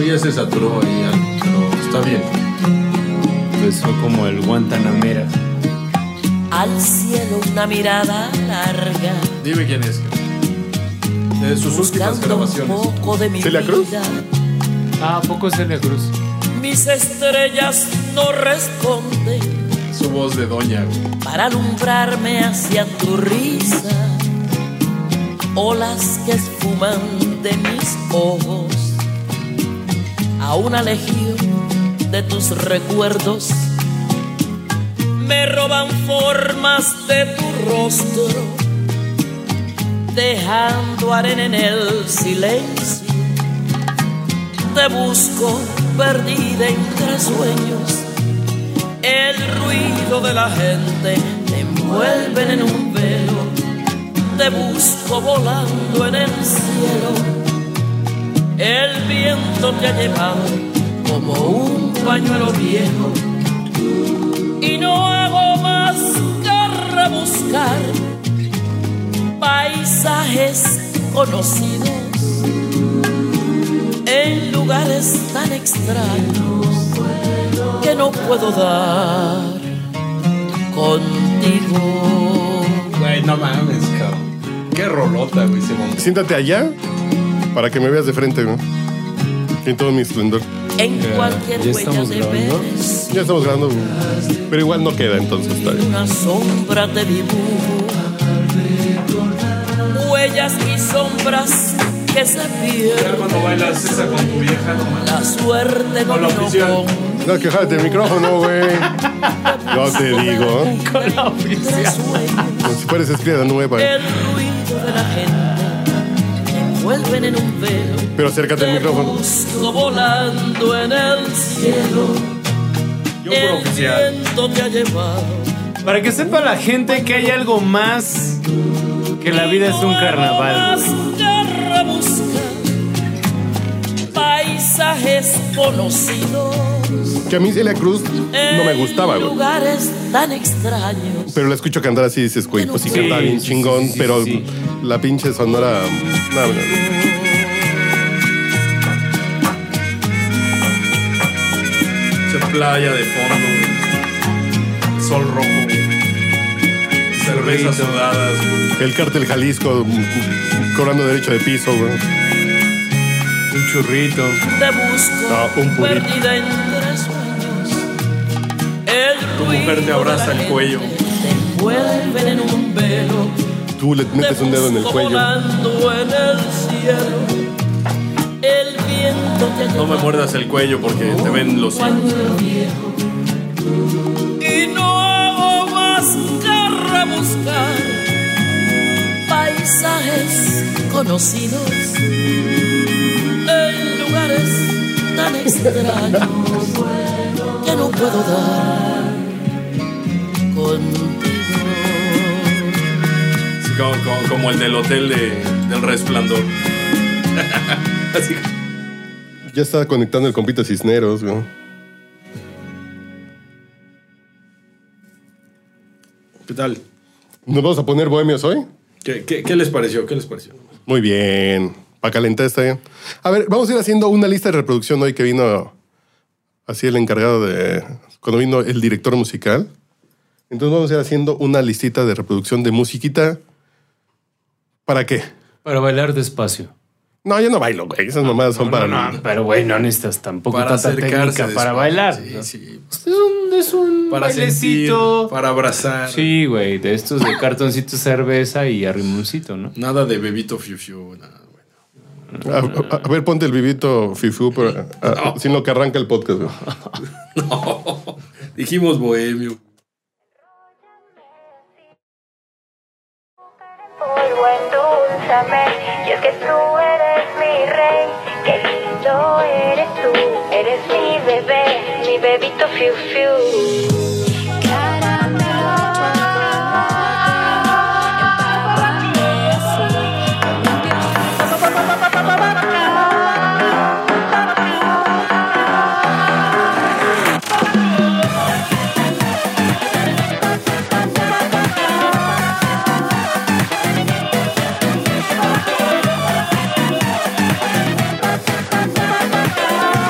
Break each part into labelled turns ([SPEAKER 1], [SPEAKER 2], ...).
[SPEAKER 1] día se saturó ahí algo, pero está bien.
[SPEAKER 2] Empezó Pues como el Guantanamera.
[SPEAKER 3] Al cielo una mirada larga.
[SPEAKER 1] Dime quién es. De sus últimas
[SPEAKER 3] Buscando un
[SPEAKER 1] grabaciones.
[SPEAKER 3] poco de mi
[SPEAKER 4] ¿Celia Cruz?
[SPEAKER 3] vida.
[SPEAKER 2] Ah, ¿a poco es Celia Cruz?
[SPEAKER 3] Mis estrellas no responden
[SPEAKER 1] Su voz de doña, güey.
[SPEAKER 3] para alumbrarme hacia tu risa. Olas que esfuman de mis ojos a una legión de tus recuerdos. Me roban formas de tu rostro, dejando arena en el silencio. Te busco perdida entre sueños. El ruido de la gente te envuelven en un velo. Te busco volando en el cielo. El viento te ha llevado como un pañuelo viejo. Y no hago más que rebuscar paisajes conocidos en lugares tan extraños que no puedo dar contigo.
[SPEAKER 1] Güey, no mames, cabrón. Qué rolota, güey, ese momento.
[SPEAKER 4] Siéntate allá para que me veas de frente, ¿no? En todo mi esplendor.
[SPEAKER 3] En cualquier
[SPEAKER 2] ¿ya
[SPEAKER 3] huella
[SPEAKER 2] estamos
[SPEAKER 3] de
[SPEAKER 2] grabando?
[SPEAKER 3] veres,
[SPEAKER 4] Ya estamos grabando, güey. pero igual no queda, entonces está bien.
[SPEAKER 3] una sombra te dibujo. Huellas y sombras que se pierden.
[SPEAKER 1] cuando bailas esa con tu vieja, no mames.
[SPEAKER 3] La suerte no
[SPEAKER 1] Con la
[SPEAKER 3] vino
[SPEAKER 1] oficial.
[SPEAKER 3] con
[SPEAKER 4] No, que jálate el micrófono, güey. Yo te digo, ¿eh?
[SPEAKER 3] con la oficial.
[SPEAKER 4] Como si fueras espía de nueva.
[SPEAKER 3] El ruido de la gente te envuelven en un velo.
[SPEAKER 4] Pero acércate al
[SPEAKER 3] Te
[SPEAKER 4] micrófono.
[SPEAKER 3] busco volando en el cielo.
[SPEAKER 1] Yo por
[SPEAKER 3] El
[SPEAKER 1] oficial.
[SPEAKER 3] viento te ha llevado.
[SPEAKER 2] Para que sepa la gente que hay algo más que la vida es un carnaval. güey.
[SPEAKER 3] Paisajes conocidos.
[SPEAKER 4] Que a mí Celia Cruz no me gustaba, güey.
[SPEAKER 3] Lugares tan extraños.
[SPEAKER 4] Pero la escucho cantar así y dices, güey, pues sí,
[SPEAKER 2] Sí,
[SPEAKER 4] cantaba bien
[SPEAKER 2] sí,
[SPEAKER 4] chingón,
[SPEAKER 2] sí, sí,
[SPEAKER 4] pero
[SPEAKER 2] sí.
[SPEAKER 4] la pinche sonora. no, no.
[SPEAKER 1] Esa playa de fondo, güey. Sol rojo, güey. Cervezas sudadas, güey.
[SPEAKER 4] El cártel Jalisco mm, cobrando derecho de piso, güey.
[SPEAKER 2] Un churrito.
[SPEAKER 3] Te busco
[SPEAKER 4] No, un purito.
[SPEAKER 3] perdida entre sueños. El ruido
[SPEAKER 1] mujer te abraza
[SPEAKER 3] de la
[SPEAKER 1] el cuello.
[SPEAKER 3] gente Te envuelven en un velo.
[SPEAKER 4] Tú le metes
[SPEAKER 3] Te
[SPEAKER 4] un dedo en el
[SPEAKER 3] busco
[SPEAKER 4] cuello.
[SPEAKER 3] volando en el cielo. El viento te ha
[SPEAKER 1] No me
[SPEAKER 3] llevado
[SPEAKER 1] muerdas el cuello porque te ven los
[SPEAKER 3] pañuelo viejo y no hago más que rebuscar paisajes conocidos en lugares tan extraños que no puedo dar contigo.
[SPEAKER 1] Sí, como, como- como el del hotel de- del resplandor. Así
[SPEAKER 4] Ya estaba conectando el compita Cisneros, güey.
[SPEAKER 1] ¿Qué tal?
[SPEAKER 4] ¿Nos vamos a poner bohemios hoy?
[SPEAKER 1] ¿Qué, qué, qué les pareció? ¿Qué les pareció?
[SPEAKER 4] Muy bien. Para calentar está bien. A ver, vamos a ir haciendo una lista de reproducción hoy que vino así el encargado de. Cuando vino el director musical. Entonces vamos a ir haciendo una listita de reproducción de musiquita. ¿Para qué?
[SPEAKER 2] Para bailar despacio.
[SPEAKER 4] No, yo no bailo, güey. Esas mamadas son para.
[SPEAKER 2] No, pero güey, no necesitas tampoco
[SPEAKER 1] Para
[SPEAKER 2] tanta
[SPEAKER 1] acercarse.
[SPEAKER 2] técnica
[SPEAKER 1] después.
[SPEAKER 2] para bailar.
[SPEAKER 1] Sí,
[SPEAKER 2] ¿no?
[SPEAKER 1] sí.
[SPEAKER 2] Es un, es un
[SPEAKER 1] Para sentir,
[SPEAKER 2] bailecito.
[SPEAKER 1] para abrazar.
[SPEAKER 2] Sí, güey, de estos de cartoncito de cerveza y arrimoncito, ¿no?
[SPEAKER 1] Nada de bebito fiu fiu, nada, güey.
[SPEAKER 4] A, a- a ver, ponte el vivito fifu pero, a- a- sin lo que arranca el podcast. güey.
[SPEAKER 1] No. Dijimos bohemio.
[SPEAKER 5] Polvo, endulzame, y es que tú eres mi rey, qué lindo eres tú, eres mi bebé, mi bebito fiu fiu.
[SPEAKER 6] Thank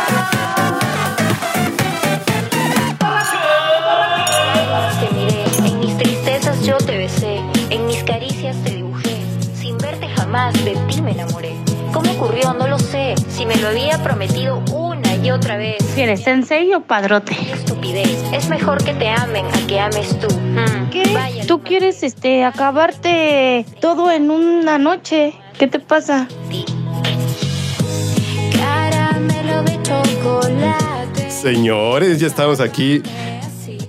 [SPEAKER 6] sé, si me lo había prometido una y otra vez.
[SPEAKER 7] ¿Quieres sensei o padrote?
[SPEAKER 6] Qué estupidez. Es mejor que te amen a que ames tú. Mm.
[SPEAKER 7] ¿Qué?
[SPEAKER 6] Vaya,
[SPEAKER 7] ¿Tú quieres este acabarte todo en una noche? ¿Qué te pasa?
[SPEAKER 6] Caramelo de chocolate.
[SPEAKER 4] Señores, ya estamos aquí.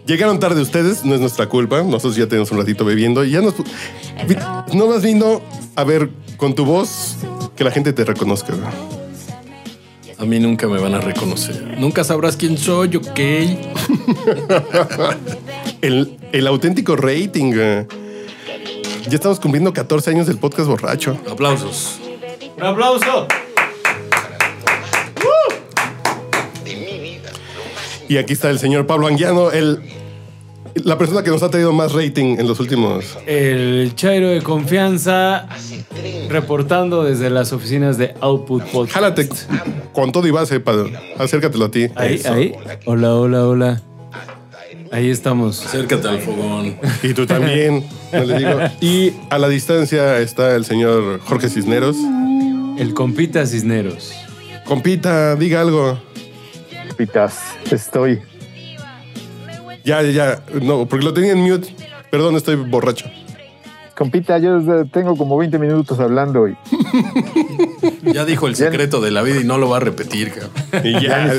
[SPEAKER 4] Llegaron tarde ustedes, no es nuestra culpa. Nosotros ya tenemos un ratito bebiendo y ya nos. vi- No más vino a ver con tu voz que la gente te reconozca. güey.
[SPEAKER 1] A mí nunca me van a reconocer. Nunca sabrás quién soy, ok.
[SPEAKER 4] El, el auténtico rating. güey. Ya estamos cumpliendo 14 años del podcast borracho.
[SPEAKER 1] Aplausos.
[SPEAKER 2] Un aplauso.
[SPEAKER 4] Y aquí está el señor Pablo Anguiano, el, la persona que nos ha traído más rating en los últimos.
[SPEAKER 2] El Chairo de confianza reportando desde las oficinas de Output Podcast.
[SPEAKER 4] Jálate con todo y base, Pablo. Acércatelo a ti.
[SPEAKER 2] Ahí,
[SPEAKER 4] Eso.
[SPEAKER 2] ahí. Hola, hola, hola. Ahí estamos.
[SPEAKER 1] Acércate al fogón.
[SPEAKER 4] Y tú también. no le digo. Y a la distancia está el señor Jorge Cisneros.
[SPEAKER 2] El compita Cisneros.
[SPEAKER 4] Compita, diga algo.
[SPEAKER 8] Pitas, estoy.
[SPEAKER 4] Ya, ya, ya. No, porque lo tenía en mute. Perdón, estoy borracho.
[SPEAKER 8] Compita, yo desde- tengo como 20 minutos hablando y
[SPEAKER 1] Ya dijo el secreto de la vida y no lo va a repetir, cabrón.
[SPEAKER 4] Y ya.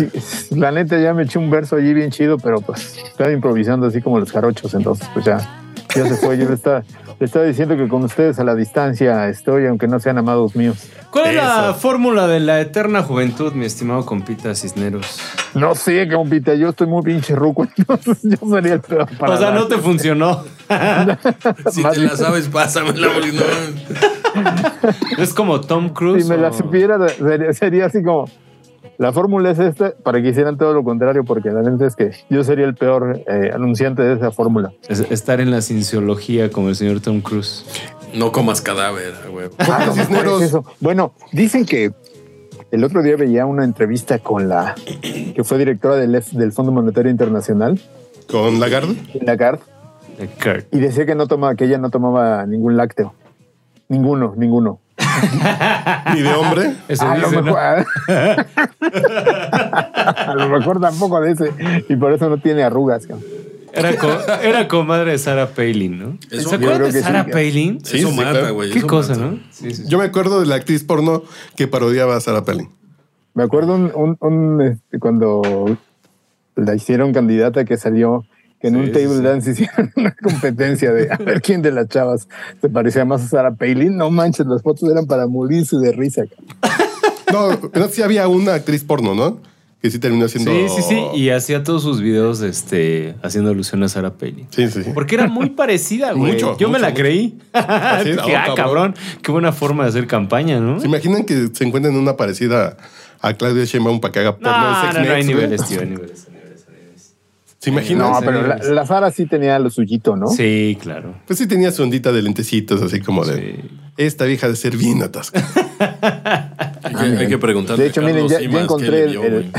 [SPEAKER 8] la neta ya me eché un verso allí bien chido, pero pues estaba improvisando así como los jarochos, entonces pues ya, ya se fue. Yo le estaba, le estaba diciendo que con ustedes a la distancia estoy, aunque no sean amados míos.
[SPEAKER 2] ¿Cuál es la
[SPEAKER 4] Eso.
[SPEAKER 2] fórmula de la eterna juventud, mi estimado compita Cisneros?
[SPEAKER 8] No sé, compita, yo estoy muy pinche ruco, entonces yo sería el peor para
[SPEAKER 2] o sea,
[SPEAKER 8] dar.
[SPEAKER 2] no te funcionó.
[SPEAKER 1] Si
[SPEAKER 8] Más
[SPEAKER 1] te la
[SPEAKER 8] bien,
[SPEAKER 1] sabes, pásamela, porque no.
[SPEAKER 2] Es como Tom Cruise.
[SPEAKER 8] Si me
[SPEAKER 2] o-
[SPEAKER 8] la supiera, sería, sería así como... La fórmula es esta, para que hicieran todo lo contrario, porque la neta es que yo sería el peor eh, anunciante de esa fórmula.
[SPEAKER 2] Es- estar en la cienciología como el señor Tom Cruise.
[SPEAKER 1] No comas cadáver, güey.
[SPEAKER 8] Ah,
[SPEAKER 4] Jorge
[SPEAKER 8] no,
[SPEAKER 4] Cisneros.
[SPEAKER 8] mejor es eso. Bueno, dicen que el otro día veía una entrevista con la que fue directora del, F- del Fondo Monetario Internacional,
[SPEAKER 4] Con Lagarde.
[SPEAKER 8] Lagarde,
[SPEAKER 2] De Kirk.
[SPEAKER 8] y decía que no tomaba, que ella no tomaba ningún lácteo. Ninguno, ninguno.
[SPEAKER 4] Y de hombre.
[SPEAKER 2] Eso
[SPEAKER 8] a,
[SPEAKER 2] dice, ¿no?
[SPEAKER 8] lo mejor, a lo mejor tampoco de ese, y por eso no tiene arrugas. cabrón.
[SPEAKER 2] Era, co- era comadre de Sarah Palin, ¿no?
[SPEAKER 1] Eso-
[SPEAKER 2] ¿Se
[SPEAKER 8] Yo
[SPEAKER 2] acuerdan
[SPEAKER 8] creo
[SPEAKER 2] de
[SPEAKER 8] que
[SPEAKER 2] Sarah
[SPEAKER 8] sí.
[SPEAKER 2] Palin?
[SPEAKER 4] Sí,
[SPEAKER 1] eso
[SPEAKER 4] sí,
[SPEAKER 1] mata,
[SPEAKER 4] claro.
[SPEAKER 1] güey.
[SPEAKER 2] Qué
[SPEAKER 1] eso
[SPEAKER 2] cosa,
[SPEAKER 1] mata.
[SPEAKER 2] ¿no? Sí, sí.
[SPEAKER 4] Yo me acuerdo de la actriz porno que parodiaba a Sarah Palin.
[SPEAKER 8] Me acuerdo un, un- un, este, cuando la hicieron candidata que salió que en
[SPEAKER 2] Sí,
[SPEAKER 8] un
[SPEAKER 2] sí,
[SPEAKER 8] table
[SPEAKER 2] sí.
[SPEAKER 8] dance hicieron una competencia de a ver quién de las chavas se parecía más a Sara Palin. No manches, las fotos eran para morirse de risa. cabrón.
[SPEAKER 4] No, pero sí había una actriz porno, ¿no? Que sí terminó siendo.
[SPEAKER 2] Sí, sí, sí. Y hacía todos sus videos este, haciendo alusión a Sarah Palin.
[SPEAKER 4] Sí, sí, sí.
[SPEAKER 2] Porque era muy parecida, güey.
[SPEAKER 4] Mucho,
[SPEAKER 2] Yo me
[SPEAKER 4] mucho,
[SPEAKER 2] la
[SPEAKER 4] mucho.
[SPEAKER 2] creí.
[SPEAKER 4] Así es,
[SPEAKER 2] Dije, ah,
[SPEAKER 4] oh,
[SPEAKER 2] cabrón. Qué buena forma de hacer campaña, ¿no?
[SPEAKER 4] ¿Se imaginan que se encuentren una parecida a Claudia Sheinbaum para que haga porno de
[SPEAKER 2] no,
[SPEAKER 4] Sex
[SPEAKER 2] no, no, hay
[SPEAKER 4] Mex, güey?
[SPEAKER 2] niveles, tío, hay niveles. hay niveles, hay niveles.
[SPEAKER 4] ¿Se imaginan?
[SPEAKER 8] No, pero la, la Sara sí tenía lo suyito, ¿no?
[SPEAKER 2] Sí, claro.
[SPEAKER 4] Pues sí tenía su ondita de lentecitos, así como de...
[SPEAKER 2] Sí.
[SPEAKER 4] Esta vieja de ser bien atascada.
[SPEAKER 1] Hay que, hay que preguntarle.
[SPEAKER 8] De hecho,
[SPEAKER 1] a
[SPEAKER 8] miren,
[SPEAKER 1] Carlos
[SPEAKER 8] ya- ya
[SPEAKER 1] Simas qué
[SPEAKER 8] encontré
[SPEAKER 1] le
[SPEAKER 8] el-
[SPEAKER 1] dio,
[SPEAKER 8] el-
[SPEAKER 1] güey.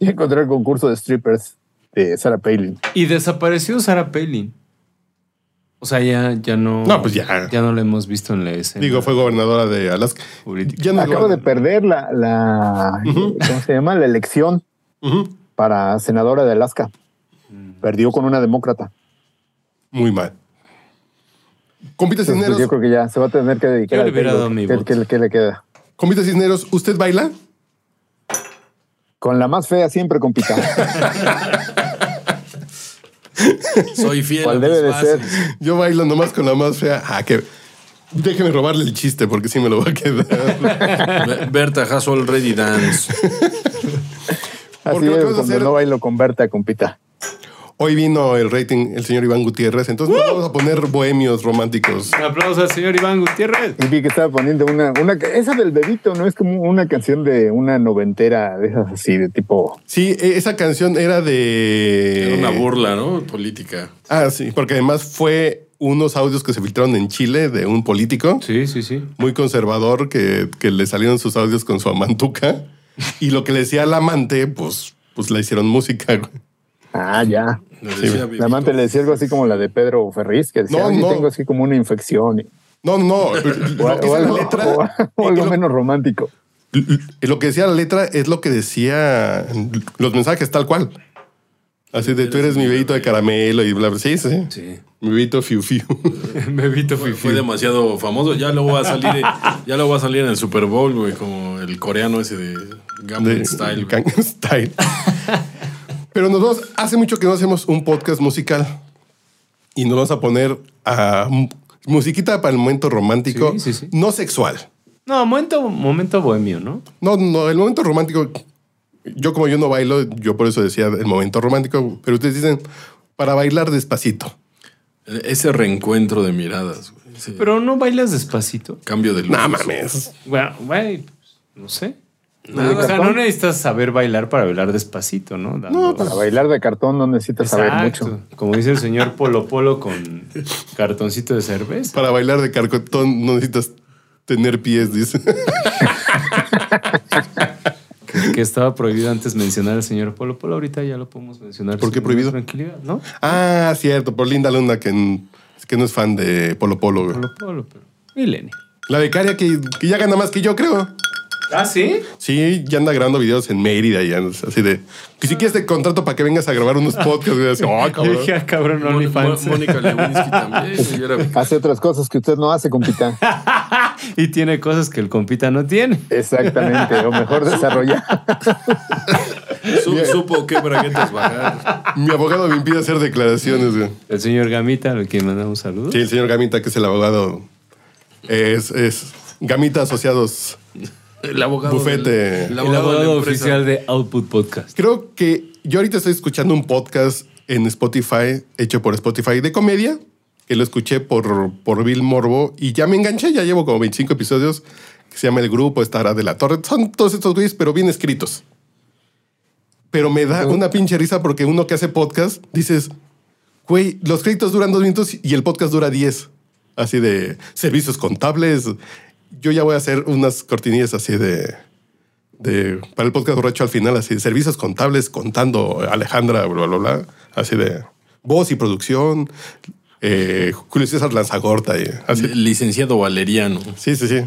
[SPEAKER 8] Y encontré el concurso de strippers de Sara Palin.
[SPEAKER 2] Y desapareció Sarah Palin. O sea, ya, ya no.
[SPEAKER 4] No, pues ya.
[SPEAKER 2] Ya no la hemos visto en la escena.
[SPEAKER 4] Digo, fue gobernadora de Alaska.
[SPEAKER 2] Política.
[SPEAKER 4] Ya no es
[SPEAKER 8] Acabo de
[SPEAKER 4] gobernadora.
[SPEAKER 8] perder la, la ¿cómo se llama? La elección
[SPEAKER 4] Ujú.
[SPEAKER 8] para senadora de Alaska.
[SPEAKER 2] Mm.
[SPEAKER 8] Perdió con una demócrata.
[SPEAKER 4] Muy mal. Compita
[SPEAKER 8] Entonces, pues,
[SPEAKER 4] Cisneros,
[SPEAKER 8] yo creo que ya se va a tener que dedicar
[SPEAKER 2] Yo le
[SPEAKER 8] al
[SPEAKER 2] hubiera
[SPEAKER 8] béisbol.
[SPEAKER 2] dado mi
[SPEAKER 8] ¿Qué-
[SPEAKER 2] voto.
[SPEAKER 8] qué- qué le queda?
[SPEAKER 4] Compita Cisneros, ¿usted baila?
[SPEAKER 8] Con la más fea siempre compita.
[SPEAKER 1] Soy fiel.
[SPEAKER 8] ¿Cuál
[SPEAKER 1] a mis
[SPEAKER 8] debe de ser?
[SPEAKER 1] bases.
[SPEAKER 4] Yo bailo nomás con la más fea. Ah, que... Déjeme robarle el chiste porque sí me lo va a quedar.
[SPEAKER 1] Be- Berta Hasol Ready Dance.
[SPEAKER 8] Así
[SPEAKER 4] lo que
[SPEAKER 8] es,
[SPEAKER 4] vas a
[SPEAKER 8] cuando
[SPEAKER 4] hacer-
[SPEAKER 8] no bailo con Berta, compita.
[SPEAKER 4] Hoy vino el rating el señor Iván Gutiérrez, entonces nos vamos a poner bohemios románticos.
[SPEAKER 2] Un aplauso al señor Iván Gutiérrez.
[SPEAKER 8] Y vi que estaba poniendo una, una. ca- Esa del bebito, ¿no? Es como una canción de una noventera de esas así, de tipo.
[SPEAKER 4] Sí, e- esa canción era de...
[SPEAKER 1] Era una burla, ¿no? Política.
[SPEAKER 4] Ah, sí, porque además fue unos audios que se filtraron en Chile de un político
[SPEAKER 2] Sí, sí, sí.
[SPEAKER 4] muy conservador que, que le salieron sus audios con su amantuca y lo que le decía al amante, pues, pues la hicieron música. güey.
[SPEAKER 8] Ah, ya.
[SPEAKER 1] Le decía a
[SPEAKER 8] La amante
[SPEAKER 1] Vivito.
[SPEAKER 8] le decía algo así como la de Pedro Ferriz, que decía,
[SPEAKER 4] No,
[SPEAKER 8] "Oye,
[SPEAKER 4] no.
[SPEAKER 8] tengo así como una infección.
[SPEAKER 4] No, no,
[SPEAKER 8] O,
[SPEAKER 4] lo que
[SPEAKER 8] o
[SPEAKER 4] dice la
[SPEAKER 8] algo,
[SPEAKER 4] letra
[SPEAKER 8] o- o
[SPEAKER 4] y
[SPEAKER 8] algo
[SPEAKER 4] lo-
[SPEAKER 8] menos romántico.
[SPEAKER 4] l- l- lo que decía la letra es lo que decía los mensajes tal cual. Así de tú eres mi bebito de caramelo y bla, bla. Sí, sí. sí.
[SPEAKER 1] Sí.
[SPEAKER 4] Mi bebito fiu fiu.
[SPEAKER 2] Bebito
[SPEAKER 1] Fue, fue
[SPEAKER 2] fifi.
[SPEAKER 1] demasiado famoso. Ya luego va a salir, ya luego va a salir en el Super Bowl, güey, como el coreano ese de Gambit
[SPEAKER 4] De-
[SPEAKER 1] Style. güey.
[SPEAKER 4] Gangnam Style. Pero nos vamos, hace mucho que no hacemos un podcast musical y nos vamos a poner a mu- musiquita para el momento romántico,
[SPEAKER 2] Sí, sí, sí.
[SPEAKER 4] no sexual.
[SPEAKER 2] No, momento, momento bohemio, ¿no?
[SPEAKER 4] No, no, el momento romántico, yo como yo no bailo, yo por eso decía el momento romántico, pero ustedes dicen para bailar despacito.
[SPEAKER 1] Ese reencuentro de miradas, güey. Ese
[SPEAKER 2] Pero no bailas despacito.
[SPEAKER 1] cambio de luz.
[SPEAKER 4] No mames.
[SPEAKER 2] Bueno, güey, pues, no sé.
[SPEAKER 8] Nada.
[SPEAKER 2] o sea, no necesitas saber bailar para bailar despacito, ¿no? Dando-
[SPEAKER 8] pues, Para bailar de cartón no necesitas saber
[SPEAKER 2] Exacto.
[SPEAKER 8] mucho.
[SPEAKER 2] Como dice el señor Polo Polo con cartoncito de cerveza.
[SPEAKER 4] Para bailar de carcotón no necesitas tener pies, dice.
[SPEAKER 2] Que estaba prohibido antes mencionar al señor Polo Polo. Ahorita ya lo podemos mencionar.
[SPEAKER 4] ¿Por qué
[SPEAKER 2] sin
[SPEAKER 4] prohibido?
[SPEAKER 2] Tranquilidad, ¿no?
[SPEAKER 4] ah, cierto, por Linda Luna que, n- que no es fan de Polo Polo. güey.
[SPEAKER 2] Polo Polo, pero. Millennial.
[SPEAKER 4] La becaria que, que ya gana más que yo, creo.
[SPEAKER 2] ¿Ah, sí?
[SPEAKER 4] Sí, ya anda grabando videos en Mérida y andas así de que si quieres te contrato para que vengas a grabar unos podcasts. güey, así, "Ay,
[SPEAKER 2] Yo
[SPEAKER 4] cabrón".
[SPEAKER 2] Ah. dije, ah, cabrón,
[SPEAKER 1] Mon-
[SPEAKER 2] OnlyFans.
[SPEAKER 1] Mo- Mónica Lewinsky también. güey, ya era-
[SPEAKER 8] Hace otras cosas que usted no hace, compita.
[SPEAKER 2] y tiene cosas que el compita no tiene.
[SPEAKER 8] Exactamente, o mejor desarrollar.
[SPEAKER 1] su- supo qué braguetas bajar.
[SPEAKER 4] Mi abogado me impide hacer declaraciones. güey.
[SPEAKER 2] El señor Gamita, al que mandamos saludos.
[SPEAKER 4] Sí, el señor Gamita, que es el abogado, es, es Gamita Asociados.
[SPEAKER 1] El abogado.
[SPEAKER 4] Bufete.
[SPEAKER 1] del-
[SPEAKER 4] El
[SPEAKER 2] El abogado,
[SPEAKER 1] de la empresa.
[SPEAKER 2] oficial de Output Podcast.
[SPEAKER 4] Creo que yo ahorita estoy escuchando un podcast en Spotify, hecho por Spotify de comedia, que lo escuché por, por Bill Morbo y ya me enganché, ya llevo como 25 episodios, que se llama El Grupo, estará de la Torre. Son todos estos güeyes, pero bien escritos. Pero me da una pinche risa porque uno que hace podcast, dices, güey, los créditos duran dos minutos y el podcast dura 10. Así de servicios contables. Yo ya voy a hacer unas cortinillas así de de, para el podcast borracho al final, así de servicios contables contando Alejandra, bla, bla, bla, así de voz y producción, eh, Julio César Lanzagorta, y así.
[SPEAKER 1] Licenciado Valeriano.
[SPEAKER 4] Sí, sí, sí.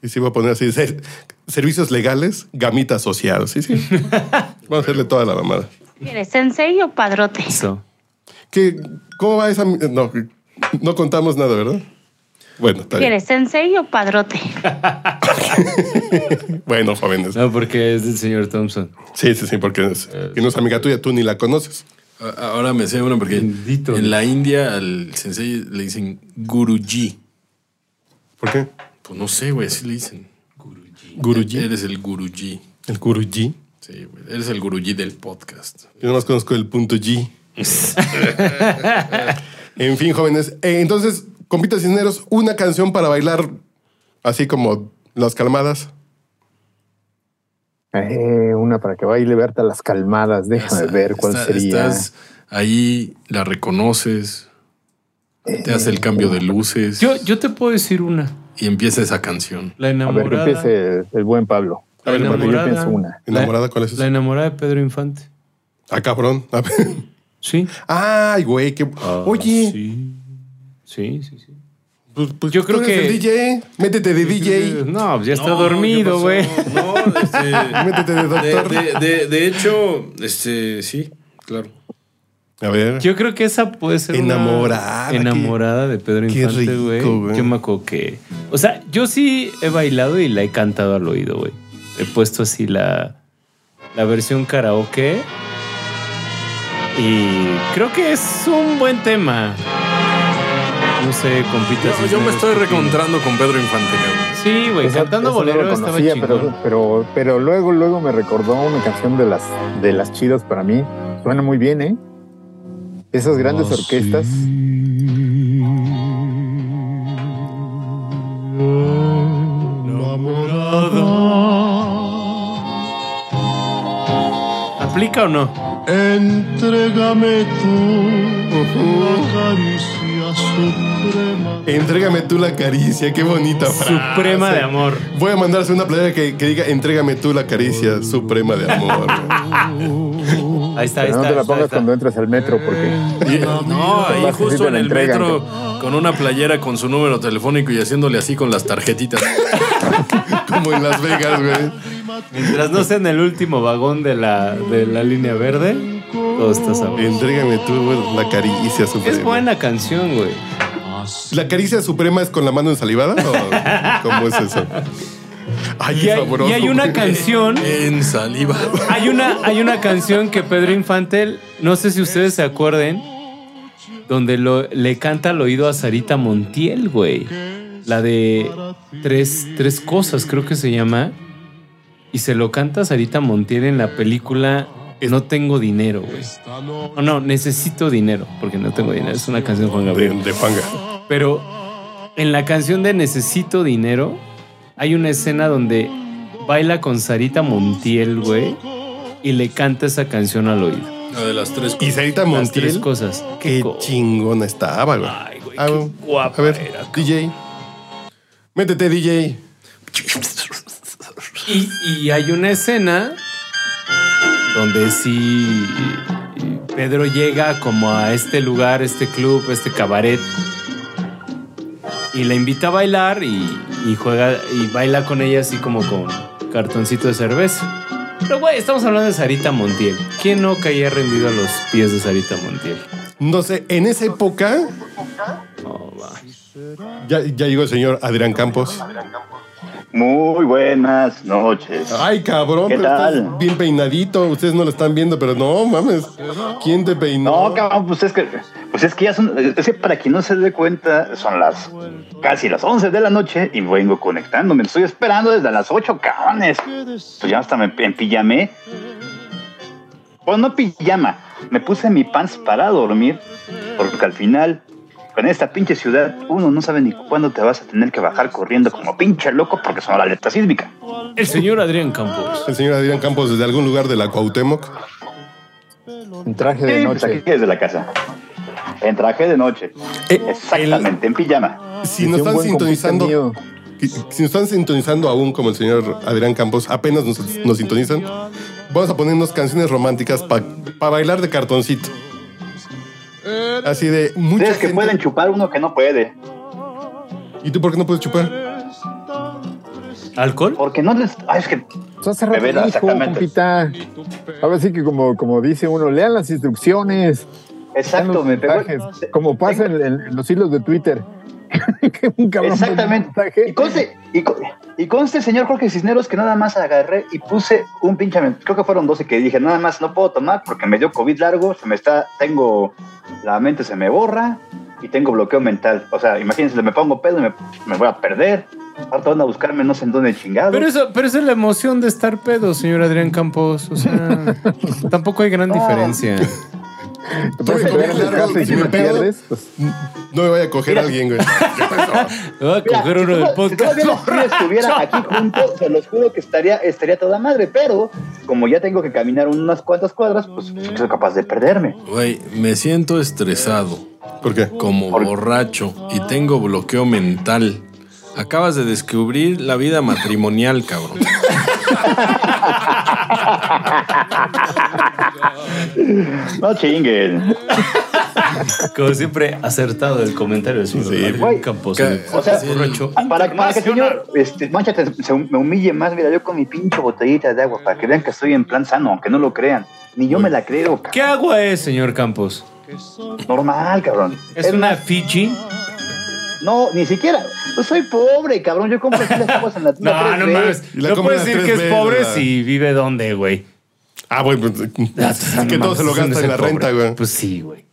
[SPEAKER 4] Y sí, voy a poner así, ser- servicios legales, gamita social, sí, sí. Vamos a hacerle toda la mamada.
[SPEAKER 7] ¿Quieres sensei o padrote?
[SPEAKER 2] Eso.
[SPEAKER 4] ¿Qué, ¿Cómo va esa? mi- No, no contamos nada, ¿verdad? Bueno, está bien.
[SPEAKER 7] ¿Quieres sensei o padrote?
[SPEAKER 4] Bueno, jóvenes.
[SPEAKER 2] No, porque es del señor Thompson. Eh.
[SPEAKER 4] Sí, sí, sí, porque es, y no es amiga tuya, tú ni la conoces.
[SPEAKER 1] A- Ahora me sé uno porque
[SPEAKER 2] Bendito.
[SPEAKER 1] en la India al sensei le dicen Guruji.
[SPEAKER 4] ¿Por qué?
[SPEAKER 1] Pues no sé, güey, así le dicen. Guruji. Eres el Guruji.
[SPEAKER 4] El guru G.
[SPEAKER 1] Sí, güey. Eres el Guruji del podcast.
[SPEAKER 4] Yo nomás conozco el punto G. en fin, jóvenes. Eh, entonces, compita Cisneros, una canción para bailar así como las calmadas.
[SPEAKER 8] Eh, una para que baile Berta las calmadas. Déjame
[SPEAKER 1] Esa-
[SPEAKER 8] ver cuál
[SPEAKER 1] esta-
[SPEAKER 8] sería.
[SPEAKER 1] Estás ahí, la reconoces,
[SPEAKER 8] Eh,
[SPEAKER 1] te hace el cambio de luces
[SPEAKER 2] Yo, yo te puedo decir una.
[SPEAKER 1] y empieza esa canción.
[SPEAKER 2] La
[SPEAKER 8] A ver, que
[SPEAKER 2] enamorada.
[SPEAKER 8] empiece el, Eh, el buen Pablo.
[SPEAKER 4] A ver,
[SPEAKER 2] la
[SPEAKER 4] Pablo, yo
[SPEAKER 2] enamorada.
[SPEAKER 8] pienso una.
[SPEAKER 4] ¿Enamorada cuál es esa?
[SPEAKER 2] La enamorada de Pedro Infante.
[SPEAKER 4] Ah, cabrón. A ver.
[SPEAKER 2] Sí.
[SPEAKER 4] Ay, güey, qué. Oye,
[SPEAKER 2] Ah, Sí. Sí, sí, sí.
[SPEAKER 4] pues, pues
[SPEAKER 2] Yo
[SPEAKER 4] tú
[SPEAKER 2] creo
[SPEAKER 4] eres
[SPEAKER 2] que-
[SPEAKER 4] el DJ. Métete de DJ.
[SPEAKER 2] No, pues ya está
[SPEAKER 1] No,
[SPEAKER 2] dormido,
[SPEAKER 1] ¿qué
[SPEAKER 2] güey.
[SPEAKER 1] pasó? No, este,
[SPEAKER 4] Métete
[SPEAKER 1] de,
[SPEAKER 4] de doctor.
[SPEAKER 1] de- de- de hecho, este, sí, claro.
[SPEAKER 4] A ver.
[SPEAKER 2] Yo creo que esa puede ser una
[SPEAKER 4] Enamorada,
[SPEAKER 2] enamorada de Pedro
[SPEAKER 4] qué
[SPEAKER 2] Infante,
[SPEAKER 4] rico,
[SPEAKER 2] güey.
[SPEAKER 4] güey.
[SPEAKER 2] Yo me acuerdo que, o sea, yo sí he bailado y la he cantado al oído, güey. He puesto así la la versión karaoke y creo que es un buen tema. No sé, compitas.
[SPEAKER 1] Yo, yo me estoy reencontrando con Pedro Infante, cabrón.
[SPEAKER 2] Sí, güey,
[SPEAKER 8] Esa-
[SPEAKER 2] cantando
[SPEAKER 8] esa no la
[SPEAKER 2] bolero estaba
[SPEAKER 8] conocía,
[SPEAKER 2] chingón.
[SPEAKER 8] pero, pero, pero luego, luego me recordó una canción de las, de las chidas para mí. Suena muy bien, ¿eh? Esas grandes
[SPEAKER 4] Oh,
[SPEAKER 8] orquestas.
[SPEAKER 2] ¿Aplica o no?
[SPEAKER 9] Entrégame tú la caricia suprema.
[SPEAKER 4] Entrégame tú la caricia. Qué bonita frase.
[SPEAKER 2] Suprema de amor.
[SPEAKER 4] Voy a mandarse una playera que, que diga Entrégame tú la caricia suprema de amor.
[SPEAKER 2] Ahí está, ahí está.
[SPEAKER 8] Pero no te
[SPEAKER 2] ahí
[SPEAKER 8] la
[SPEAKER 2] está,
[SPEAKER 8] pongas
[SPEAKER 2] ahí está.
[SPEAKER 8] cuando entras al metro porque
[SPEAKER 4] Eh.
[SPEAKER 1] Y- no, ahí
[SPEAKER 8] Vas, sí
[SPEAKER 1] justo
[SPEAKER 8] te
[SPEAKER 1] en
[SPEAKER 8] la
[SPEAKER 1] el
[SPEAKER 8] entregan,
[SPEAKER 1] metro con una playera con su número telefónico y haciéndole así con las tarjetitas.
[SPEAKER 4] Como en Las Vegas, güey.
[SPEAKER 2] Mientras no sea en el último vagón de la, de la línea verde, todo está sabroso.
[SPEAKER 4] Entrégame tú, güey, la caricia suprema.
[SPEAKER 2] Es buena canción, güey.
[SPEAKER 4] ¿La caricia suprema es con la mano ensalivada o cómo es eso? Ay,
[SPEAKER 2] Y
[SPEAKER 4] es
[SPEAKER 2] hay,
[SPEAKER 4] sabroso,
[SPEAKER 2] y hay una
[SPEAKER 4] güey.
[SPEAKER 2] canción.
[SPEAKER 1] En saliva.
[SPEAKER 2] Hay una, hay una canción que Pedro Infantel, no sé si ustedes se acuerden, donde lo- le canta al oído a Sarita Montiel, güey. La de tres, tres cosas, creo que se llama. Y se lo canta a Sarita Montiel en la película No tengo dinero, güey. Ah, No, no, necesito dinero, porque no tengo dinero. Es una canción de Juan
[SPEAKER 4] De,
[SPEAKER 2] Gabriel.
[SPEAKER 4] de panga.
[SPEAKER 2] Pero en la canción de Necesito Dinero hay una escena donde baila con Sarita Montiel, güey, y le canta esa canción al oído.
[SPEAKER 1] La de las tres.
[SPEAKER 4] Y Sarita
[SPEAKER 2] Las tres
[SPEAKER 4] Montiel,
[SPEAKER 2] cosas.
[SPEAKER 4] qué
[SPEAKER 2] co-
[SPEAKER 4] chingona estaba, güey.
[SPEAKER 2] Ay, güey,
[SPEAKER 4] Ah,
[SPEAKER 2] qué
[SPEAKER 4] güey.
[SPEAKER 2] guapa
[SPEAKER 4] A ver,
[SPEAKER 2] era, cabrón.
[SPEAKER 4] DJ. Métete, DJ.
[SPEAKER 2] Y, y hay una escena donde sí Pedro llega como a este lugar, este club, este cabaret y la invita a bailar y, y juega y baila con ella así como con cartoncito de cerveza. Pero güey, estamos hablando de Sarita Montiel. ¿Quién no caía rendido a los pies de Sarita Montiel?
[SPEAKER 4] No sé, en esa época
[SPEAKER 2] No, va.
[SPEAKER 4] ya, ya llegó el señor Adrián Campos.
[SPEAKER 10] Muy buenas noches.
[SPEAKER 4] Ay, cabrón,
[SPEAKER 10] ¿Qué
[SPEAKER 4] pero
[SPEAKER 10] tal?
[SPEAKER 4] estás bien peinadito. Ustedes no lo están viendo, pero no mames. ¿Quién te peinó?
[SPEAKER 10] No, cabrón, pues es que, pues es que ya son, es que para quien no se dé cuenta, son las casi las 11 de la noche y vengo conectándome. Estoy esperando desde las 8, cabrones. Pues ya hasta me empillamé. Pues no pijama, me puse mi pants para dormir, porque al final, con esta pinche ciudad, uno no sabe ni cuándo te vas a tener que bajar corriendo como pinche loco porque son la alerta sísmica.
[SPEAKER 2] El señor Adrián Campos.
[SPEAKER 4] El señor Adrián Campos desde algún lugar de la Cuauhtémoc.
[SPEAKER 8] un traje de
[SPEAKER 10] Sí, pues aquí
[SPEAKER 8] noche.
[SPEAKER 10] desde la casa. En traje de noche.
[SPEAKER 4] Eh,
[SPEAKER 10] Exactamente, en pijama.
[SPEAKER 4] Si
[SPEAKER 8] Decía
[SPEAKER 4] nos
[SPEAKER 8] un
[SPEAKER 4] están
[SPEAKER 8] buen
[SPEAKER 4] sintonizando,
[SPEAKER 8] compita mío,
[SPEAKER 4] que- si nos están sintonizando aún como el señor Adrián Campos, apenas nos, nos sintonizan, vamos a ponernos canciones románticas para bailar de cartoncito. Así de mucha
[SPEAKER 10] Ustedes que
[SPEAKER 4] gente-
[SPEAKER 10] pueden chupar uno que no puede.
[SPEAKER 4] ¿Y tú por qué no puedes chupar?
[SPEAKER 2] ¿Alcohol?
[SPEAKER 10] Porque no les. Ay, es que.
[SPEAKER 8] Pues hace rato
[SPEAKER 10] Bebera,
[SPEAKER 8] dijo,
[SPEAKER 10] exactamente.
[SPEAKER 8] compita. Ahora sí que como, como dice uno, lean las instrucciones. lean
[SPEAKER 10] Exacto,
[SPEAKER 8] los
[SPEAKER 10] me pegó.
[SPEAKER 8] mensajes, Como pasa en, en- en los hilos de Twitter. Que un cabrón pone un
[SPEAKER 10] Exactamente.
[SPEAKER 8] mensaje.
[SPEAKER 10] Y conste, y, co- y conste, señor Jorge Cisneros, que nada más agarré y puse un pinche. men- Creo que fueron 12 que dije, nada más no puedo tomar porque me dio COVID largo, se me está. Tengo. La mente se me borra y tengo bloqueo mental. O sea, imagínense, me pongo pedo y me, me voy a perder. Ahorita van a buscarme, no sé en dónde chingado.
[SPEAKER 2] Pero eso, pero esa es la emoción de estar pedo, señor Adrián Campos. O sea, tampoco hay gran diferencia.
[SPEAKER 8] Te puedes
[SPEAKER 4] Tuve
[SPEAKER 8] quedar en
[SPEAKER 4] como
[SPEAKER 8] la casa y si
[SPEAKER 4] me
[SPEAKER 8] me
[SPEAKER 4] pedo.
[SPEAKER 8] pierdes, pues,
[SPEAKER 4] No me vaya a coger
[SPEAKER 10] Mira.
[SPEAKER 4] a alguien, güey.
[SPEAKER 2] Me voy a
[SPEAKER 10] Mira,
[SPEAKER 2] Ah, coger uno
[SPEAKER 10] si
[SPEAKER 2] del
[SPEAKER 10] todo- si
[SPEAKER 2] podcast.
[SPEAKER 10] todavía los tres estuvieran aquí juntos, se los juro que estaría, estaría toda madre, pero como ya tengo que caminar unas cuantas cuadras, pues soy capaz de perderme.
[SPEAKER 1] Güey, me siento estresado,
[SPEAKER 4] ¿Por qué?
[SPEAKER 1] como borracho y tengo bloqueo mental. Acabas de descubrir la vida matrimonial, cabrón.
[SPEAKER 10] No chinguen.
[SPEAKER 2] Como siempre, acertado el comentario del señor
[SPEAKER 4] Sí,
[SPEAKER 2] Adrián
[SPEAKER 10] güey.
[SPEAKER 2] Campos.
[SPEAKER 1] Ca-
[SPEAKER 10] O sea,
[SPEAKER 2] Borracho.
[SPEAKER 10] Para, para que el señor este, Manchate se me humille más, mira, yo con mi pinche botellita de agua, para que vean que estoy en plan sano, aunque no lo crean. Ni yo me la creo,
[SPEAKER 2] ¿Qué
[SPEAKER 10] cabrón.
[SPEAKER 2] agua es, señor Campos?
[SPEAKER 10] Normal, cabrón.
[SPEAKER 2] ¿Es una Fiji?
[SPEAKER 10] No, ni siquiera. Yo soy pobre, cabrón. Yo compro aquí las aguas en la tienda
[SPEAKER 2] No, no
[SPEAKER 10] 3B.
[SPEAKER 2] mames.
[SPEAKER 4] Y la
[SPEAKER 2] No
[SPEAKER 4] comen
[SPEAKER 2] puedes
[SPEAKER 4] las
[SPEAKER 2] decir
[SPEAKER 4] tres
[SPEAKER 2] que es
[SPEAKER 4] veces,
[SPEAKER 2] pobre
[SPEAKER 4] ¿verdad?
[SPEAKER 2] si vive donde, güey.
[SPEAKER 4] Ah, güey, pues, es que todo se lo
[SPEAKER 2] gastan
[SPEAKER 4] gasta en la renta, güey.
[SPEAKER 2] Pues sí, güey.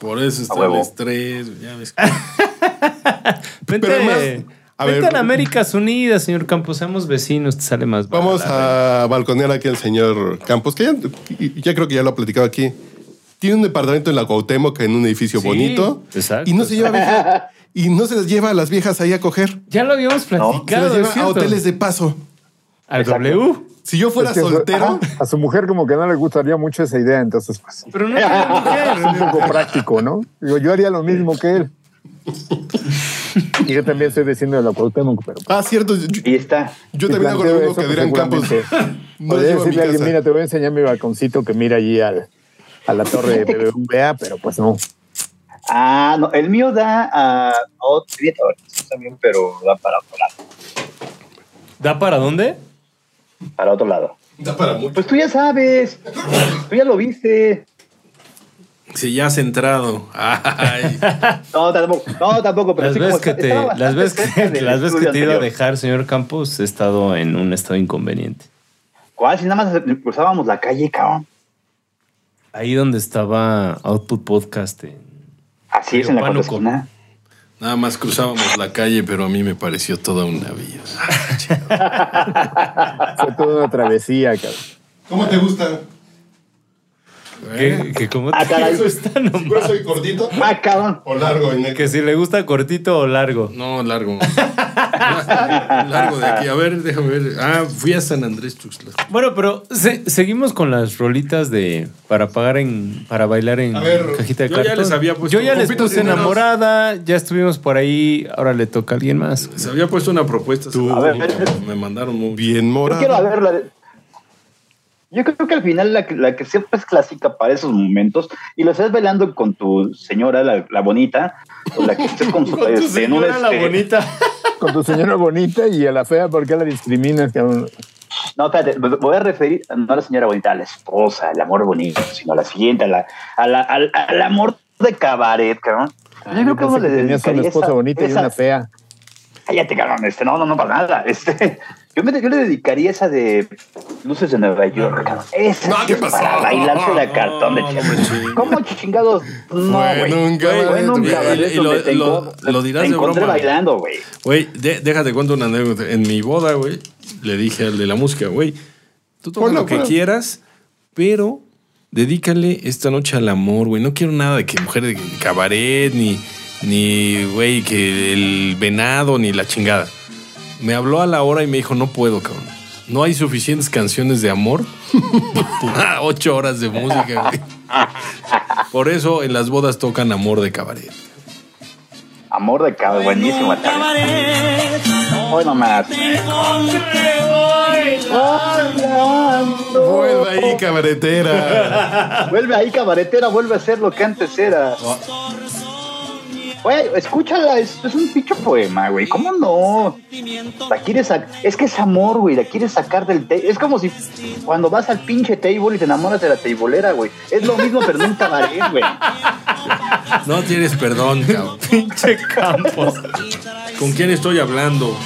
[SPEAKER 1] Por eso está el
[SPEAKER 10] huevo.
[SPEAKER 1] estrés. Ya ves.
[SPEAKER 2] Vente,
[SPEAKER 4] Pero además, a
[SPEAKER 2] vente
[SPEAKER 4] ver.
[SPEAKER 2] a la Américas Unidas, señor Campos. Seamos vecinos, te sale más barato.
[SPEAKER 4] Vamos a balconear aquí al señor Campos, que ya, ya creo que ya lo ha platicado aquí. Tiene un departamento en la Cuauhtémoc, en un edificio
[SPEAKER 2] Sí,
[SPEAKER 4] bonito.
[SPEAKER 2] exacto.
[SPEAKER 4] Y no se lleva vieja- y no se las lleva a las viejas ahí a coger.
[SPEAKER 2] Ya lo habíamos platicado,
[SPEAKER 4] se las
[SPEAKER 2] es
[SPEAKER 4] lleva a
[SPEAKER 2] cierto.
[SPEAKER 4] hoteles de paso.
[SPEAKER 2] Al
[SPEAKER 10] Exacto.
[SPEAKER 2] W.
[SPEAKER 4] Si yo fuera
[SPEAKER 8] es que a su-
[SPEAKER 4] soltero,
[SPEAKER 8] ajá, a su mujer como que no le gustaría mucho esa idea, entonces pues
[SPEAKER 2] Pero no tiene
[SPEAKER 8] es un
[SPEAKER 2] mujer.
[SPEAKER 8] poco práctico, ¿no? Digo, yo haría lo mismo que él. Y yo también estoy diciendo de la Cuauhtémoc, pero
[SPEAKER 4] ah, cierto, yo,
[SPEAKER 10] Y está.
[SPEAKER 4] yo
[SPEAKER 8] si
[SPEAKER 4] también hago lo
[SPEAKER 8] planteo
[SPEAKER 4] mismo
[SPEAKER 8] eso,
[SPEAKER 4] que
[SPEAKER 8] pues,
[SPEAKER 4] Adrián Campos.
[SPEAKER 8] seguramente
[SPEAKER 4] No las
[SPEAKER 8] Podría
[SPEAKER 4] lleva a mi
[SPEAKER 8] decirle a alguien,
[SPEAKER 4] casa.
[SPEAKER 8] mira, te voy a enseñar mi balconcito que mira allí al, a la torre de BBVA, pero pues no.
[SPEAKER 10] Ah, no, el mío da a. No, tiene torres también, pero da para otro lado.
[SPEAKER 2] ¿Da para dónde?
[SPEAKER 10] Para otro lado.
[SPEAKER 4] Da para mucho.
[SPEAKER 10] Pues tú ya sabes. Tú ya lo viste.
[SPEAKER 1] Si ya has entrado. Ay.
[SPEAKER 10] No, tampoco. No, tampoco. Pero
[SPEAKER 2] Las
[SPEAKER 10] sí como
[SPEAKER 2] veces que
[SPEAKER 10] está-
[SPEAKER 2] te,
[SPEAKER 10] estaba
[SPEAKER 2] las
[SPEAKER 10] bastante
[SPEAKER 2] veces que,
[SPEAKER 10] cerca del
[SPEAKER 2] las veces que
[SPEAKER 10] estudio
[SPEAKER 2] te he ido a
[SPEAKER 10] anterior.
[SPEAKER 2] dejar, señor Campos, he estado en un estado inconveniente.
[SPEAKER 10] ¿Cuál? Si nada más cruzábamos la calle, cabrón.
[SPEAKER 2] Ahí donde estaba Output Podcast. eh. en-
[SPEAKER 10] Así es, en la cuarta
[SPEAKER 2] Pánuco.
[SPEAKER 10] esquina.
[SPEAKER 1] Nada más cruzábamos la calle, pero a mí me pareció toda una vida.
[SPEAKER 8] Fue toda una travesía, cabrón.
[SPEAKER 9] ¿Cómo te gusta?
[SPEAKER 1] Eh.
[SPEAKER 2] ¿Qué- qué- cómo te
[SPEAKER 10] Ah, caray.
[SPEAKER 2] gusta nomás?
[SPEAKER 9] ¿Grueso y gordito?
[SPEAKER 10] Ah, cabrón.
[SPEAKER 9] ¿O largo y negro?
[SPEAKER 2] Que si le gusta cortito o largo.
[SPEAKER 1] No, largo. largo de aquí. A ver, déjame ver. Ah, fui a San Andrés Tuxtla.
[SPEAKER 2] Bueno, pero se- seguimos con las rolitas de para pagar en para bailar en
[SPEAKER 9] A ver,
[SPEAKER 2] cajita de
[SPEAKER 1] yo ya
[SPEAKER 2] cartón.
[SPEAKER 1] les había puesto-
[SPEAKER 2] Yo ya les
[SPEAKER 1] Compitos
[SPEAKER 2] puse
[SPEAKER 1] primeros.
[SPEAKER 2] enamorada, ya estuvimos por ahí, ahora le toca a alguien más.
[SPEAKER 1] Se había puesto una propuesta.
[SPEAKER 10] A ver,
[SPEAKER 1] me mandaron muy bien.
[SPEAKER 4] Bien
[SPEAKER 10] Yo quiero
[SPEAKER 4] morado.
[SPEAKER 10] ver la de- Yo creo que al final la que, la que siempre es clásica para esos momentos y lo estás bailando con tu señora, la, la bonita, o la que estés con su
[SPEAKER 2] Con tu
[SPEAKER 10] este, en un,
[SPEAKER 2] señora la
[SPEAKER 10] este-
[SPEAKER 2] bonita.
[SPEAKER 8] Con tu señora bonita y a la fea, ¿por qué la discriminas, cabrón?
[SPEAKER 10] No, espérate, me voy a referir no a la señora bonita, a la esposa, al amor bonito, sino a la siguiente, a la, a la- al, al amor de cabaret, cabrón. Yo creo que uno
[SPEAKER 8] Pensé
[SPEAKER 10] le
[SPEAKER 8] que tenías
[SPEAKER 10] dedicaría
[SPEAKER 8] una esposa
[SPEAKER 10] esa-
[SPEAKER 8] bonita y
[SPEAKER 10] esa-
[SPEAKER 8] una fea.
[SPEAKER 10] Cállate, cabrón, este, no, no, no, para nada. Este, yo, me, yo le dedicaría esa de Luces de Nueva York, cabrón. Esa
[SPEAKER 1] No,
[SPEAKER 10] sí
[SPEAKER 1] ¿qué
[SPEAKER 10] es
[SPEAKER 1] pasó?
[SPEAKER 10] para bailarse de cartón de
[SPEAKER 1] No, no
[SPEAKER 10] chingada.
[SPEAKER 1] me chingues.
[SPEAKER 10] ¿Cómo chingados? No,
[SPEAKER 4] Fue en
[SPEAKER 10] güey.
[SPEAKER 4] un cabaret,
[SPEAKER 10] Fue en un
[SPEAKER 4] güey.
[SPEAKER 10] cabaret
[SPEAKER 1] Y lo-
[SPEAKER 10] donde te
[SPEAKER 1] lo-
[SPEAKER 10] encon-
[SPEAKER 1] lo dirás
[SPEAKER 10] te
[SPEAKER 1] de
[SPEAKER 10] encontré
[SPEAKER 1] broma.
[SPEAKER 10] bailando, güey.
[SPEAKER 1] Güey, de- déjate cuento una anécdota. En mi boda, güey, le dije al de la música, güey, tú toma
[SPEAKER 4] Ponla,
[SPEAKER 1] lo que
[SPEAKER 4] ponla.
[SPEAKER 1] quieras, pero dedícale esta noche al amor, güey. No quiero nada de que mujer de cabaret, ni, ni, güey, que el venado, ni la chingada. Me habló a la hora y me dijo, no puedo, cabrón. No hay suficientes canciones de amor para ocho horas de música, güey. Por eso en las bodas tocan amor de cabaret.
[SPEAKER 10] Amor de cabaret, buenísimo. también. Hoy nomás.
[SPEAKER 4] Vuelve ahí, cabaretera.
[SPEAKER 10] Vuelve ahí, cabaretera, vuelve a ser lo que antes era. Güey, escúchala, es, es un picho poema, güey. ¿Cómo no? La quieres sac- Es que es amor, güey. La quieres sacar del table. Es como si cuando vas al pinche table y te enamoras de la tableera, güey. Es lo mismo, pero en un cabaret, güey.
[SPEAKER 1] No tienes perdón, cabrón.
[SPEAKER 2] Pinche Campos.
[SPEAKER 1] ¿Con quién estoy hablando?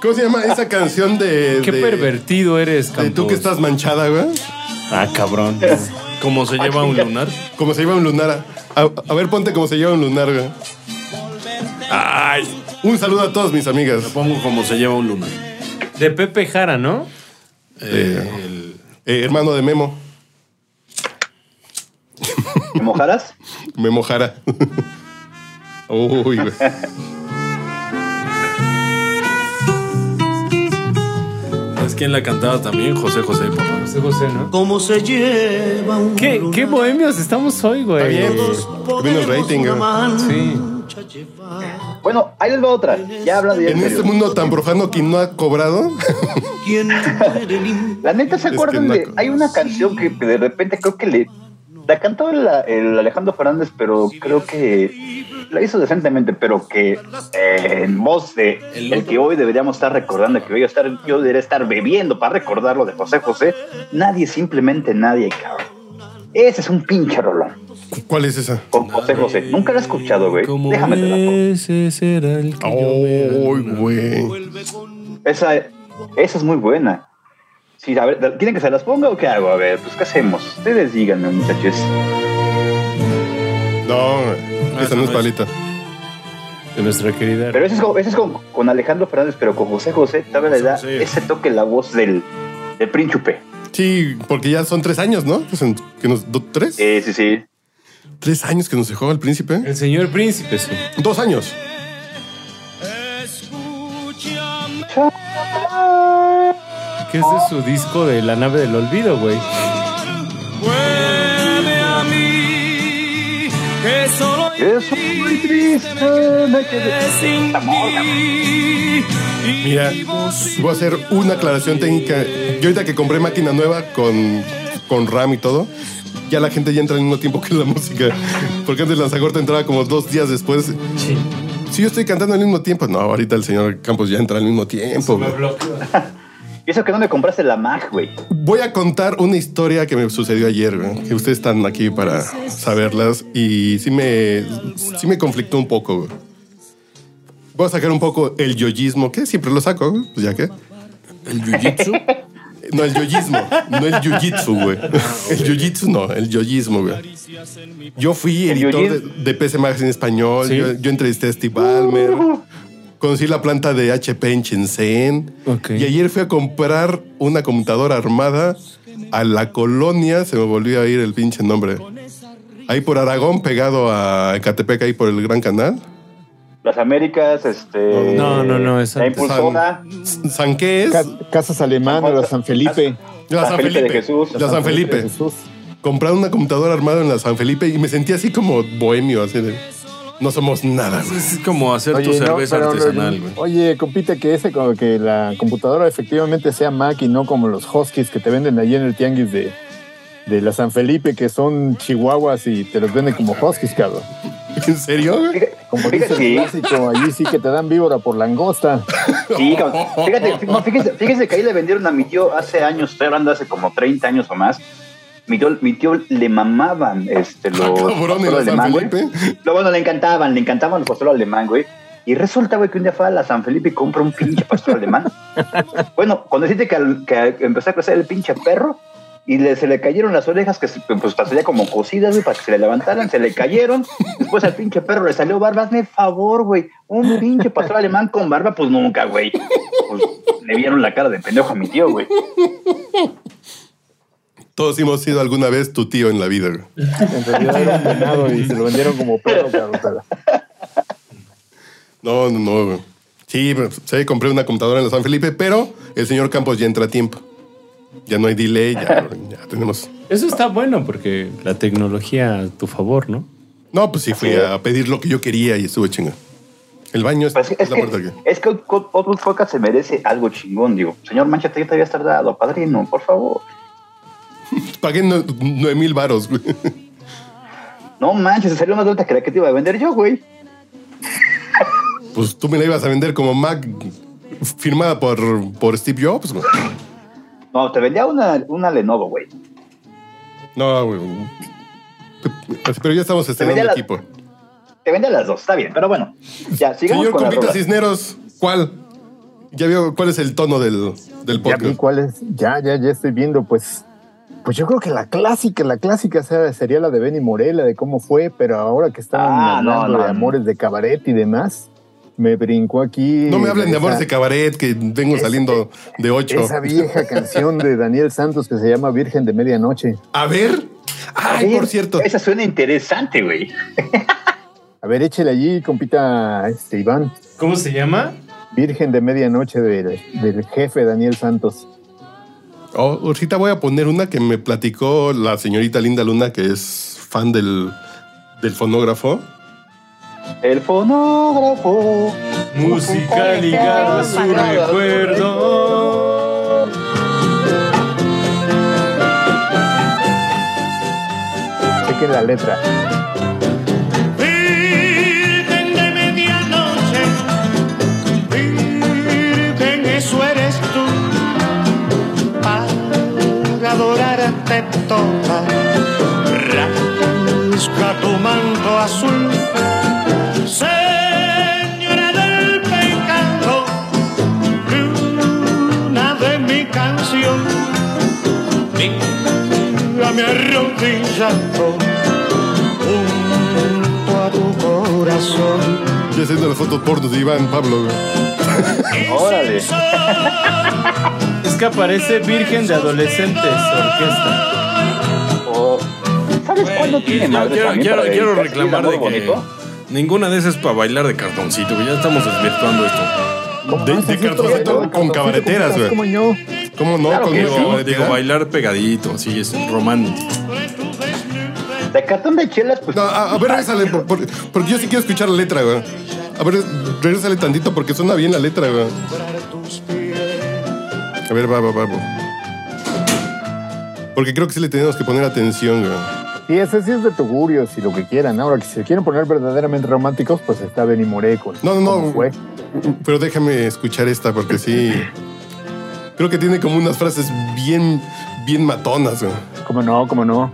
[SPEAKER 4] ¿Cómo se llama esa canción de.
[SPEAKER 2] Qué
[SPEAKER 4] de-
[SPEAKER 2] pervertido eres,
[SPEAKER 4] de
[SPEAKER 2] Campos.
[SPEAKER 4] tú que estás manchada, güey?
[SPEAKER 2] Ah, cabrón.
[SPEAKER 1] ¿Cómo
[SPEAKER 10] Ah,
[SPEAKER 1] se lleva un lunar?
[SPEAKER 4] Como se lleva un lunar. A, a ver, ponte como se lleva un lunar, güey.
[SPEAKER 1] Ay,
[SPEAKER 4] Un saludo a todas mis amigas.
[SPEAKER 1] pongo como se lleva un lunar.
[SPEAKER 2] De Pepe Jara, ¿no?
[SPEAKER 4] Eh, eh, hermano de Memo.
[SPEAKER 10] ¿Te mojarás?
[SPEAKER 4] Memo Jara. Uy, güey.
[SPEAKER 1] ¿Sabes quién la cantaba también? José José, papá.
[SPEAKER 2] José José, ¿no?
[SPEAKER 3] ¿Cómo se lleva un
[SPEAKER 2] ¿Qué, qué bohemios estamos hoy, güey?
[SPEAKER 4] bien. Que vino el rating,
[SPEAKER 3] una
[SPEAKER 4] güey.
[SPEAKER 3] mancha
[SPEAKER 2] Sí.
[SPEAKER 3] llevar?
[SPEAKER 10] Bueno, ahí les va otra. Ya habla de
[SPEAKER 4] En este mundo tan profano, quien no ha cobrado.
[SPEAKER 3] ¿Quién muere limpio?
[SPEAKER 10] La neta se
[SPEAKER 4] Es
[SPEAKER 10] acuerdan
[SPEAKER 4] que
[SPEAKER 10] de.
[SPEAKER 4] no-
[SPEAKER 10] Hay una canción que de repente creo que le. La cantó el, el Alejandro Fernández, pero creo que la hizo decentemente, pero que eh, en voz de el, que hoy deberíamos estar recordando, que hoy estar, yo debería estar bebiendo para recordarlo de José José, nadie, simplemente nadie, cabrón. Ese es un pinche rolón
[SPEAKER 4] ¿Cuál es esa?
[SPEAKER 10] con José José. Nunca lo he escuchado, güey. Déjame te la pongo.
[SPEAKER 2] ese será el que yo
[SPEAKER 4] Uy, güey.
[SPEAKER 10] Esa, esa es muy buena. Sí, a ver, ¿quieren que se las ponga o qué hago? A ver, pues ¿qué hacemos? Ustedes díganme, muchachos.
[SPEAKER 4] No, güey. esa no es palita.
[SPEAKER 2] me- De nuestra querida.
[SPEAKER 10] Pero ese es, con, ese es con, con Alejandro Fernández, pero con José José, tal vez le da
[SPEAKER 1] José.
[SPEAKER 10] ese toque la voz del, del príncipe.
[SPEAKER 4] Sí, porque ya son tres años, ¿no? Pues en- Que nos, do- ¿Tres?
[SPEAKER 10] Sí, sí, sí.
[SPEAKER 4] ¿Tres años que nos dejó el príncipe?
[SPEAKER 2] El señor príncipe, sí.
[SPEAKER 4] Dos años.
[SPEAKER 2] Que es de su disco de La nave del olvido, güey.
[SPEAKER 10] Eso es muy triste. me quedé sin amor, cabrón.
[SPEAKER 4] Mira, voy a hacer una aclaración técnica. Yo ahorita que compré máquina nueva con, con RAM y todo, ya la gente ya entra al mismo tiempo que la música. Porque antes la Zagorta entraba como dos días después. Sí. Si yo estoy cantando al mismo tiempo, no, ahorita el señor Campos ya entra al mismo tiempo. güey.
[SPEAKER 10] Y eso que no me compraste la Mac, güey.
[SPEAKER 4] Voy a contar una historia que me sucedió ayer, güey, que ustedes están aquí para saberlas y sí me, sí me conflictó un poco. güey. Voy a sacar un poco el yoyismo, que siempre lo saco, güey, pues ya que.
[SPEAKER 1] ¿El yujitsu?
[SPEAKER 4] No, el yoyismo, no el yujitsu, güey. El yoyitsu no, el yoyismo, güey. Yo fui
[SPEAKER 10] ¿El
[SPEAKER 4] editor de,
[SPEAKER 10] yoyismo?
[SPEAKER 4] de PC Magazine Español,
[SPEAKER 2] Sí.
[SPEAKER 4] yo, yo entrevisté a Steve Ballmer,
[SPEAKER 10] Uh.
[SPEAKER 4] conocí la planta de HP en Shenzhen.
[SPEAKER 2] Ok.
[SPEAKER 4] Y ayer fui a comprar una computadora armada a la colonia, se me volvió a ir el pinche nombre. Ahí por Aragón, pegado a Ecatepec, ahí por el Gran Canal.
[SPEAKER 10] Las Américas, este.
[SPEAKER 2] No, no, no, es
[SPEAKER 10] La
[SPEAKER 2] antes.
[SPEAKER 10] impulsora.
[SPEAKER 4] S- ¿San qué es?
[SPEAKER 8] Ca- Casas Alemanas, la San Felipe.
[SPEAKER 4] La San Felipe.
[SPEAKER 10] de Jesús.
[SPEAKER 4] La San Felipe.
[SPEAKER 8] Jesús.
[SPEAKER 4] Comprar una computadora armada en la San Felipe y me sentí así como bohemio, así de... No somos nada, güey.
[SPEAKER 1] Es como hacer tu
[SPEAKER 8] Oye, no,
[SPEAKER 1] cerveza
[SPEAKER 8] pero,
[SPEAKER 1] artesanal, güey.
[SPEAKER 8] Oye, compita, que ese como que la computadora efectivamente sea Mac y no como los Huskies que te venden allí en el tianguis de, de la San Felipe, que son chihuahuas y te los venden como Huskies, cabrón.
[SPEAKER 4] ¿En serio, güey?
[SPEAKER 8] Como
[SPEAKER 10] Oiga,
[SPEAKER 8] dice
[SPEAKER 10] sí.
[SPEAKER 8] el clásico, allí sí que te dan víbora por langosta.
[SPEAKER 10] Sí, cabrón. fíjate, no, fíjese, fíjese que ahí le vendieron a mi tío hace años, estoy hablando hace como 30 años o más. Mi tío, mi tío le mamaban este, los
[SPEAKER 4] Ah, Cabrón, en
[SPEAKER 10] pasteles
[SPEAKER 4] la San
[SPEAKER 10] alemán, güey.
[SPEAKER 4] Felipe.
[SPEAKER 10] No, bueno, le encantaban, le encantaban los pastores alemán, güey. Y resulta, güey, que un día fue a la San Felipe y compra un pinche pastor alemán. bueno, cuando deciste que, al- que empezó a crecer el pinche perro y le- se le cayeron las orejas, que se- pues pasaría como cocidas, güey, para que se le levantaran, se le cayeron. Después al pinche perro le salió barba, hazme favor, güey. Un pinche pastor alemán con barba, pues nunca, güey. Pues le vieron la cara de pendejo a mi tío, güey.
[SPEAKER 4] Todos hemos sido alguna vez tu tío en la vida, güey.
[SPEAKER 8] En realidad era un venado y se lo vendieron como perro, cabrón. pero-
[SPEAKER 4] No, no, no, güey. Sí, pues, sí, compré una computadora en la San Felipe, pero el señor Campos ya entra a tiempo. Ya no hay delay, ya, ya tenemos.
[SPEAKER 2] Eso está bueno porque la tecnología a tu favor, ¿no?
[SPEAKER 4] No, pues sí, fui a pedir lo que yo quería y estuve chingón. El baño es,
[SPEAKER 10] Pues es,
[SPEAKER 4] es
[SPEAKER 10] es
[SPEAKER 4] la
[SPEAKER 10] que,
[SPEAKER 4] puerta que.
[SPEAKER 10] es que Ot- Otwood Podcast se merece algo chingón, digo. Señor Manchete, ya te habías tardado, padrino, por favor.
[SPEAKER 4] Pagué nue- nueve mil varos, güey.
[SPEAKER 10] No manches, se salió más alta que la que te iba a vender yo, güey.
[SPEAKER 4] Pues tú me la ibas a vender como Mac firmada por, por Steve Jobs, güey.
[SPEAKER 10] No, te vendía una, una Lenovo, güey.
[SPEAKER 4] No, güey. Pero ya estamos estrenando
[SPEAKER 10] vendía la-
[SPEAKER 4] equipo.
[SPEAKER 10] Te vendía las dos, está bien, pero bueno. Ya, sigamos
[SPEAKER 4] Señor
[SPEAKER 10] con la
[SPEAKER 4] Compita
[SPEAKER 10] rola.
[SPEAKER 4] Cisneros, ¿cuál? Ya veo cuál es el tono del,
[SPEAKER 8] Ya vi
[SPEAKER 4] del podcast.
[SPEAKER 8] cuál es. Ya, ya, ya estoy viendo, pues. Pues yo creo que la clásica, la clásica sea- sería la de Benny Morela, de cómo fue, pero ahora que estaban
[SPEAKER 10] Ah, no,
[SPEAKER 8] hablando
[SPEAKER 10] no.
[SPEAKER 8] de amores de cabaret y demás, me brincó aquí.
[SPEAKER 4] No me hablen de
[SPEAKER 8] esa-
[SPEAKER 4] amores de cabaret, que vengo
[SPEAKER 10] Este.
[SPEAKER 4] saliendo de ocho.
[SPEAKER 8] Esa vieja canción de Daniel Santos que se llama Virgen de Medianoche.
[SPEAKER 4] A ver. Ay,
[SPEAKER 10] Sí,
[SPEAKER 4] por cierto.
[SPEAKER 10] Esa suena interesante, güey.
[SPEAKER 8] A ver, échele allí, compita este, Iván.
[SPEAKER 2] ¿Cómo se llama?
[SPEAKER 8] Virgen de Medianoche del, del jefe Daniel Santos.
[SPEAKER 4] Oh, ahorita voy a poner una que me platicó la señorita Linda Luna, que es fan del, del fonógrafo.
[SPEAKER 10] El fonógrafo.
[SPEAKER 2] Música ligada a su recuerdo.
[SPEAKER 8] Chequen la letra.
[SPEAKER 11] Virgen de medianoche, Virgen, eso eres tú, para adorarte toda, rasca tu manto azul, Señora del pecado, luna de mi canción, dígame arrodillado junto a tu corazón.
[SPEAKER 4] Ya haciendo las fotos pornos de Iván Pablo. güey.
[SPEAKER 10] Órale.
[SPEAKER 2] Es que aparece Virgen de Adolescentes Orquesta.
[SPEAKER 10] Oh, ¿Sabes cuándo tiene
[SPEAKER 1] Yo
[SPEAKER 10] madre
[SPEAKER 1] quiero,
[SPEAKER 10] también
[SPEAKER 1] quiero-
[SPEAKER 10] para
[SPEAKER 1] quiero
[SPEAKER 10] dedicarse a
[SPEAKER 1] reclamar de
[SPEAKER 10] un amor
[SPEAKER 1] que
[SPEAKER 10] bonito?
[SPEAKER 1] ninguna de esas es para bailar de cartoncito, güey. Ya estamos desvirtuando esto.
[SPEAKER 4] De, de cartoncito
[SPEAKER 8] Con
[SPEAKER 4] con cabareteras,
[SPEAKER 8] Como
[SPEAKER 4] güey.
[SPEAKER 8] yo.
[SPEAKER 4] ¿Cómo no?
[SPEAKER 10] Claro
[SPEAKER 4] con
[SPEAKER 10] que
[SPEAKER 4] una
[SPEAKER 10] sí.
[SPEAKER 1] Digo, digo,
[SPEAKER 4] cabaretera.
[SPEAKER 1] bailar pegadito, así es romántico.
[SPEAKER 10] De cartón de chelas, pues.
[SPEAKER 4] No, a, a ver, regresale, por- por- porque yo sí quiero escuchar la letra, güey. A ver, regresale tantito porque suena bien la letra, güey. A ver, va, va, va. güey. Porque creo que sí le tenemos que poner atención, güey.
[SPEAKER 8] Y ese sí es de tugurios y lo que quieran. Ahora, que si se quieren poner verdaderamente románticos, pues está Benny Moré con.
[SPEAKER 4] No, no,
[SPEAKER 8] ¿Cómo
[SPEAKER 4] no.
[SPEAKER 8] fue?
[SPEAKER 4] Pero déjame escuchar esta porque sí. Creo que tiene como unas frases bien, bien matonas. güey.
[SPEAKER 8] ¿Cómo no? ¿Cómo no?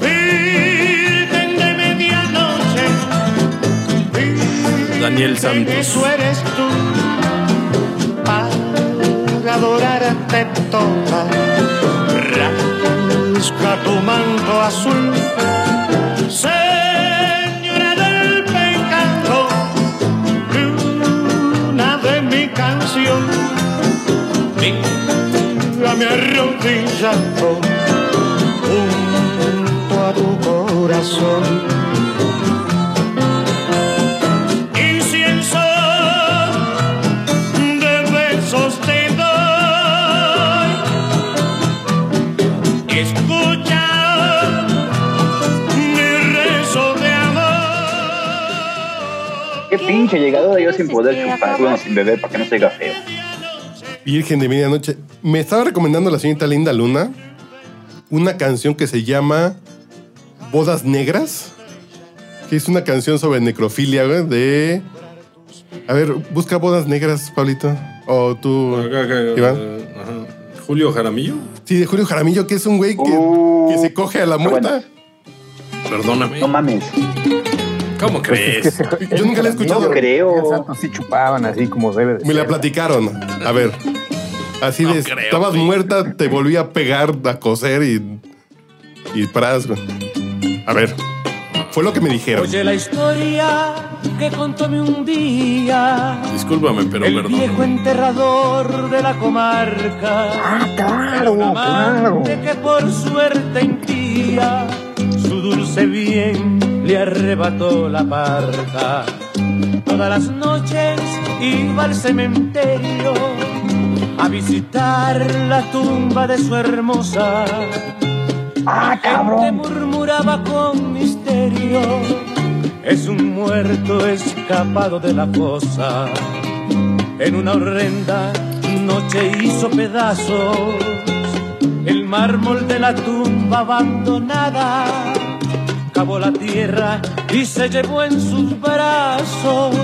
[SPEAKER 12] Virgen de medianoche,
[SPEAKER 1] Daniel
[SPEAKER 12] eso
[SPEAKER 1] Santos.
[SPEAKER 12] eres tú. Para adorarte toda, rasca tu manto azul. Señora del pecado, luna de mi canción, mírame arrodillado junto a tu corazón. Incienso de besos te doy. Escucha mi rezo de amor.
[SPEAKER 10] Qué pinche llegado de yo sin poder chupar, bueno, sin beber para que no se oiga feo.
[SPEAKER 4] Virgen de Medianoche. Me estaba recomendando la señorita Linda Luna una canción que se llama Bodas Negras, que es una canción sobre necrofilia, güey, de... A ver, busca Bodas Negras, Pablito. O tú,
[SPEAKER 1] Acá, acá, acá,
[SPEAKER 4] Iván.
[SPEAKER 1] ajá. Julio Jaramillo.
[SPEAKER 4] Sí, de Julio Jaramillo, que es un güey que, que
[SPEAKER 8] Uh,
[SPEAKER 4] se coge a la muerta.
[SPEAKER 1] Perdóname.
[SPEAKER 10] No mames.
[SPEAKER 1] ¿Cómo
[SPEAKER 8] Pues Es
[SPEAKER 1] crees?
[SPEAKER 8] que se-
[SPEAKER 4] Yo nunca la he
[SPEAKER 10] No
[SPEAKER 4] escuchado.
[SPEAKER 10] creo.
[SPEAKER 8] Santos sí chupaban así como debe de
[SPEAKER 4] Me la
[SPEAKER 8] ser.
[SPEAKER 4] platicaron. A ver. Así
[SPEAKER 1] No
[SPEAKER 4] de...
[SPEAKER 1] creo,
[SPEAKER 4] estabas
[SPEAKER 1] güey.
[SPEAKER 4] muerta, te volví a pegar, a coser y... Y pras, güey. A ver. Fue lo que me dijeron.
[SPEAKER 11] Oye la historia que contóme un día
[SPEAKER 1] Discúlpame, pero
[SPEAKER 11] el viejo
[SPEAKER 1] perdóname.
[SPEAKER 11] enterrador de la comarca.
[SPEAKER 8] Ah, claro,
[SPEAKER 11] un
[SPEAKER 8] claro.
[SPEAKER 11] amante que por suerte impía su dulce bien le arrebató la parca. Todas las noches iba al cementerio a visitar la tumba de su hermosa.
[SPEAKER 10] Ah,
[SPEAKER 11] Te
[SPEAKER 10] cabrón.
[SPEAKER 11] murmuraba con misterio. Es un muerto escapado de la fosa. En una horrenda noche hizo pedazos el mármol de la tumba abandonada. Cavó la tierra y se llevó en sus brazos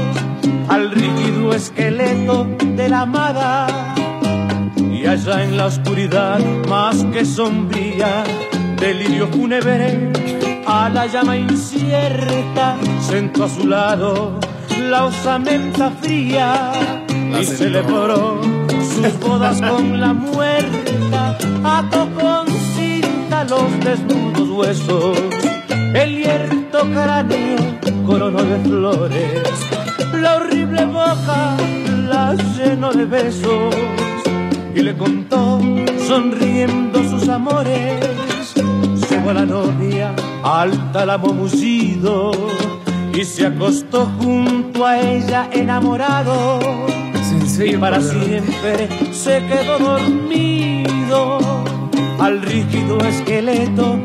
[SPEAKER 11] al rígido esqueleto de la amada. Y allá en la oscuridad más que sombría, delirio fúnebre, a la llama incierta, sentó a su lado la osamenta fría y
[SPEAKER 1] sentó.
[SPEAKER 11] celebró sus bodas con la muerta, ató con cinta los desnudos huesos, el hierto cráneo coronó de flores, la horrible boca la llenó de besos y le contó sonriendo sus amores. Llegó la novia al tálamo mullido y se acostó junto a ella enamorado. Y para siempre se quedó dormido al rígido esqueleto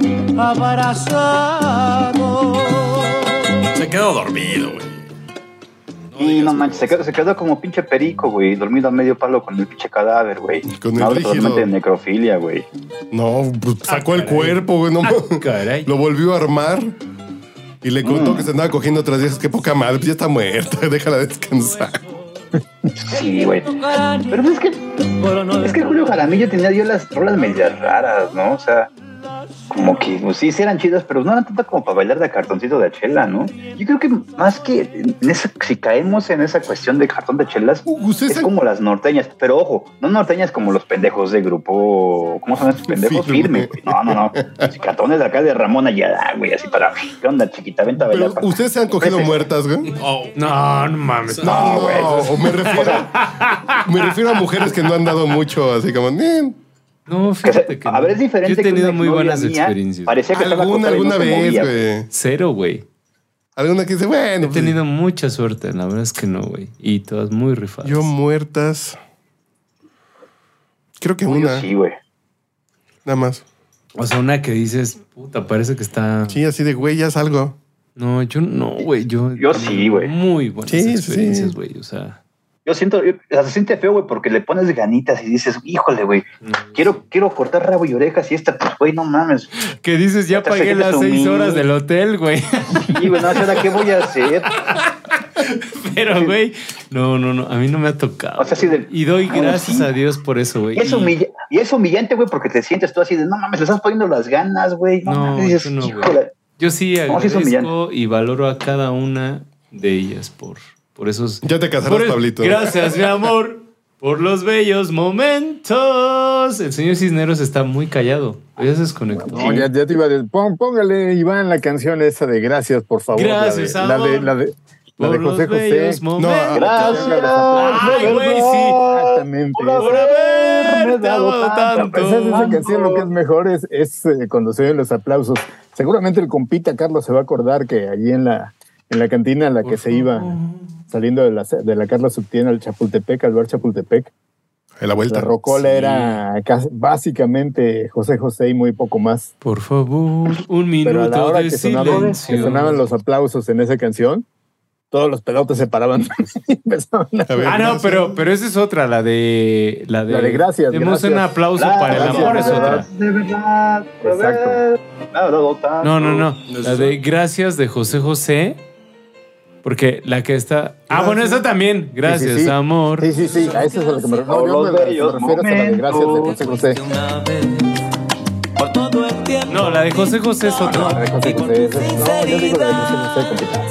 [SPEAKER 11] abrazado.
[SPEAKER 1] Se quedó dormido, güey.
[SPEAKER 10] Y no manches, se quedó, se quedó como pinche perico, güey, dormido a medio palo con el pinche cadáver, güey.
[SPEAKER 4] Con el
[SPEAKER 10] Habla
[SPEAKER 4] rígido.
[SPEAKER 10] totalmente de necrofilia, güey.
[SPEAKER 4] No, pues,
[SPEAKER 1] Ah,
[SPEAKER 4] sacó el cuerpo, güey. No, mames.
[SPEAKER 2] Caray.
[SPEAKER 4] lo volvió a armar y le
[SPEAKER 1] Mm.
[SPEAKER 4] contó que se andaba cogiendo otras viejas. Qué poca madre, pues ya está muerta. Déjala descansar.
[SPEAKER 10] Sí, güey. Pero es que, es que Julio Jaramillo tenía yo las rolas medias raras, ¿no? O sea, como que pues, sí, sí eran chidas, pero no eran tanto como para bailar de cartoncito de chela, ¿no? Yo creo que más que en esa, si caemos en esa cuestión de cartón de chelas,
[SPEAKER 4] U- ¿Ustedes
[SPEAKER 10] es
[SPEAKER 4] han-
[SPEAKER 10] como las norteñas, pero ojo, no norteñas como los pendejos de grupo, ¿cómo son estos pendejos? Firme,
[SPEAKER 4] Firme.
[SPEAKER 10] güey. No, no, no. Cartones de acá de Ramón Ayala, güey, así para, ¿qué onda, chiquita? Vente a
[SPEAKER 4] pero
[SPEAKER 10] bailar. para acá.
[SPEAKER 4] ustedes se han cogido
[SPEAKER 10] Ese-
[SPEAKER 4] muertas, güey.
[SPEAKER 1] Oh,
[SPEAKER 2] No, no mames.
[SPEAKER 10] No, güey.
[SPEAKER 4] o me refiero, me refiero a mujeres que no han dado mucho, así como, "Eh,
[SPEAKER 2] No,
[SPEAKER 10] Que se-
[SPEAKER 2] fíjate que.
[SPEAKER 10] a
[SPEAKER 2] no.
[SPEAKER 10] ver, es diferente.
[SPEAKER 2] Yo he
[SPEAKER 10] que
[SPEAKER 2] tenido
[SPEAKER 10] una
[SPEAKER 2] muy
[SPEAKER 10] novia
[SPEAKER 2] buenas
[SPEAKER 10] mía
[SPEAKER 2] experiencias.
[SPEAKER 10] Parecía que estaba
[SPEAKER 4] alguna,
[SPEAKER 10] acostada y no
[SPEAKER 4] alguna
[SPEAKER 10] se
[SPEAKER 4] vez,
[SPEAKER 10] movía,
[SPEAKER 4] güey.
[SPEAKER 2] Cero, güey.
[SPEAKER 4] Alguna que dice,
[SPEAKER 2] He
[SPEAKER 4] bueno, pues,
[SPEAKER 2] tenido mucha suerte, la verdad es que no, güey. Y todas muy rifadas.
[SPEAKER 4] yo muertas. Creo que
[SPEAKER 10] Yo
[SPEAKER 4] una,
[SPEAKER 10] Sí, güey.
[SPEAKER 4] nada más.
[SPEAKER 2] O sea, una que dices, puta, parece que está.
[SPEAKER 4] Sí, así de, güey, ya salgo.
[SPEAKER 2] No, yo no, güey. Yo,
[SPEAKER 10] Yo sí, güey.
[SPEAKER 2] Muy buenas
[SPEAKER 4] Sí, sí.
[SPEAKER 2] experiencias, güey. O sea,
[SPEAKER 10] Yo siento, yo- o sea, se siente feo, güey, porque le pones ganitas y dices, híjole, güey,
[SPEAKER 2] Mm.
[SPEAKER 10] quiero, quiero cortar rabo y orejas y esta, pues, güey, no mames.
[SPEAKER 2] Que dices, ya
[SPEAKER 10] Te
[SPEAKER 2] pagué
[SPEAKER 10] sigues
[SPEAKER 2] las seis
[SPEAKER 10] humilde.
[SPEAKER 2] horas del hotel, güey.
[SPEAKER 10] Y, güey, no, ahora qué voy a hacer?
[SPEAKER 2] Pero, güey, no, no, no, a mí no me ha tocado.
[SPEAKER 10] O sea, así de-
[SPEAKER 2] y doy
[SPEAKER 10] Ah, bueno,
[SPEAKER 2] gracias
[SPEAKER 10] sí.
[SPEAKER 2] a Dios por eso, güey.
[SPEAKER 10] Y es,
[SPEAKER 2] Y-
[SPEAKER 10] humilla- y es humillante, güey, porque te sientes tú así de, no mames, le estás poniendo las ganas, güey. No,
[SPEAKER 2] No,
[SPEAKER 10] mames, dices,
[SPEAKER 2] yo no, güey.
[SPEAKER 10] híjole.
[SPEAKER 2] Yo sí
[SPEAKER 10] No, sí es
[SPEAKER 2] agradezco y valoro a cada una de ellas por, por esos.
[SPEAKER 4] Ya te casarás,
[SPEAKER 2] por el-
[SPEAKER 4] Pablito.
[SPEAKER 2] Gracias, mi amor, por los bellos momentos. El señor Cisneros está muy callado. Ya se desconectó.
[SPEAKER 8] No, ya, ya te iba a decir, pon- póngale, Iván, la canción esa de Gracias, por favor. la de-
[SPEAKER 2] Gracias,
[SPEAKER 8] la de,
[SPEAKER 2] amor,
[SPEAKER 8] la de, la
[SPEAKER 2] por
[SPEAKER 8] de
[SPEAKER 2] los
[SPEAKER 8] José José.
[SPEAKER 2] bellos momentos. Ay, güey, sí.
[SPEAKER 8] Exactamente.
[SPEAKER 2] Por haberte amado
[SPEAKER 8] A
[SPEAKER 2] tanto.
[SPEAKER 8] pesar de esa canción, lo que es mejor es, es, eh, cuando se oyen los aplausos. Seguramente el compita Carlos se va a acordar que allí en la, en la cantina a la que se iba saliendo de la, de la Carla Subtiene al Chapultepec, al bar Chapultepec.
[SPEAKER 4] En la vuelta.
[SPEAKER 8] La rocola era casi- básicamente José José y muy poco más.
[SPEAKER 2] Por favor, un
[SPEAKER 8] Pero a la
[SPEAKER 2] minuto
[SPEAKER 8] hora
[SPEAKER 2] de
[SPEAKER 8] que sonaban, que
[SPEAKER 2] silencio.
[SPEAKER 8] sonaban los aplausos en esa canción, todos los pelotes se paraban y empezaban a
[SPEAKER 4] A ver,
[SPEAKER 2] Ah, no, pero, pero esa es otra, la de. La de,
[SPEAKER 8] La de gracias,
[SPEAKER 2] Demos
[SPEAKER 8] gracias. Ah,
[SPEAKER 2] un aplauso
[SPEAKER 10] Gracias,
[SPEAKER 2] para el amor,
[SPEAKER 8] gracias,
[SPEAKER 2] es otra.
[SPEAKER 8] gracias.
[SPEAKER 10] De verdad, de
[SPEAKER 8] Exacto.
[SPEAKER 10] verdad. valoro tanto.
[SPEAKER 2] No, no, no. La de gracias de José José. Porque la que está. Ah, bueno, esa también. Gracias,
[SPEAKER 8] Sí, sí, sí.
[SPEAKER 2] amor.
[SPEAKER 8] Sí, sí, sí, a eso es a lo que me refiero.
[SPEAKER 10] Por
[SPEAKER 8] No, yo
[SPEAKER 10] los
[SPEAKER 8] me, me
[SPEAKER 10] bellos
[SPEAKER 8] refiero a la de gracias de José José.
[SPEAKER 2] No, la de José José es
[SPEAKER 8] No, Ah, la
[SPEAKER 2] otra.
[SPEAKER 8] de José José. esa es- No, yo digo la de José José. compita.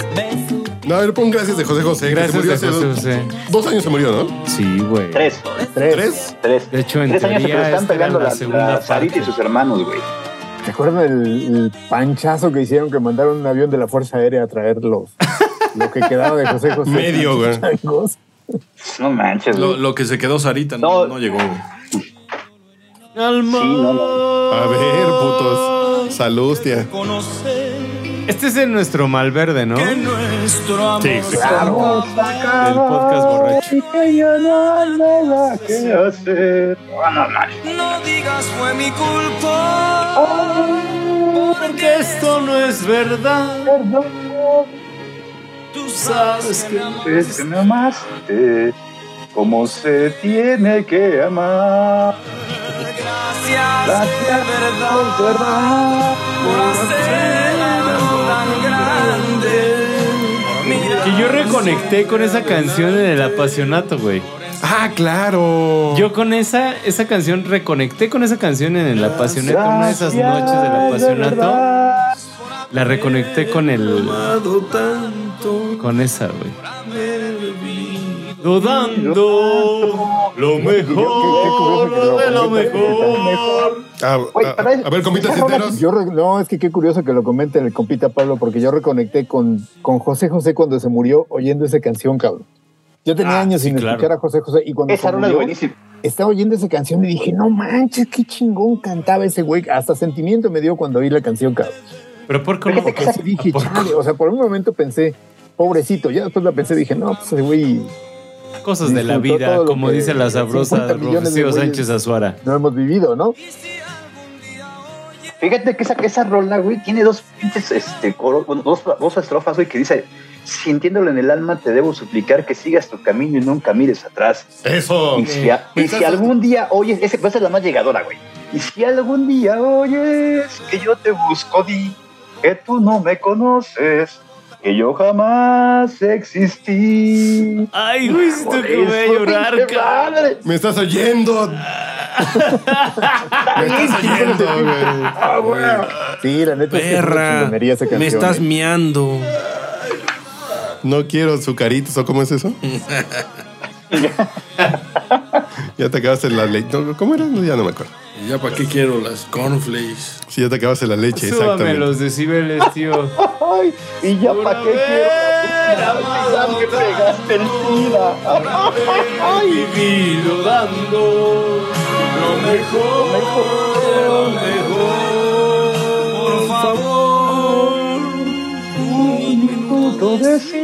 [SPEAKER 4] No, a ver, pon gracias de José José. que se
[SPEAKER 2] Gracias
[SPEAKER 4] murió
[SPEAKER 2] de
[SPEAKER 4] hace
[SPEAKER 2] José
[SPEAKER 4] dos-
[SPEAKER 2] José.
[SPEAKER 4] Dos años se murió, ¿no?
[SPEAKER 2] Sí, güey.
[SPEAKER 10] Tres,
[SPEAKER 8] Tres.
[SPEAKER 4] ¿Tres?
[SPEAKER 10] tres.
[SPEAKER 2] De hecho, en
[SPEAKER 10] tres años se
[SPEAKER 2] teoría,
[SPEAKER 10] están
[SPEAKER 2] esta era
[SPEAKER 10] peleando
[SPEAKER 2] la
[SPEAKER 10] la,
[SPEAKER 2] segunda
[SPEAKER 10] la Sarita y
[SPEAKER 2] parte.
[SPEAKER 10] sus hermanos, güey.
[SPEAKER 8] ¿Te acuerdas del el panchazo que hicieron que mandaron un avión de la Fuerza Aérea a traer los, lo que quedaba de José José?
[SPEAKER 4] Medio, güey.
[SPEAKER 8] Changos.
[SPEAKER 10] No manches,
[SPEAKER 1] Lo,
[SPEAKER 10] güey.
[SPEAKER 1] lo que se quedó Sarita no,
[SPEAKER 10] No.
[SPEAKER 1] no llegó. güey.
[SPEAKER 2] Alma.
[SPEAKER 10] Sí, no, no.
[SPEAKER 4] A ver, putos. Salud, tía.
[SPEAKER 2] Este es en nuestro Malverde, ¿no? Del
[SPEAKER 4] Sí, sí.
[SPEAKER 8] Claro.
[SPEAKER 2] podcast borracho.
[SPEAKER 10] ¿Qué hacer? No, no, no.
[SPEAKER 11] No digas fue mi culpa.
[SPEAKER 2] Porque esto no es verdad.
[SPEAKER 11] Tú sabes que
[SPEAKER 10] Es que me amaste como se tiene que amar.
[SPEAKER 11] gracias
[SPEAKER 10] Gracias,
[SPEAKER 11] de verdad
[SPEAKER 10] por verdad.
[SPEAKER 11] por hacer algo tan grande. Mira,
[SPEAKER 2] Que yo reconecté con esa canción en el apasionato, güey.
[SPEAKER 4] Ah, claro.
[SPEAKER 2] Yo con esa, esa canción reconecté con esa canción en el apasionato, una de esas noches del apasionato. La reconecté con el. Con esa, güey. Dudando lo mejor, lo de lo mejor.
[SPEAKER 4] Ah,
[SPEAKER 10] Güey,
[SPEAKER 4] ah,
[SPEAKER 10] pero es-
[SPEAKER 4] a ver, compita
[SPEAKER 10] esa rola-
[SPEAKER 4] Cisneros.
[SPEAKER 8] Yo re- no, es que qué curioso que lo comente el compita Pablo, porque yo reconecté con, con José José cuando se murió oyendo esa canción, cabrón. Yo tenía
[SPEAKER 2] Ah,
[SPEAKER 8] años
[SPEAKER 2] sí,
[SPEAKER 8] sin
[SPEAKER 2] claro.
[SPEAKER 8] escuchar a José José y cuando
[SPEAKER 10] Esa
[SPEAKER 8] se
[SPEAKER 10] rola es
[SPEAKER 8] murió,
[SPEAKER 10] buenísima.
[SPEAKER 8] estaba oyendo esa canción y dije, no manches, qué chingón cantaba ese güey. Hasta sentimiento me dio cuando oí la canción, cabrón.
[SPEAKER 2] Pero por qué no?
[SPEAKER 8] Porque sí dije, chale, o sea, por un momento pensé, pobrecito, ya después la pensé, dije, no, pues ese güey,
[SPEAKER 2] cosas de la
[SPEAKER 8] Disfrutó
[SPEAKER 2] vida,
[SPEAKER 8] todo lo
[SPEAKER 2] como
[SPEAKER 8] que-
[SPEAKER 2] dice la sabrosa
[SPEAKER 8] 50 millones de
[SPEAKER 2] Rocío
[SPEAKER 8] güeyes.
[SPEAKER 2] Sánchez Azuara.
[SPEAKER 8] no hemos vivido, ¿no?
[SPEAKER 10] Fíjate que esa, que esa rola, güey, tiene dos pinches, este, coro- bueno, dos, dos estrofas, güey, que dice, sintiéndolo en el alma, te debo suplicar que sigas tu camino y nunca mires atrás.
[SPEAKER 4] Eso.
[SPEAKER 10] Y si, a- y si algún día oyes, esa esa es la más llegadora, güey. Y si algún día oyes que yo te busco, di que tú no me conoces, que yo jamás existí.
[SPEAKER 2] Ay, güey, siento
[SPEAKER 10] Por
[SPEAKER 2] que voy a
[SPEAKER 10] eso,
[SPEAKER 2] llorar,
[SPEAKER 10] pinche
[SPEAKER 2] cabrón.
[SPEAKER 10] madre.
[SPEAKER 4] Me estás oyendo. Me estás oyendo, güey.
[SPEAKER 8] Ah, Sí, la neta es que es una
[SPEAKER 1] Perra.
[SPEAKER 8] chingonería esa canción.
[SPEAKER 1] Me estás
[SPEAKER 8] ¿eh?
[SPEAKER 1] miando.
[SPEAKER 4] No quiero azucaritos o cómo es eso. ya te acabaste la leche. ¿Cómo era? No, ya no me acuerdo.
[SPEAKER 1] ¿Y ya para qué quiero las cornflakes?
[SPEAKER 4] Sí, ya te acabaste la leche,
[SPEAKER 2] Súbame
[SPEAKER 4] exactamente.
[SPEAKER 2] los decibeles,
[SPEAKER 1] Ah.
[SPEAKER 2] tío.
[SPEAKER 10] Ay, y ya
[SPEAKER 2] Por
[SPEAKER 10] pa' qué
[SPEAKER 2] haber
[SPEAKER 10] quiero la
[SPEAKER 2] amado
[SPEAKER 10] puta que pegaste en vida.
[SPEAKER 2] Ay, vivido dando lo mejor, lo mejor. Por favor.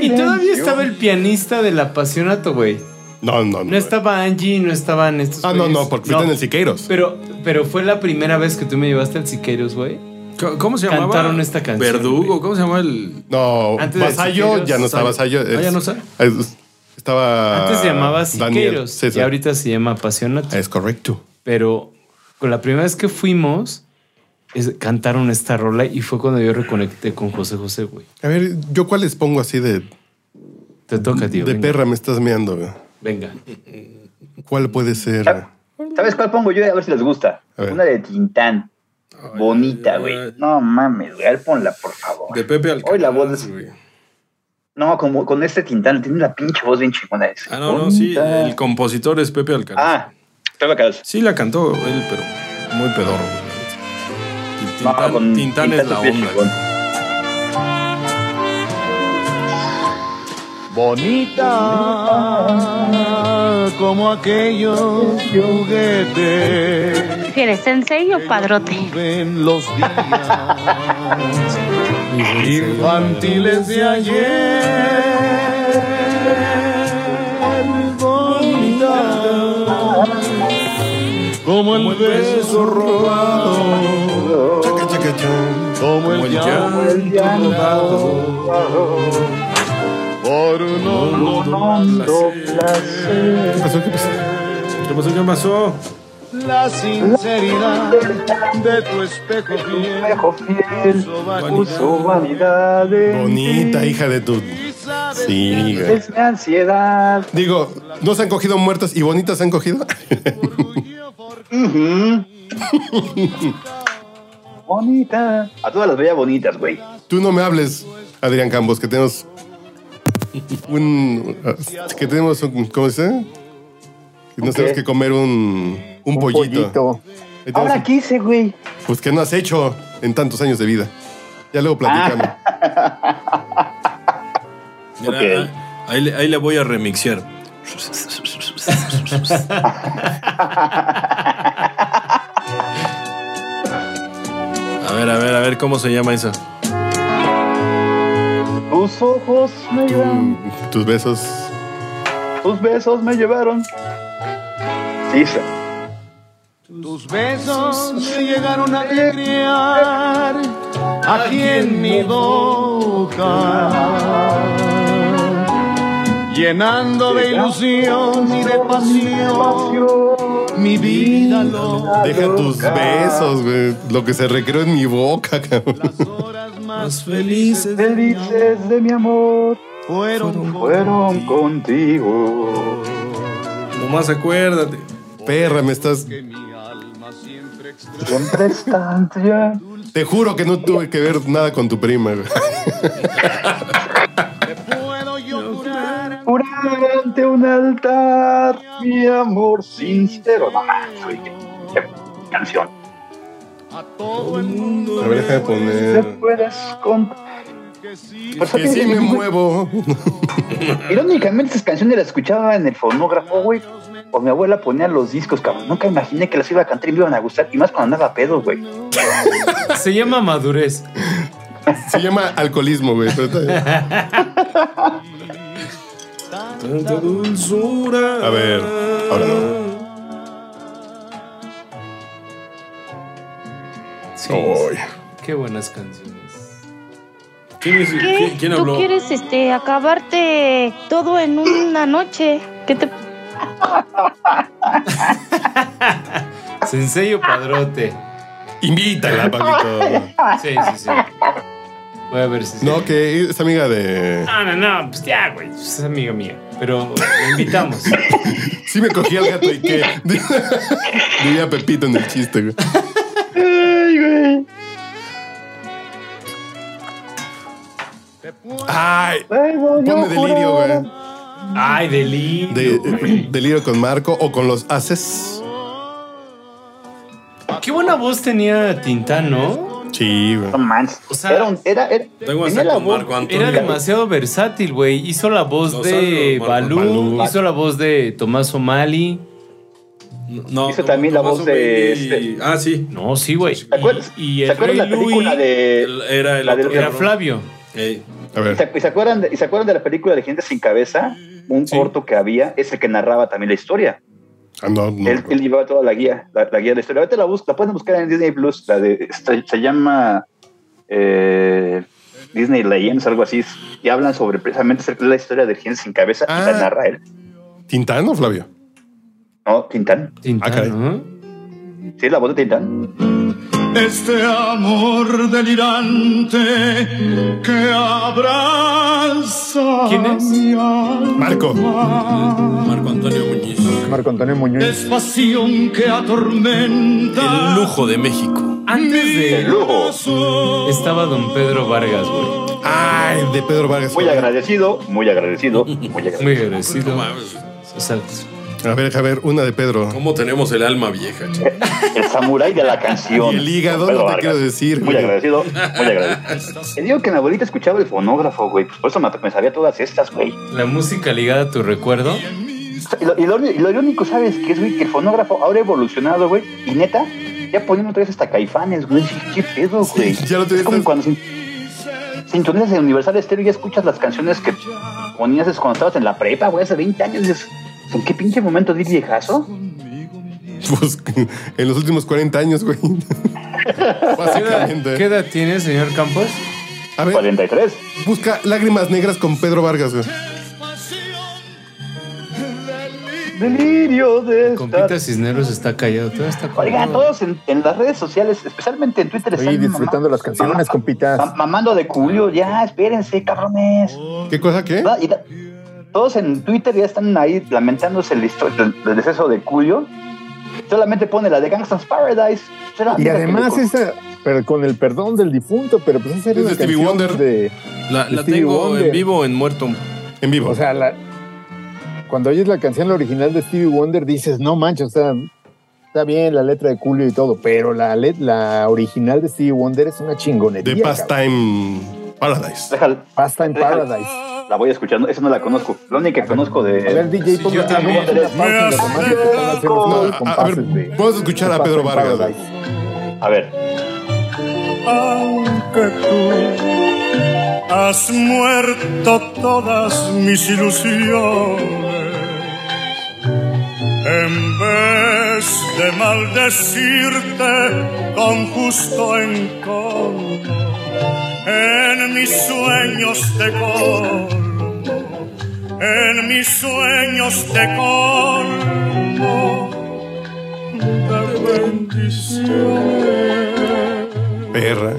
[SPEAKER 2] Y todavía estaba el pianista del apasionato, güey.
[SPEAKER 4] No, no, no.
[SPEAKER 2] No estaba Angie, no estaban estos.
[SPEAKER 4] Ah, no,
[SPEAKER 2] güeyes.
[SPEAKER 4] no, porque fuiste en el Siqueiros.
[SPEAKER 2] Pero, pero fue la primera vez que tú me llevaste al Siqueiros, güey.
[SPEAKER 1] Co- ¿Cómo se llamaba?
[SPEAKER 2] Cantaron esta canción,
[SPEAKER 1] Verdugo,
[SPEAKER 2] güey.
[SPEAKER 1] ¿cómo se llama el...?
[SPEAKER 4] No,
[SPEAKER 2] Antes de
[SPEAKER 4] Vasallo
[SPEAKER 2] Siqueiros,
[SPEAKER 4] ya no está
[SPEAKER 1] Vasallo.
[SPEAKER 4] Vasallo.
[SPEAKER 1] Ah, ya no está.
[SPEAKER 4] es- Estaba.
[SPEAKER 2] Antes se llamaba
[SPEAKER 4] Daniel
[SPEAKER 2] Siqueiros y
[SPEAKER 4] César.
[SPEAKER 2] ahorita se llama Apasionate.
[SPEAKER 4] Es correcto.
[SPEAKER 2] Pero con la primera vez que fuimos, es- cantaron esta rola y fue cuando yo reconecté con José José, güey.
[SPEAKER 4] A ver, ¿yo cuál les pongo así de.
[SPEAKER 2] Te toca, tío.
[SPEAKER 4] De
[SPEAKER 2] venga.
[SPEAKER 4] perra me estás meando, güey?
[SPEAKER 2] Venga.
[SPEAKER 4] ¿Cuál puede ser?
[SPEAKER 10] ¿Sabes cuál pongo yo? A ver si les gusta.
[SPEAKER 4] ver.
[SPEAKER 10] Una de Tintán. Bonita, güey. No mames, güey. A ver, ponla, por favor.
[SPEAKER 1] De Pepe
[SPEAKER 10] Hoy la voz es- No, como con este Tintán. Tiene una pinche voz bien chingona. esa.
[SPEAKER 1] Ah, no, no, sí.
[SPEAKER 10] Bonita.
[SPEAKER 1] El compositor es Pepe Alcaraz.
[SPEAKER 10] Ah, Pepe Alcaraz.
[SPEAKER 1] Sí, la cantó él, pero muy pedorro. güey. Y
[SPEAKER 10] No,
[SPEAKER 1] Tintán,
[SPEAKER 10] con
[SPEAKER 1] Tintán es la
[SPEAKER 10] Tintán es bien
[SPEAKER 1] onda.
[SPEAKER 10] chingón.
[SPEAKER 13] Bonita como aquellos juguetes
[SPEAKER 7] ¿Prefieres sensei o padrote?
[SPEAKER 13] en los días infantiles de ayer. Bonita como el beso robado, como el llanto rodado. Por un hondo placer.
[SPEAKER 1] ¿Qué pasó? ¿Qué pasó?
[SPEAKER 13] La sinceridad de tu espejo fiel
[SPEAKER 10] Puso vanidad en
[SPEAKER 4] Bonita,
[SPEAKER 10] ti.
[SPEAKER 4] hija de tu. Sí, güey.
[SPEAKER 10] Es mi ansiedad.
[SPEAKER 4] Digo, ¿no se han cogido muertas y bonitas se han cogido?
[SPEAKER 10] Ujú. Bonita. A todas las veía bonitas, güey.
[SPEAKER 4] Tú no me hables, Adrián Campos, que tenemos un. que tenemos un. ¿Cómo se dice? Que nos
[SPEAKER 10] Ok.
[SPEAKER 4] tenemos que comer un. un, pollito. Ahí tenemos
[SPEAKER 10] Ahora quise, güey.
[SPEAKER 4] un- Pues que no has hecho en tantos años de vida. Ya luego platicamos.
[SPEAKER 1] Mira,
[SPEAKER 10] Ok.
[SPEAKER 1] ah, ahí, le- ahí la voy a remixear. A ver, a ver, a ver, ¿cómo se llama esa?
[SPEAKER 10] Ah. Tus ojos me llevaron.
[SPEAKER 4] Tu- tus besos.
[SPEAKER 10] Tus besos me llevaron. Sí, sí.
[SPEAKER 13] Tus besos me llegaron a alegriar aquí en mi boca, llenando de ilusión y de pasión mi vida loca.
[SPEAKER 4] Deja tus besos, güey. Lo que se recreó en mi boca, cabrón.
[SPEAKER 1] Más felices.
[SPEAKER 10] Felices de mi amor
[SPEAKER 13] Fueron
[SPEAKER 10] fueron contigo.
[SPEAKER 1] Nomás acuérdate.
[SPEAKER 4] Perra, me estás.
[SPEAKER 10] Siempre están ya.
[SPEAKER 4] Te juro que no tuve que ver nada con tu prima, güey.
[SPEAKER 13] puedo yo curar
[SPEAKER 10] Jurar ante un altar mi amor sincero. No mames, güey, qué- qué canción.
[SPEAKER 13] a todo el mundo
[SPEAKER 4] A ver, déjame
[SPEAKER 10] Te
[SPEAKER 4] poner.
[SPEAKER 10] puedes con-
[SPEAKER 13] que sí
[SPEAKER 10] Por eso
[SPEAKER 4] Que sí
[SPEAKER 10] tiene-
[SPEAKER 4] me muevo.
[SPEAKER 10] Irónicamente, esas canciones las escuchaba en el fonógrafo, güey. O mi abuela ponía los discos, cabrón. Nunca imaginé que las iba a cantar y me iban a gustar. Y más cuando andaba pedo, güey.
[SPEAKER 2] Se llama Madurez.
[SPEAKER 4] Se llama alcoholismo, güey. pero está bien.
[SPEAKER 1] Tanta dulzura.
[SPEAKER 4] A ver, ahora no.
[SPEAKER 2] Sí,
[SPEAKER 4] Ay.
[SPEAKER 2] Qué buenas canciones.
[SPEAKER 1] ¿Quién, es-
[SPEAKER 7] ¿Qué?
[SPEAKER 1] qui- quién
[SPEAKER 7] ¿Tú
[SPEAKER 1] habló?
[SPEAKER 7] quieres este, acabarte todo en una noche? ¿Qué te
[SPEAKER 2] Sensei o padrote.
[SPEAKER 4] Invítala, papito.
[SPEAKER 2] Sí, sí, sí. Voy a ver si. sí.
[SPEAKER 4] No, que es amiga de.
[SPEAKER 2] No, no, no, pues ya, güey. Es amiga mía. Pero la invitamos.
[SPEAKER 4] Sí me cogí al gato y qué. Diría Pepito en el chiste, güey. Ay, ponme delirio, güey.
[SPEAKER 2] Ay, delirio.
[SPEAKER 4] De- eh,
[SPEAKER 2] güey.
[SPEAKER 4] delirio con Marco o con los haces.
[SPEAKER 2] Qué buena voz tenía Tintán, ¿no?
[SPEAKER 4] Sí, güey.
[SPEAKER 10] No manches.
[SPEAKER 2] O sea,
[SPEAKER 10] era un. Era, era,
[SPEAKER 1] Tengo
[SPEAKER 10] tenía
[SPEAKER 1] hasta
[SPEAKER 10] la
[SPEAKER 1] con
[SPEAKER 10] voz-
[SPEAKER 1] Marco Antonio.
[SPEAKER 2] Era demasiado versátil, güey. Hizo la voz
[SPEAKER 1] Lo
[SPEAKER 2] de
[SPEAKER 1] salvo, Marco.
[SPEAKER 2] Balú,
[SPEAKER 4] Balú.
[SPEAKER 2] hizo la voz de Tomás O'Malley.
[SPEAKER 1] No,
[SPEAKER 10] Hizo
[SPEAKER 1] Tom-
[SPEAKER 10] también la
[SPEAKER 1] Tomás
[SPEAKER 10] voz de
[SPEAKER 1] O'Reilly. Ah, sí.
[SPEAKER 2] No, sí, güey.
[SPEAKER 10] ¿Te acuerdas?
[SPEAKER 2] Y, y
[SPEAKER 10] ¿Se
[SPEAKER 2] el
[SPEAKER 10] acuerdan
[SPEAKER 2] Rey
[SPEAKER 10] la película
[SPEAKER 2] Louis
[SPEAKER 10] de.?
[SPEAKER 1] El- era el
[SPEAKER 10] La del-
[SPEAKER 1] otro
[SPEAKER 2] era
[SPEAKER 1] cabrón.
[SPEAKER 2] Flavio.
[SPEAKER 1] Ey,
[SPEAKER 4] A
[SPEAKER 10] ¿Y
[SPEAKER 4] ver.
[SPEAKER 10] se, y se acuerdan de, y se acuerdan de la película de Gente sin Cabeza? Un
[SPEAKER 1] Sí.
[SPEAKER 10] corto que había, es el que narraba también la historia.
[SPEAKER 4] Ah, no, no.
[SPEAKER 10] él, él llevaba toda la guía, la, la guía de la historia. Ahorita la, bus- la pueden buscar en Disney Plus. La de, se, se llama. eh, Disney Legends, algo así, y hablan sobre precisamente acerca de la historia del Jiménez sin cabeza y
[SPEAKER 4] Ah.
[SPEAKER 10] la narra él.
[SPEAKER 4] ¿Tintán o Flavio?
[SPEAKER 10] No, Tintán.
[SPEAKER 4] Ah, caray.
[SPEAKER 10] Sí, la voz de Tintán.
[SPEAKER 11] Este amor delirante que abraza.
[SPEAKER 2] ¿Quién es?
[SPEAKER 11] mi alma.
[SPEAKER 4] Marco.
[SPEAKER 1] Marco Antonio Muñiz.
[SPEAKER 8] Marco Antonio
[SPEAKER 11] Es
[SPEAKER 8] Muñoz.
[SPEAKER 11] pasión que atormenta.
[SPEAKER 1] El lujo de México.
[SPEAKER 2] Antes de él
[SPEAKER 10] Lujo.
[SPEAKER 2] estaba don Pedro Vargas, güey.
[SPEAKER 4] Ay, de Pedro Vargas.
[SPEAKER 10] Muy agradecido, muy agradecido, muy agradecido.
[SPEAKER 2] Muy
[SPEAKER 1] No
[SPEAKER 2] agradecido.
[SPEAKER 1] mames.
[SPEAKER 2] Exacto.
[SPEAKER 4] A ver, a ver, una de Pedro.
[SPEAKER 1] ¿Cómo tenemos el alma
[SPEAKER 8] Eh,
[SPEAKER 1] vieja? chico?
[SPEAKER 10] El samurái de la canción.
[SPEAKER 4] Y el hígado,
[SPEAKER 10] Pedro
[SPEAKER 4] no te
[SPEAKER 10] Vargas.
[SPEAKER 4] quiero decir,
[SPEAKER 10] Muy
[SPEAKER 4] güey.
[SPEAKER 10] agradecido, muy agradecido. Te digo que mi abuelita escuchaba el fonógrafo, güey. Pues por eso me, me sabía todas estas, güey.
[SPEAKER 2] La música ligada a tu recuerdo.
[SPEAKER 10] Y lo, y lo- y lo irónico, ¿sabes qué es, güey? Que el fonógrafo ahora ha evolucionado, güey. Y neta, ya poniendo otra vez hasta caifanes, güey. ¿Qué pedo, güey?
[SPEAKER 4] ya lo
[SPEAKER 10] es
[SPEAKER 4] tuviste.
[SPEAKER 10] como cuando sin- sintonizas en Universal Estéreo y ya escuchas las canciones que ponías cuando estabas en la prepa, güey, hace 20 años. Dices, ¿en qué pinche momento di viejazo?
[SPEAKER 4] Pues, en los últimos 40 años, güey.
[SPEAKER 2] ¿Qué edad, qué
[SPEAKER 4] Básicamente.
[SPEAKER 2] edad tiene, señor Campos?
[SPEAKER 4] A ver,
[SPEAKER 10] 43.
[SPEAKER 4] busca Lágrimas Negras con Pedro Vargas, güey.
[SPEAKER 10] Delirio de estar
[SPEAKER 2] Compita Cisneros está callado. Todo está
[SPEAKER 10] Oigan,
[SPEAKER 2] callado.
[SPEAKER 10] todos en, en las redes sociales, especialmente en Twitter,
[SPEAKER 8] Oye, disfrutando las canciones, compitas.
[SPEAKER 10] mam- mamando de culo, ya, espérense, cabrones.
[SPEAKER 4] Oh. ¿Qué cosa qué?
[SPEAKER 10] Va, y da- todos en Twitter ya están ahí lamentándose el, histo- el, el deceso de Cuyo. Solamente pone la de Gangsta's Paradise. Será-
[SPEAKER 8] Y
[SPEAKER 10] mira,
[SPEAKER 8] además
[SPEAKER 10] que-
[SPEAKER 8] esa, pero con el perdón del difunto, pero pues esa era
[SPEAKER 4] Es de
[SPEAKER 8] una
[SPEAKER 4] Stevie
[SPEAKER 8] canción
[SPEAKER 4] Wonder.
[SPEAKER 8] de-
[SPEAKER 1] La, la
[SPEAKER 8] Stevie
[SPEAKER 1] tengo
[SPEAKER 8] Wonder.
[SPEAKER 1] en vivo o en muerto.
[SPEAKER 4] En vivo.
[SPEAKER 8] o sea, la- cuando oyes la canción la original de Stevie Wonder dices, no manches, o sea, está bien la letra de Julio y todo, pero la, let- la original de Stevie Wonder es una
[SPEAKER 4] de
[SPEAKER 8] chingonería. cabrón.
[SPEAKER 4] Pastime Paradise.
[SPEAKER 10] Déjala,
[SPEAKER 8] Pasta en
[SPEAKER 10] Déjala.
[SPEAKER 8] Paradise.
[SPEAKER 10] la voy escuchando. Esa no la conozco. La única que conozco
[SPEAKER 8] A ver,
[SPEAKER 10] de.
[SPEAKER 8] DJ, ponga
[SPEAKER 2] yo también.
[SPEAKER 8] ponga una pausa en lo romántico, ponga hacer
[SPEAKER 10] No,
[SPEAKER 8] unos
[SPEAKER 4] No,
[SPEAKER 8] nuevos
[SPEAKER 4] a, a ver,
[SPEAKER 8] compases de-
[SPEAKER 4] vamos a escuchar a
[SPEAKER 8] de
[SPEAKER 4] Pedro
[SPEAKER 8] Pasta en
[SPEAKER 4] Vargas. güey.
[SPEAKER 8] Paradise.
[SPEAKER 10] A ver,
[SPEAKER 11] Aunque tú has muerto todas mis ilusiones, en vez de maldecirte con justo encono, en mis sueños te colmo, en mis sueños te colmo de bendiciones.
[SPEAKER 4] Perra.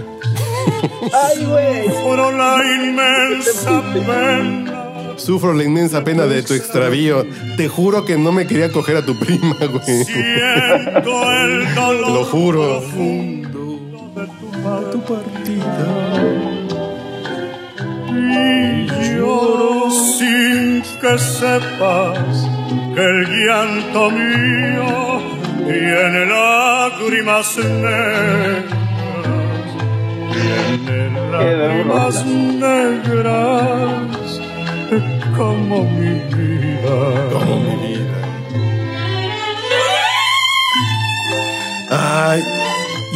[SPEAKER 11] Por la inmensa pena.
[SPEAKER 4] Sufro la inmensa pena de tu extravío. Te juro que no me quería coger a tu prima, güey.
[SPEAKER 11] Siento el dolor.
[SPEAKER 4] Lo juro.
[SPEAKER 11] Profundo de tu partida. Y lloro sin que sepas que el llanto mío tiene lágrimas negras. Tiene lágrimas negras como mi vida.
[SPEAKER 4] Como mi vida. Ay,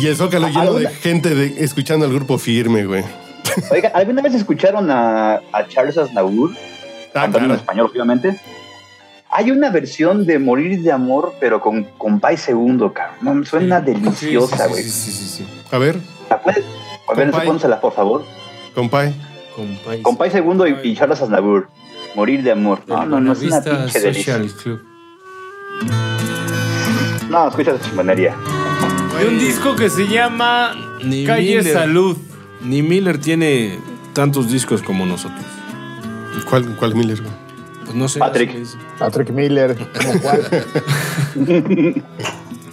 [SPEAKER 4] y el zócalo lleno de
[SPEAKER 10] ¿Alguna?
[SPEAKER 4] gente de- escuchando al grupo firme, güey.
[SPEAKER 10] oigan, ¿alguna vez escucharon a, a Charles Aznavour?
[SPEAKER 4] Ah,
[SPEAKER 10] cantando en
[SPEAKER 4] claro.
[SPEAKER 10] español, obviamente. Hay una versión de Morir de Amor, pero con, con Pai Segundo, cabrón. No, Suena deliciosa, güey.
[SPEAKER 2] Sí, sí, sí, sí, sí.
[SPEAKER 4] A ver,
[SPEAKER 10] ¿La puedes? A ver,
[SPEAKER 4] Pai.
[SPEAKER 10] pónsela, por favor.
[SPEAKER 4] compay.
[SPEAKER 2] Con País.
[SPEAKER 10] Con Pai Segundo y, y Charles Aznavour. Morir de Amor. No, no, no, es una
[SPEAKER 2] Vista
[SPEAKER 10] pinche delicia.
[SPEAKER 2] Social Club.
[SPEAKER 10] No, escucha esa chingonería.
[SPEAKER 2] De un disco que se llama
[SPEAKER 1] Ni
[SPEAKER 2] Calle
[SPEAKER 1] Miller.
[SPEAKER 2] Salud.
[SPEAKER 1] Ni Miller tiene tantos discos como nosotros.
[SPEAKER 4] ¿Cuál, cuál Miller, güey?
[SPEAKER 1] Pues no sé.
[SPEAKER 10] Patrick.
[SPEAKER 1] no sé,
[SPEAKER 8] Patrick Miller, como cual.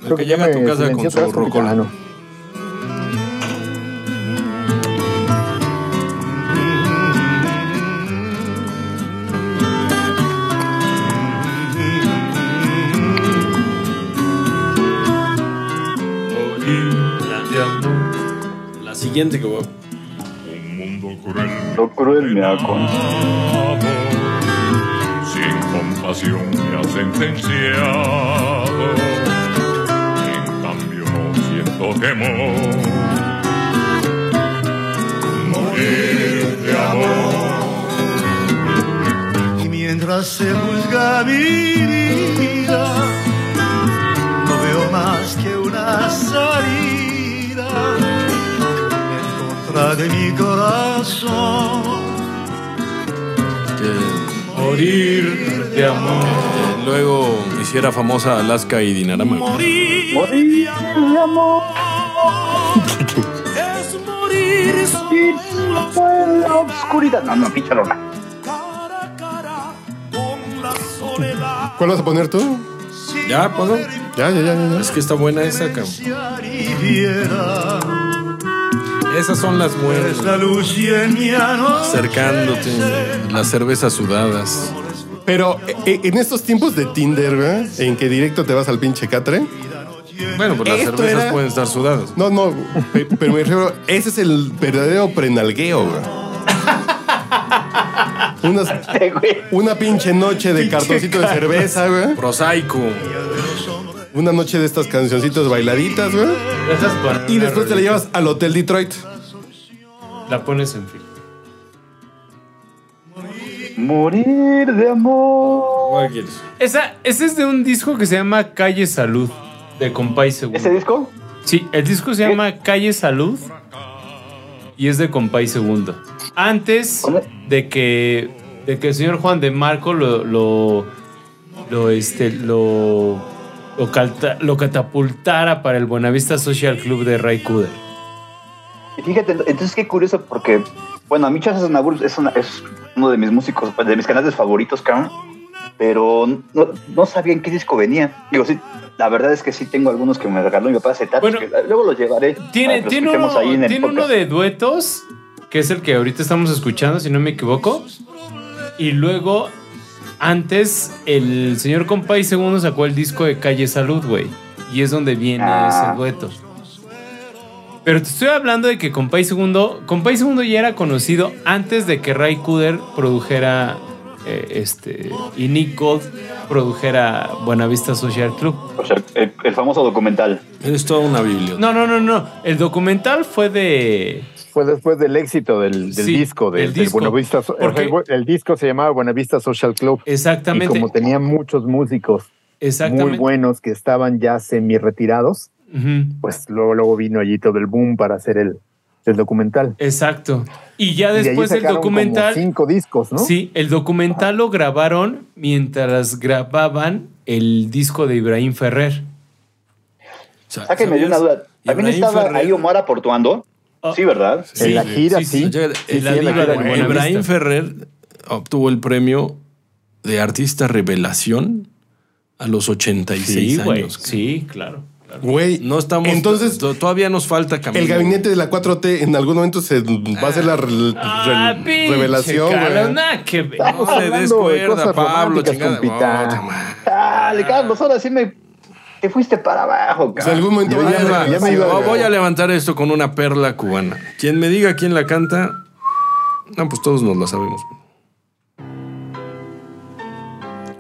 [SPEAKER 1] Lo que llega a tu casa con su rocola. La siguiente que voy a-
[SPEAKER 10] Lo cruel me ha con...
[SPEAKER 11] Sin compasión me ha sentenciado. En cambio no siento temor. Morir de amor. Y mientras se juzga mi vida, no veo más que una salida. Encontrar
[SPEAKER 13] de mi corazón.
[SPEAKER 1] Morir de amor. Este, luego hiciera famosa Alaska y Dinarama.
[SPEAKER 13] Morir de amor. es morir solo en la oscuridad.
[SPEAKER 10] No, no, pinche rola.
[SPEAKER 4] ¿Cuál vas a poner tú?
[SPEAKER 1] Ya, ponlo.
[SPEAKER 4] Ya, ya, ya, ya.
[SPEAKER 1] Es que está buena esa, cabrón.
[SPEAKER 13] Viera,
[SPEAKER 1] Esas son las buenas.
[SPEAKER 13] la luz llena.
[SPEAKER 1] Acercándote, las cervezas sudadas.
[SPEAKER 4] Pero eh, en estos tiempos de Tinder, ¿verdad? En que directo te vas al pinche catre.
[SPEAKER 1] Bueno, pues las
[SPEAKER 4] Esto
[SPEAKER 1] cervezas
[SPEAKER 4] era-
[SPEAKER 1] pueden estar sudadas.
[SPEAKER 4] No, no, pe- pero me refiero, ese es el verdadero prenalgueo, güey. Unas- una pinche noche de cartoncito de cerveza, güey.
[SPEAKER 1] Prosaico.
[SPEAKER 4] Una noche de estas cancioncitas bailaditas, güey.
[SPEAKER 2] Esas ponen
[SPEAKER 4] Y
[SPEAKER 2] una
[SPEAKER 4] después te la
[SPEAKER 2] rolita.
[SPEAKER 4] llevas al Hotel Detroit.
[SPEAKER 2] La pones en fin.
[SPEAKER 10] Morir de amor.
[SPEAKER 1] ¿Cuál quieres?
[SPEAKER 2] Esa, ese es de un disco que se llama Calle Salud, de Compay Segundo.
[SPEAKER 10] ¿Ese disco?
[SPEAKER 2] Sí, el disco se llama Calle Salud y es de Compay Segundo. Antes de que, de que el señor Juan de Marco lo, lo, lo, este, lo, lo, calta- lo catapultara para el Buenavista Social Club de Ray Cooder.
[SPEAKER 10] Y fíjate, entonces qué curioso, porque, bueno, a mí Chazas Nabur es, una- es uno de mis músicos, pues, de mis canales favoritos, cabrón. Pero no, no sabía en qué disco venía. Digo, sí, la verdad es que sí tengo algunos que me regaló mi papá hace tanto, que luego los llevaré. para que
[SPEAKER 2] Tiene,
[SPEAKER 10] los
[SPEAKER 2] tiene,
[SPEAKER 10] escuchemos
[SPEAKER 2] uno,
[SPEAKER 10] ahí en el
[SPEAKER 2] tiene uno
[SPEAKER 10] podcast.
[SPEAKER 2] de duetos, que es el que ahorita estamos escuchando, si no me equivoco. Y luego, antes, el señor Compay Segundo sacó el disco de Calle Salud, güey. Y es donde viene
[SPEAKER 10] Ah.
[SPEAKER 2] ese dueto. Pero te estoy hablando de que Compay Segundo, Compay Segundo ya era conocido antes de que Ray Cooder produjera eh, este y Nick Gold produjera Buenavista Social Club.
[SPEAKER 10] O sea, el, el famoso documental.
[SPEAKER 1] Eres toda una biblioteca.
[SPEAKER 2] No, no, no, no. El documental fue de.
[SPEAKER 8] Fue después del éxito del, del
[SPEAKER 2] Sí,
[SPEAKER 8] disco, del,
[SPEAKER 2] del
[SPEAKER 8] del
[SPEAKER 2] disco.
[SPEAKER 8] Buenavista So-
[SPEAKER 2] Porque-
[SPEAKER 8] el, el disco se llamaba Buenavista Social Club.
[SPEAKER 2] Exactamente.
[SPEAKER 8] Y como tenía muchos músicos muy
[SPEAKER 2] Exactamente.
[SPEAKER 8] buenos que estaban ya semi retirados,
[SPEAKER 2] Ujú.
[SPEAKER 8] pues luego, luego vino allí todo el boom para hacer el, el documental.
[SPEAKER 2] Exacto. Y ya
[SPEAKER 8] Y de ahí
[SPEAKER 2] después del
[SPEAKER 8] sacaron como
[SPEAKER 2] documental.
[SPEAKER 8] cinco discos, ¿no?
[SPEAKER 2] Sí, el documental lo grabaron mientras grababan el disco de Ibrahim Ferrer.
[SPEAKER 10] Sáquenme de una duda. También
[SPEAKER 2] Ibrahim
[SPEAKER 10] estaba
[SPEAKER 2] Ferrer.
[SPEAKER 10] ahí Omar aportuando.
[SPEAKER 2] Ah.
[SPEAKER 10] Sí, ¿verdad?
[SPEAKER 8] En la gira, sí.
[SPEAKER 1] Llega-
[SPEAKER 8] Sí, sí, en la gira del
[SPEAKER 1] Ibrahim
[SPEAKER 8] Buenavista.
[SPEAKER 1] Ibrahim Ferrer obtuvo el premio de artista revelación a los 86
[SPEAKER 2] Sí, güey.
[SPEAKER 1] años.
[SPEAKER 2] Sí, claro. claro.
[SPEAKER 4] Güey,
[SPEAKER 1] No estamos.
[SPEAKER 4] Entonces-
[SPEAKER 1] to- todavía nos falta camino.
[SPEAKER 4] el gabinete de la 4T en algún momento se va a hacer la re-
[SPEAKER 2] Ah,
[SPEAKER 4] re-
[SPEAKER 2] pinche
[SPEAKER 4] revelación,
[SPEAKER 2] Carlos,
[SPEAKER 4] güey.
[SPEAKER 2] nada que ver.
[SPEAKER 8] Estamos
[SPEAKER 1] No le des
[SPEAKER 8] hablando de
[SPEAKER 1] cuerda,
[SPEAKER 8] cosas
[SPEAKER 1] Pablo,
[SPEAKER 8] románticas
[SPEAKER 1] chingada.
[SPEAKER 8] con Pitán.
[SPEAKER 1] Puta Ah, madre.
[SPEAKER 10] Dale, Carlos, ahora sí me. Te fuiste para abajo,
[SPEAKER 1] Pues,
[SPEAKER 4] O sea, en
[SPEAKER 10] cabrón.
[SPEAKER 4] algún momento
[SPEAKER 8] Yo
[SPEAKER 4] va a
[SPEAKER 8] ya
[SPEAKER 4] ser
[SPEAKER 8] me- ya me
[SPEAKER 4] revelación,
[SPEAKER 8] iba-
[SPEAKER 1] No,
[SPEAKER 4] güey.
[SPEAKER 1] voy a levantar esto con una perla cubana. Quien me diga quién la canta, no, pues todos nos la sabemos.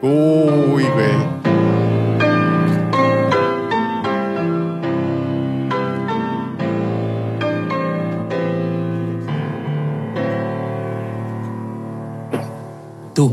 [SPEAKER 4] Uy, güey.
[SPEAKER 14] Tú,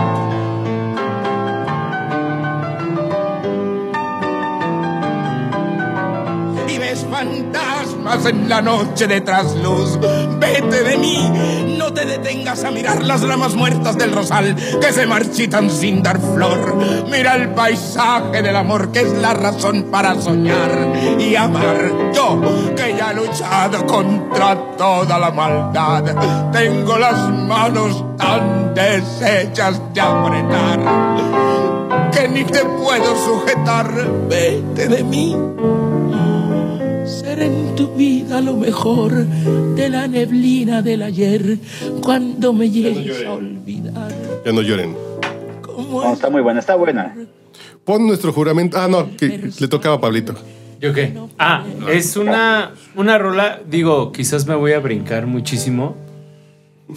[SPEAKER 14] y ves fantasmas en la noche de trasluz. Vete de mí, no te detengas a mirar las ramas muertas del rosal que se marchitan sin dar flor. Mira el paisaje del amor que es la razón para soñar y amar. Yo, que ya he luchado contra toda la maldad, tengo las manos tan deshechas de apretar que ni te puedo sujetar. Vete de mí. Ser en tu vida lo mejor de la neblina del ayer cuando me llegues a olvidar.
[SPEAKER 4] Ya no lloren.
[SPEAKER 10] No, está muy buena, está buena.
[SPEAKER 4] Pon nuestro juramento. Ah, no, que le tocaba a Pablito.
[SPEAKER 2] ¿Yo qué? Ah, es una, una rola, digo, quizás me voy a brincar muchísimo,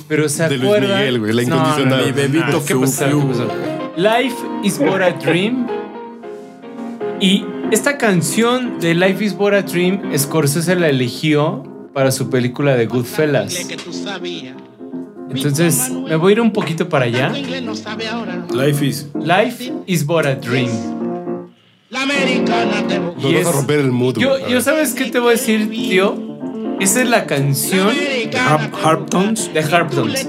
[SPEAKER 2] pero se
[SPEAKER 4] De Luis
[SPEAKER 2] acuerdan...
[SPEAKER 4] Miguel, güey, la
[SPEAKER 2] No, no, no,
[SPEAKER 4] incondicional.
[SPEAKER 2] mi bebito, ¿qué pasó? ¿Qué pasó? Life is but a dream. Y esta canción de Life is but a dream, Scorsese la eligió para su película de Goodfellas. Entonces, me voy a ir un poquito para allá.
[SPEAKER 1] Life is.
[SPEAKER 2] Life is but a dream.
[SPEAKER 4] Nos vas a romper el mood.
[SPEAKER 2] Yo,
[SPEAKER 4] güey.
[SPEAKER 2] yo sabes qué te voy a decir, tío. Esa es la canción de Harptones. De Harptones.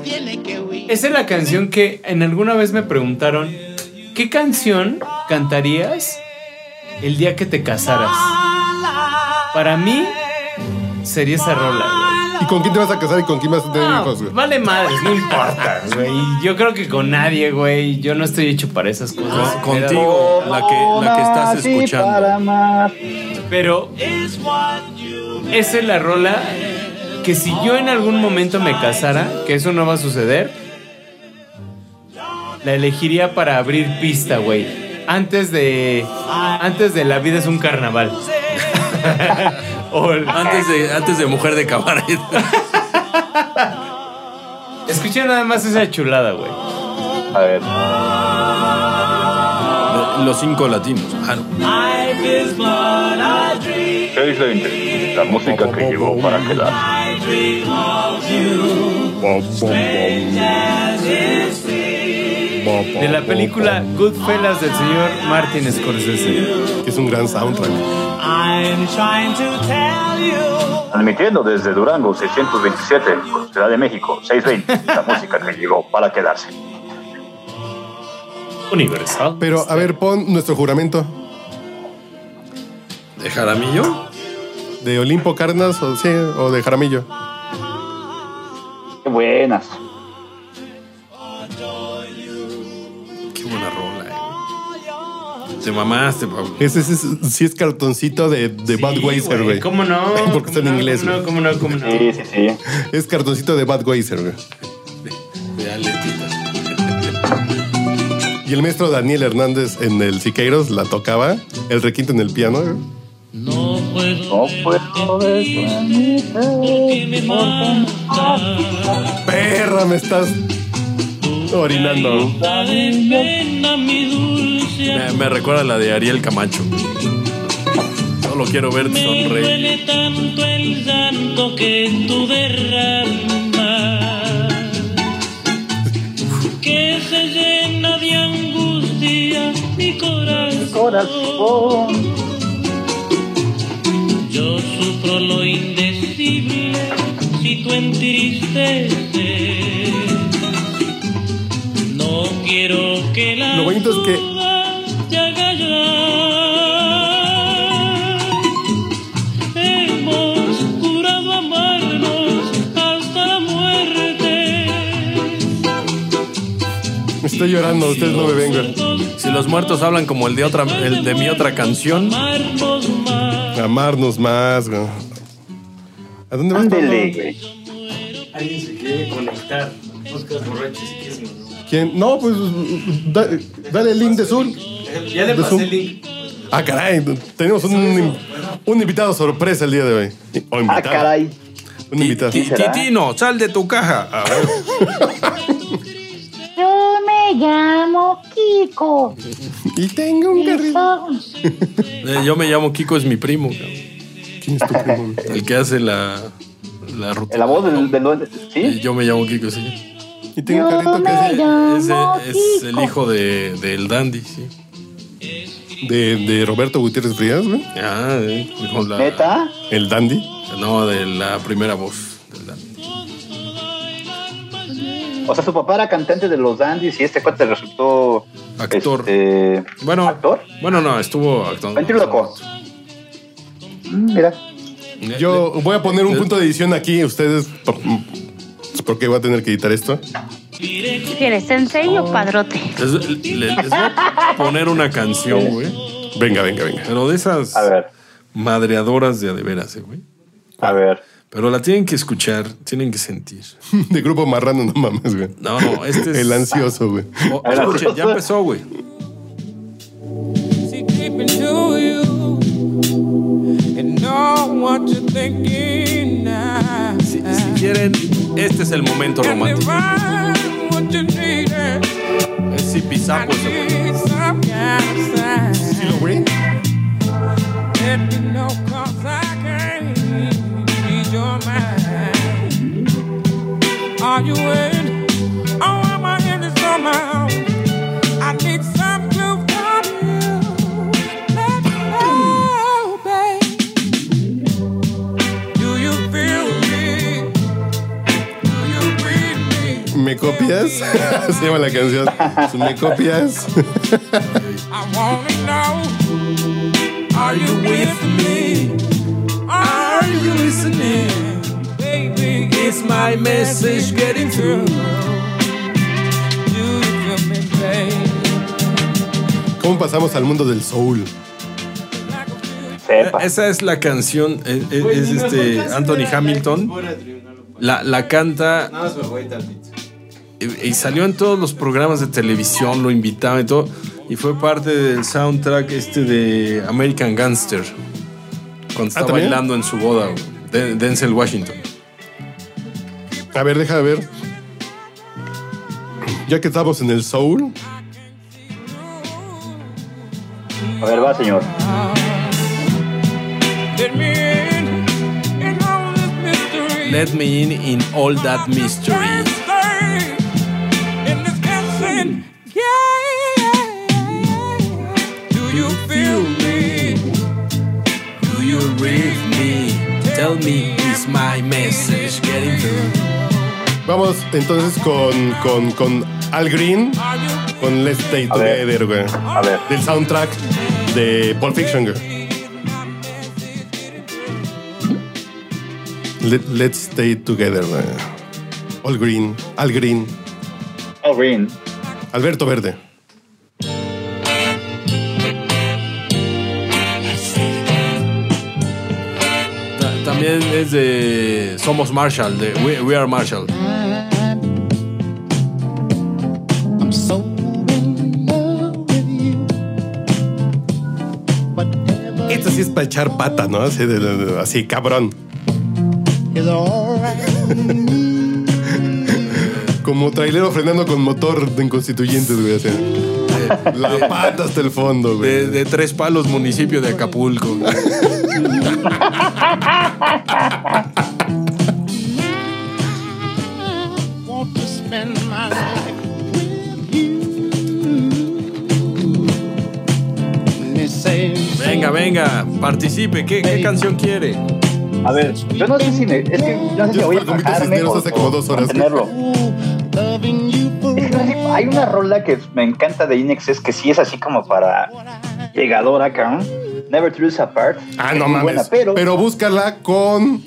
[SPEAKER 2] Esa es la canción que en alguna vez me preguntaron, ¿qué canción cantarías el día que te casaras? Para mí sería esa rola.
[SPEAKER 4] ¿Y con quién te vas a casar y con quién vas a tener hijos, güey?
[SPEAKER 2] Vale madres, no importa, güey. Yo creo que con nadie, güey. Yo no estoy hecho para esas cosas.
[SPEAKER 1] contigo, la que, la que estás escuchando.
[SPEAKER 2] Pero esa es la rola que si yo en algún momento me casara, que eso no va a suceder, la elegiría para abrir pista, güey. Antes de antes de la vida es un carnaval.
[SPEAKER 1] antes de antes de mujer de cabaret.
[SPEAKER 2] Escuchen nada más esa chulada, Ah, güey.
[SPEAKER 10] A ver.
[SPEAKER 1] Los cinco latinos. Ah, no.
[SPEAKER 10] Seis de veinte, La música que llegó para quedar.
[SPEAKER 2] De la película Goodfellas del señor Martin Scorsese.
[SPEAKER 4] Que es un gran soundtrack.
[SPEAKER 10] Transmitiendo desde Durango 627, Ciudad de México 620. La música que llegó para quedarse.
[SPEAKER 2] Universal.
[SPEAKER 4] Pero, a ver, pon nuestro juramento.
[SPEAKER 1] ¿De Jaramillo?
[SPEAKER 4] ¿De Olimpo Carnas o, sí, o de Jaramillo?
[SPEAKER 10] Qué buenas.
[SPEAKER 1] Qué buena rola, eh. Te mamaste, Pablo.
[SPEAKER 4] Ese, ese es- sí es cartoncito de, de Budweiser, güey.
[SPEAKER 2] ¿Cómo no?
[SPEAKER 4] Porque está en
[SPEAKER 2] ¿Cómo no?
[SPEAKER 4] inglés,
[SPEAKER 2] ¿Cómo no?
[SPEAKER 4] güey.
[SPEAKER 2] ¿Cómo no? ¿Cómo no?
[SPEAKER 10] Sí, sí, sí.
[SPEAKER 4] Es cartoncito de Budweiser, güey.
[SPEAKER 1] De Aletita.
[SPEAKER 4] Y el maestro Daniel Hernández en el Siqueiros la tocaba, el requinto en el piano. güey.
[SPEAKER 10] No puedo
[SPEAKER 4] Perra, me estás orinando.
[SPEAKER 1] Me, me recuerda la de Ariel Camacho. Solo quiero verte sonreír.
[SPEAKER 13] Que se llena de angustia mi corazón. Yo sufro lo indecible si tú entristeces. No quiero que la
[SPEAKER 4] Lo bonito es que
[SPEAKER 13] duda te haga llorar. Hemos jurado amarnos hasta la muerte.
[SPEAKER 4] me estoy llorando, ustedes no me ven, güey.
[SPEAKER 1] Si los muertos hablan como el de otra, el de mi otra canción,
[SPEAKER 13] Amarnos más.
[SPEAKER 4] Amarnos más, güey. ¿A dónde vas?
[SPEAKER 10] Ándele,
[SPEAKER 4] Pablo?
[SPEAKER 10] güey.
[SPEAKER 2] Alguien se quiere conectar. Podcast borracho, si quieres, ¿no?
[SPEAKER 4] ¿Quién? No, pues da- dale el link de Zoom.
[SPEAKER 2] Ya le
[SPEAKER 4] De Zoom.
[SPEAKER 2] pasé el link.
[SPEAKER 4] Ah, caray, tenemos un, un invitado sorpresa el día de hoy. O
[SPEAKER 10] Ah,
[SPEAKER 4] invitado.
[SPEAKER 10] caray.
[SPEAKER 4] Un invitado.
[SPEAKER 1] Ti-
[SPEAKER 10] será?
[SPEAKER 1] Titino, sal de tu caja. Ah. A ver.
[SPEAKER 6] Yo me llamo Kiko.
[SPEAKER 4] Y tengo un carrito.
[SPEAKER 1] Eh, Yo me llamo Kiko, es mi primo. cabrón.
[SPEAKER 4] ¿Quién es tu primo? güey?
[SPEAKER 1] El que hace la, la rutina.
[SPEAKER 10] La voz del, del duende.
[SPEAKER 1] Eh,
[SPEAKER 10] ¿Sí?
[SPEAKER 1] Yo me llamo Kiko, sí.
[SPEAKER 4] Y tengo un carrito que
[SPEAKER 1] Ese es el hijo de, del Dandy, sí.
[SPEAKER 4] es de, de Roberto Gutiérrez Frías, güey.
[SPEAKER 1] Ah, eh, con la-
[SPEAKER 10] ¿Neta?
[SPEAKER 4] El dandy.
[SPEAKER 1] No, de la primera voz del Dandy.
[SPEAKER 10] O sea, su papá era cantante de los dandies y este cuate resultó.
[SPEAKER 1] Actor.
[SPEAKER 10] este,
[SPEAKER 1] Bueno, bueno, no, estuvo actuando.
[SPEAKER 10] ventríloco. Mm, Mira.
[SPEAKER 4] Yo voy a poner un punto de edición aquí, ustedes, por- porque voy a tener que editar esto.
[SPEAKER 7] ¿Quieres sensei o padrote?
[SPEAKER 1] Les, le- les voy a poner una canción, güey.
[SPEAKER 4] Venga, venga, venga.
[SPEAKER 1] Pero de esas madreadoras de a de veras, eh, güey.
[SPEAKER 10] A ver.
[SPEAKER 1] Pero la tienen que escuchar, tienen que sentir.
[SPEAKER 4] De grupo marrano, no mames, güey.
[SPEAKER 1] No, no, este es-
[SPEAKER 4] El ansioso, güey.
[SPEAKER 1] Oh, escuchen, ya empezó, güey.
[SPEAKER 13] creeping to you and know what you're thinking now.
[SPEAKER 1] Si, si quieren, este es el momento romántico.
[SPEAKER 13] Find what you needed.
[SPEAKER 1] Es zipizapo ese, güey.
[SPEAKER 13] Need some outside. Let me know 'cause I can't read your mind. Are you in? Oh, am I in it somehow? I need some clue from you. Let me know, babe. Do you feel me? Do you read me?
[SPEAKER 4] ¿Me copias? Se llama la canción. ¿Me copias?
[SPEAKER 13] I wanna know. Are you with me? Are you listening? Baby, is my message getting through? Do you feel me, babe?
[SPEAKER 4] ¿Cómo pasamos al mundo del soul?
[SPEAKER 1] Eh, Esa es la canción, eh, eh,
[SPEAKER 2] Pues
[SPEAKER 1] es, este Anthony Hamilton. La, la canta eh,
[SPEAKER 15] Nada más me voy tantito.
[SPEAKER 1] y, y salió en todos los programas de televisión, lo invitaban y todo. Y fue parte del soundtrack este de American Gangster. Cuando está
[SPEAKER 4] ¿también?
[SPEAKER 1] bailando en su boda, güey, de- Denzel Washington.
[SPEAKER 4] A ver, deja de ver. Ya que estamos en el soul,
[SPEAKER 10] A ver, va, señor.
[SPEAKER 13] Let me in. In all this mystery.
[SPEAKER 1] Let me in in all that mystery.
[SPEAKER 13] Thursday. In this dancing. game. Do you feel me?
[SPEAKER 1] Do you read me? Tell me is my message getting through.
[SPEAKER 4] vamos entonces con, con, con Al Green, con Let's Stay Together, güey. A ver. Del soundtrack de Pulp Fiction, güey. Let- let's Stay Together, güey. All Green, Al Green.
[SPEAKER 10] Al Green.
[SPEAKER 4] Alberto Verde.
[SPEAKER 1] Ta- También es de Somos Marshall, de We, We Are Marshall.
[SPEAKER 13] I'm so in love with you.
[SPEAKER 4] Esto sí es para echar pata, ¿no? Así, de- de- de- así cabrón.
[SPEAKER 13] It's alright.
[SPEAKER 4] Como trailero frenando con motor en constituyentes, güey. así. La pata hasta el fondo, güey.
[SPEAKER 1] De, de Tres Palos, municipio de Acapulco.
[SPEAKER 13] Want to spend my life with you.
[SPEAKER 1] Venga, venga, participe. ¿Qué, qué canción quiere?
[SPEAKER 10] A ver, yo no sé si me. Es que no sé si voy a bajarme o, o mantenerlo. Es que no sé, hay una rola que me encanta de Inex es que sí es así como para llegadora, cabrón. Never True Us Apart.
[SPEAKER 4] Ah,
[SPEAKER 10] Es
[SPEAKER 4] no
[SPEAKER 10] muy
[SPEAKER 4] mames.
[SPEAKER 10] buena,
[SPEAKER 4] pero...
[SPEAKER 10] pero
[SPEAKER 4] búscala con.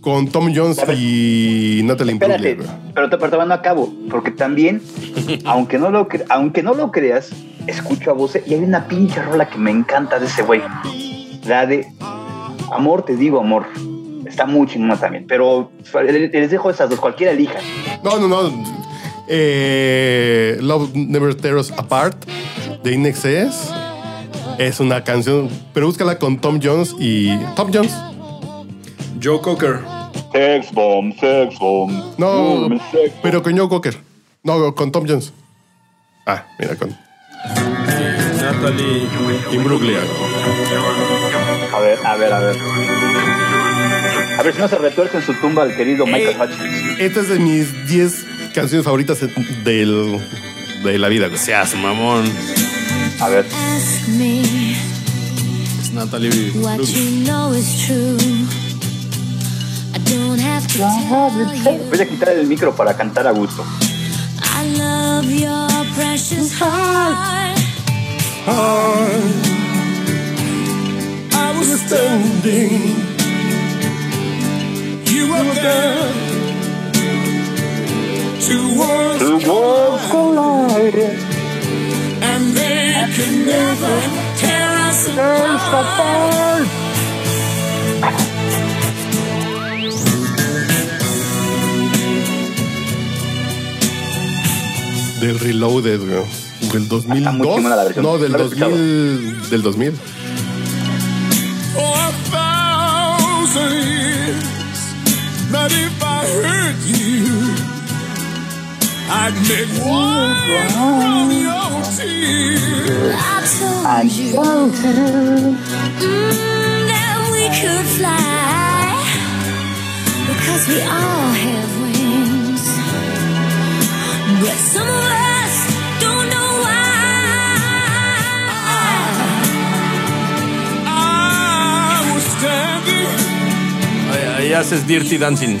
[SPEAKER 4] Con Tom Jones y Natalie
[SPEAKER 10] espérate,
[SPEAKER 4] Imbruglia, güey.
[SPEAKER 10] pero te, pero te mando a cabo, porque también, aunque no lo cre- aunque no lo creas, escucho a voces y hay una pinche rola que me encanta de ese güey. La de Amor te digo amor. Está muy chingona también, pero les dejo esas dos, cualquiera elija.
[SPEAKER 4] No, no, no. Eh, Love Never Tear Us Apart de Inexcess. Es una canción, pero búscala con Tom Jones y. Tom Jones.
[SPEAKER 1] Joe Cocker.
[SPEAKER 11] Sex bomb, sex bomb.
[SPEAKER 10] Mm,
[SPEAKER 4] No, pero con Joe Cocker. No, con Tom Jones. Ah, mira, con.
[SPEAKER 1] Natalie
[SPEAKER 4] Imbruglia.
[SPEAKER 10] A ver, a ver, a ver. A ver si no se retuerce en su tumba el querido Michael Hutchins.
[SPEAKER 4] Esta es de mis 10 canciones favoritas del, de la vida. Seas mamón.
[SPEAKER 10] A ver.
[SPEAKER 16] Ask me
[SPEAKER 1] Natalie
[SPEAKER 16] what you know is true. I
[SPEAKER 10] Voy a quitar el micro para cantar a gusto.
[SPEAKER 13] I love your precious heart. I was standing. You were there. Two worlds collided. And they can never tear us apart.
[SPEAKER 4] Del Reloaded, güey. Del 2002.
[SPEAKER 10] chingona la versión.
[SPEAKER 4] No, del
[SPEAKER 10] No la he escuchado.
[SPEAKER 4] 2000. Del 2000.
[SPEAKER 13] For a thousand years. But if I hurt you, I'd make wine from your tears. I told you mm, that we could fly because we all have wings. But some of us don't know why. I was standing.
[SPEAKER 1] Ahí, ahí haces Dirty Dancing.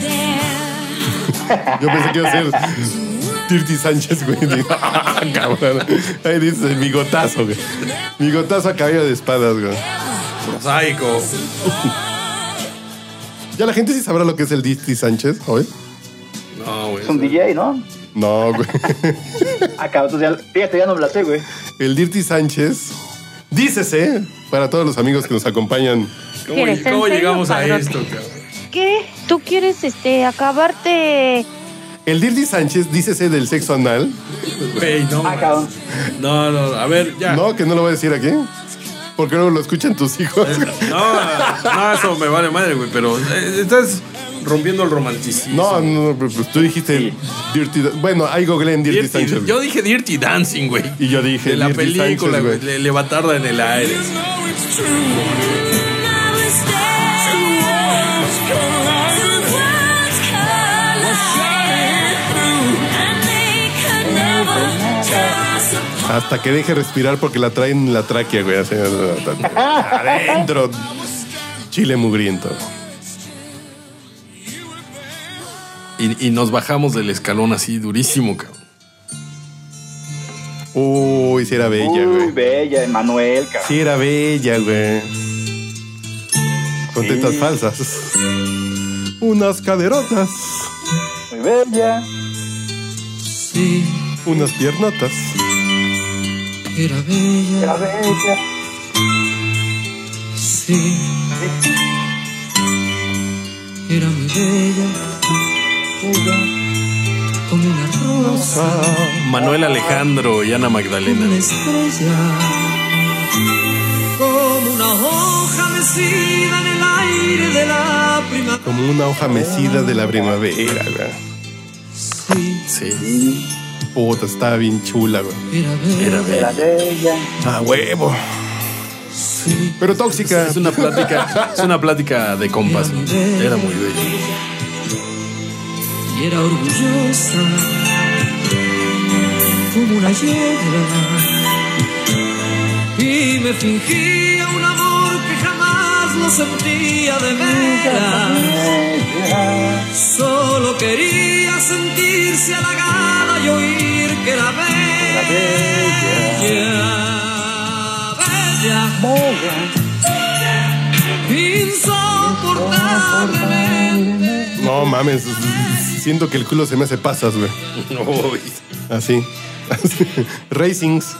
[SPEAKER 4] Yo pensé que iba a ser Tirti Sánchez, güey. Digo, ah, cabrón. Ahí dice mi gotazo, güey. Mi gotazo a cabello de espadas, güey.
[SPEAKER 1] Mosaico.
[SPEAKER 4] ¿Ya la gente sí sabrá lo que es el Dirty Sánchez hoy? Ah,
[SPEAKER 1] No, güey.
[SPEAKER 10] Es un DJ, ¿no?
[SPEAKER 4] No, güey.
[SPEAKER 10] Ah, cabrón, entonces ya, fíjate, ya no me la sé, güey.
[SPEAKER 4] El Dirty Sánchez, dícese, para todos los amigos que nos acompañan.
[SPEAKER 1] ¿Cómo,
[SPEAKER 7] ¿Quieres
[SPEAKER 1] cómo
[SPEAKER 7] en serio,
[SPEAKER 1] llegamos a
[SPEAKER 7] padrote?
[SPEAKER 1] esto, cabrón?
[SPEAKER 7] ¿Qué? ¿Tú quieres este acabarte?
[SPEAKER 4] El Dirty Sánchez, dícese del sexo anal.
[SPEAKER 1] Güey, no.
[SPEAKER 10] Ah, cabrón.
[SPEAKER 1] No, no, a ver, ya.
[SPEAKER 4] No, que no lo voy a decir aquí. Porque luego lo escuchan tus hijos.
[SPEAKER 1] No, no, eso me vale madre, güey, pero eh, estás rompiendo el romanticismo.
[SPEAKER 4] No, no, no, pues tú dijiste Dirty. Bueno, ahí googleen Dirty,
[SPEAKER 1] Dirty-
[SPEAKER 4] Sánchez.
[SPEAKER 1] yo dije Dirty Dancing, güey.
[SPEAKER 4] y yo dije.
[SPEAKER 1] De la
[SPEAKER 4] Dirty
[SPEAKER 1] película,
[SPEAKER 4] Sánchez,
[SPEAKER 1] güey. Le, le batarda en el aire.
[SPEAKER 13] Mm,
[SPEAKER 4] Hasta que deje respirar porque la traen en la tráquea, güey. así, adentro. Chile mugriento.
[SPEAKER 1] Y, y nos bajamos del escalón así durísimo, cabrón.
[SPEAKER 4] Uy, si era bella,
[SPEAKER 10] Uy,
[SPEAKER 4] güey.
[SPEAKER 10] bella, Emanuel, cabrón.
[SPEAKER 4] Si era bella, güey. Con tetas
[SPEAKER 10] Sí.
[SPEAKER 4] falsas. Unas caderotas.
[SPEAKER 10] Muy bella.
[SPEAKER 4] Sí. Unas piernotas.
[SPEAKER 13] Era bella.
[SPEAKER 10] Era bella.
[SPEAKER 13] Sí. Era muy bella, como una rosa,
[SPEAKER 1] Manuel Alejandro y Ana Magdalena.
[SPEAKER 13] una estrella, como una hoja mecida en el aire de la primavera.
[SPEAKER 4] Como una hoja mecida de la primavera, güey.
[SPEAKER 1] Sí.
[SPEAKER 4] Puta, estaba bien chula, güey.
[SPEAKER 13] Era bella,
[SPEAKER 1] Era
[SPEAKER 10] Era
[SPEAKER 1] bella.
[SPEAKER 10] bella.
[SPEAKER 4] A huevo. Pero tóxica.
[SPEAKER 1] Ah, Es una plática, es una plática de compas. güey. Era muy bella.
[SPEAKER 13] y era orgullosa, como una hiedra. Y me fingía un amor que jamás lo sentía de veras. Solo quería sentirse halagada y oír que era bella, bella, insoportablemente.
[SPEAKER 4] No mames. Siento que el culo se me hace pasas, güey.
[SPEAKER 1] Uy.
[SPEAKER 4] Así. Racings.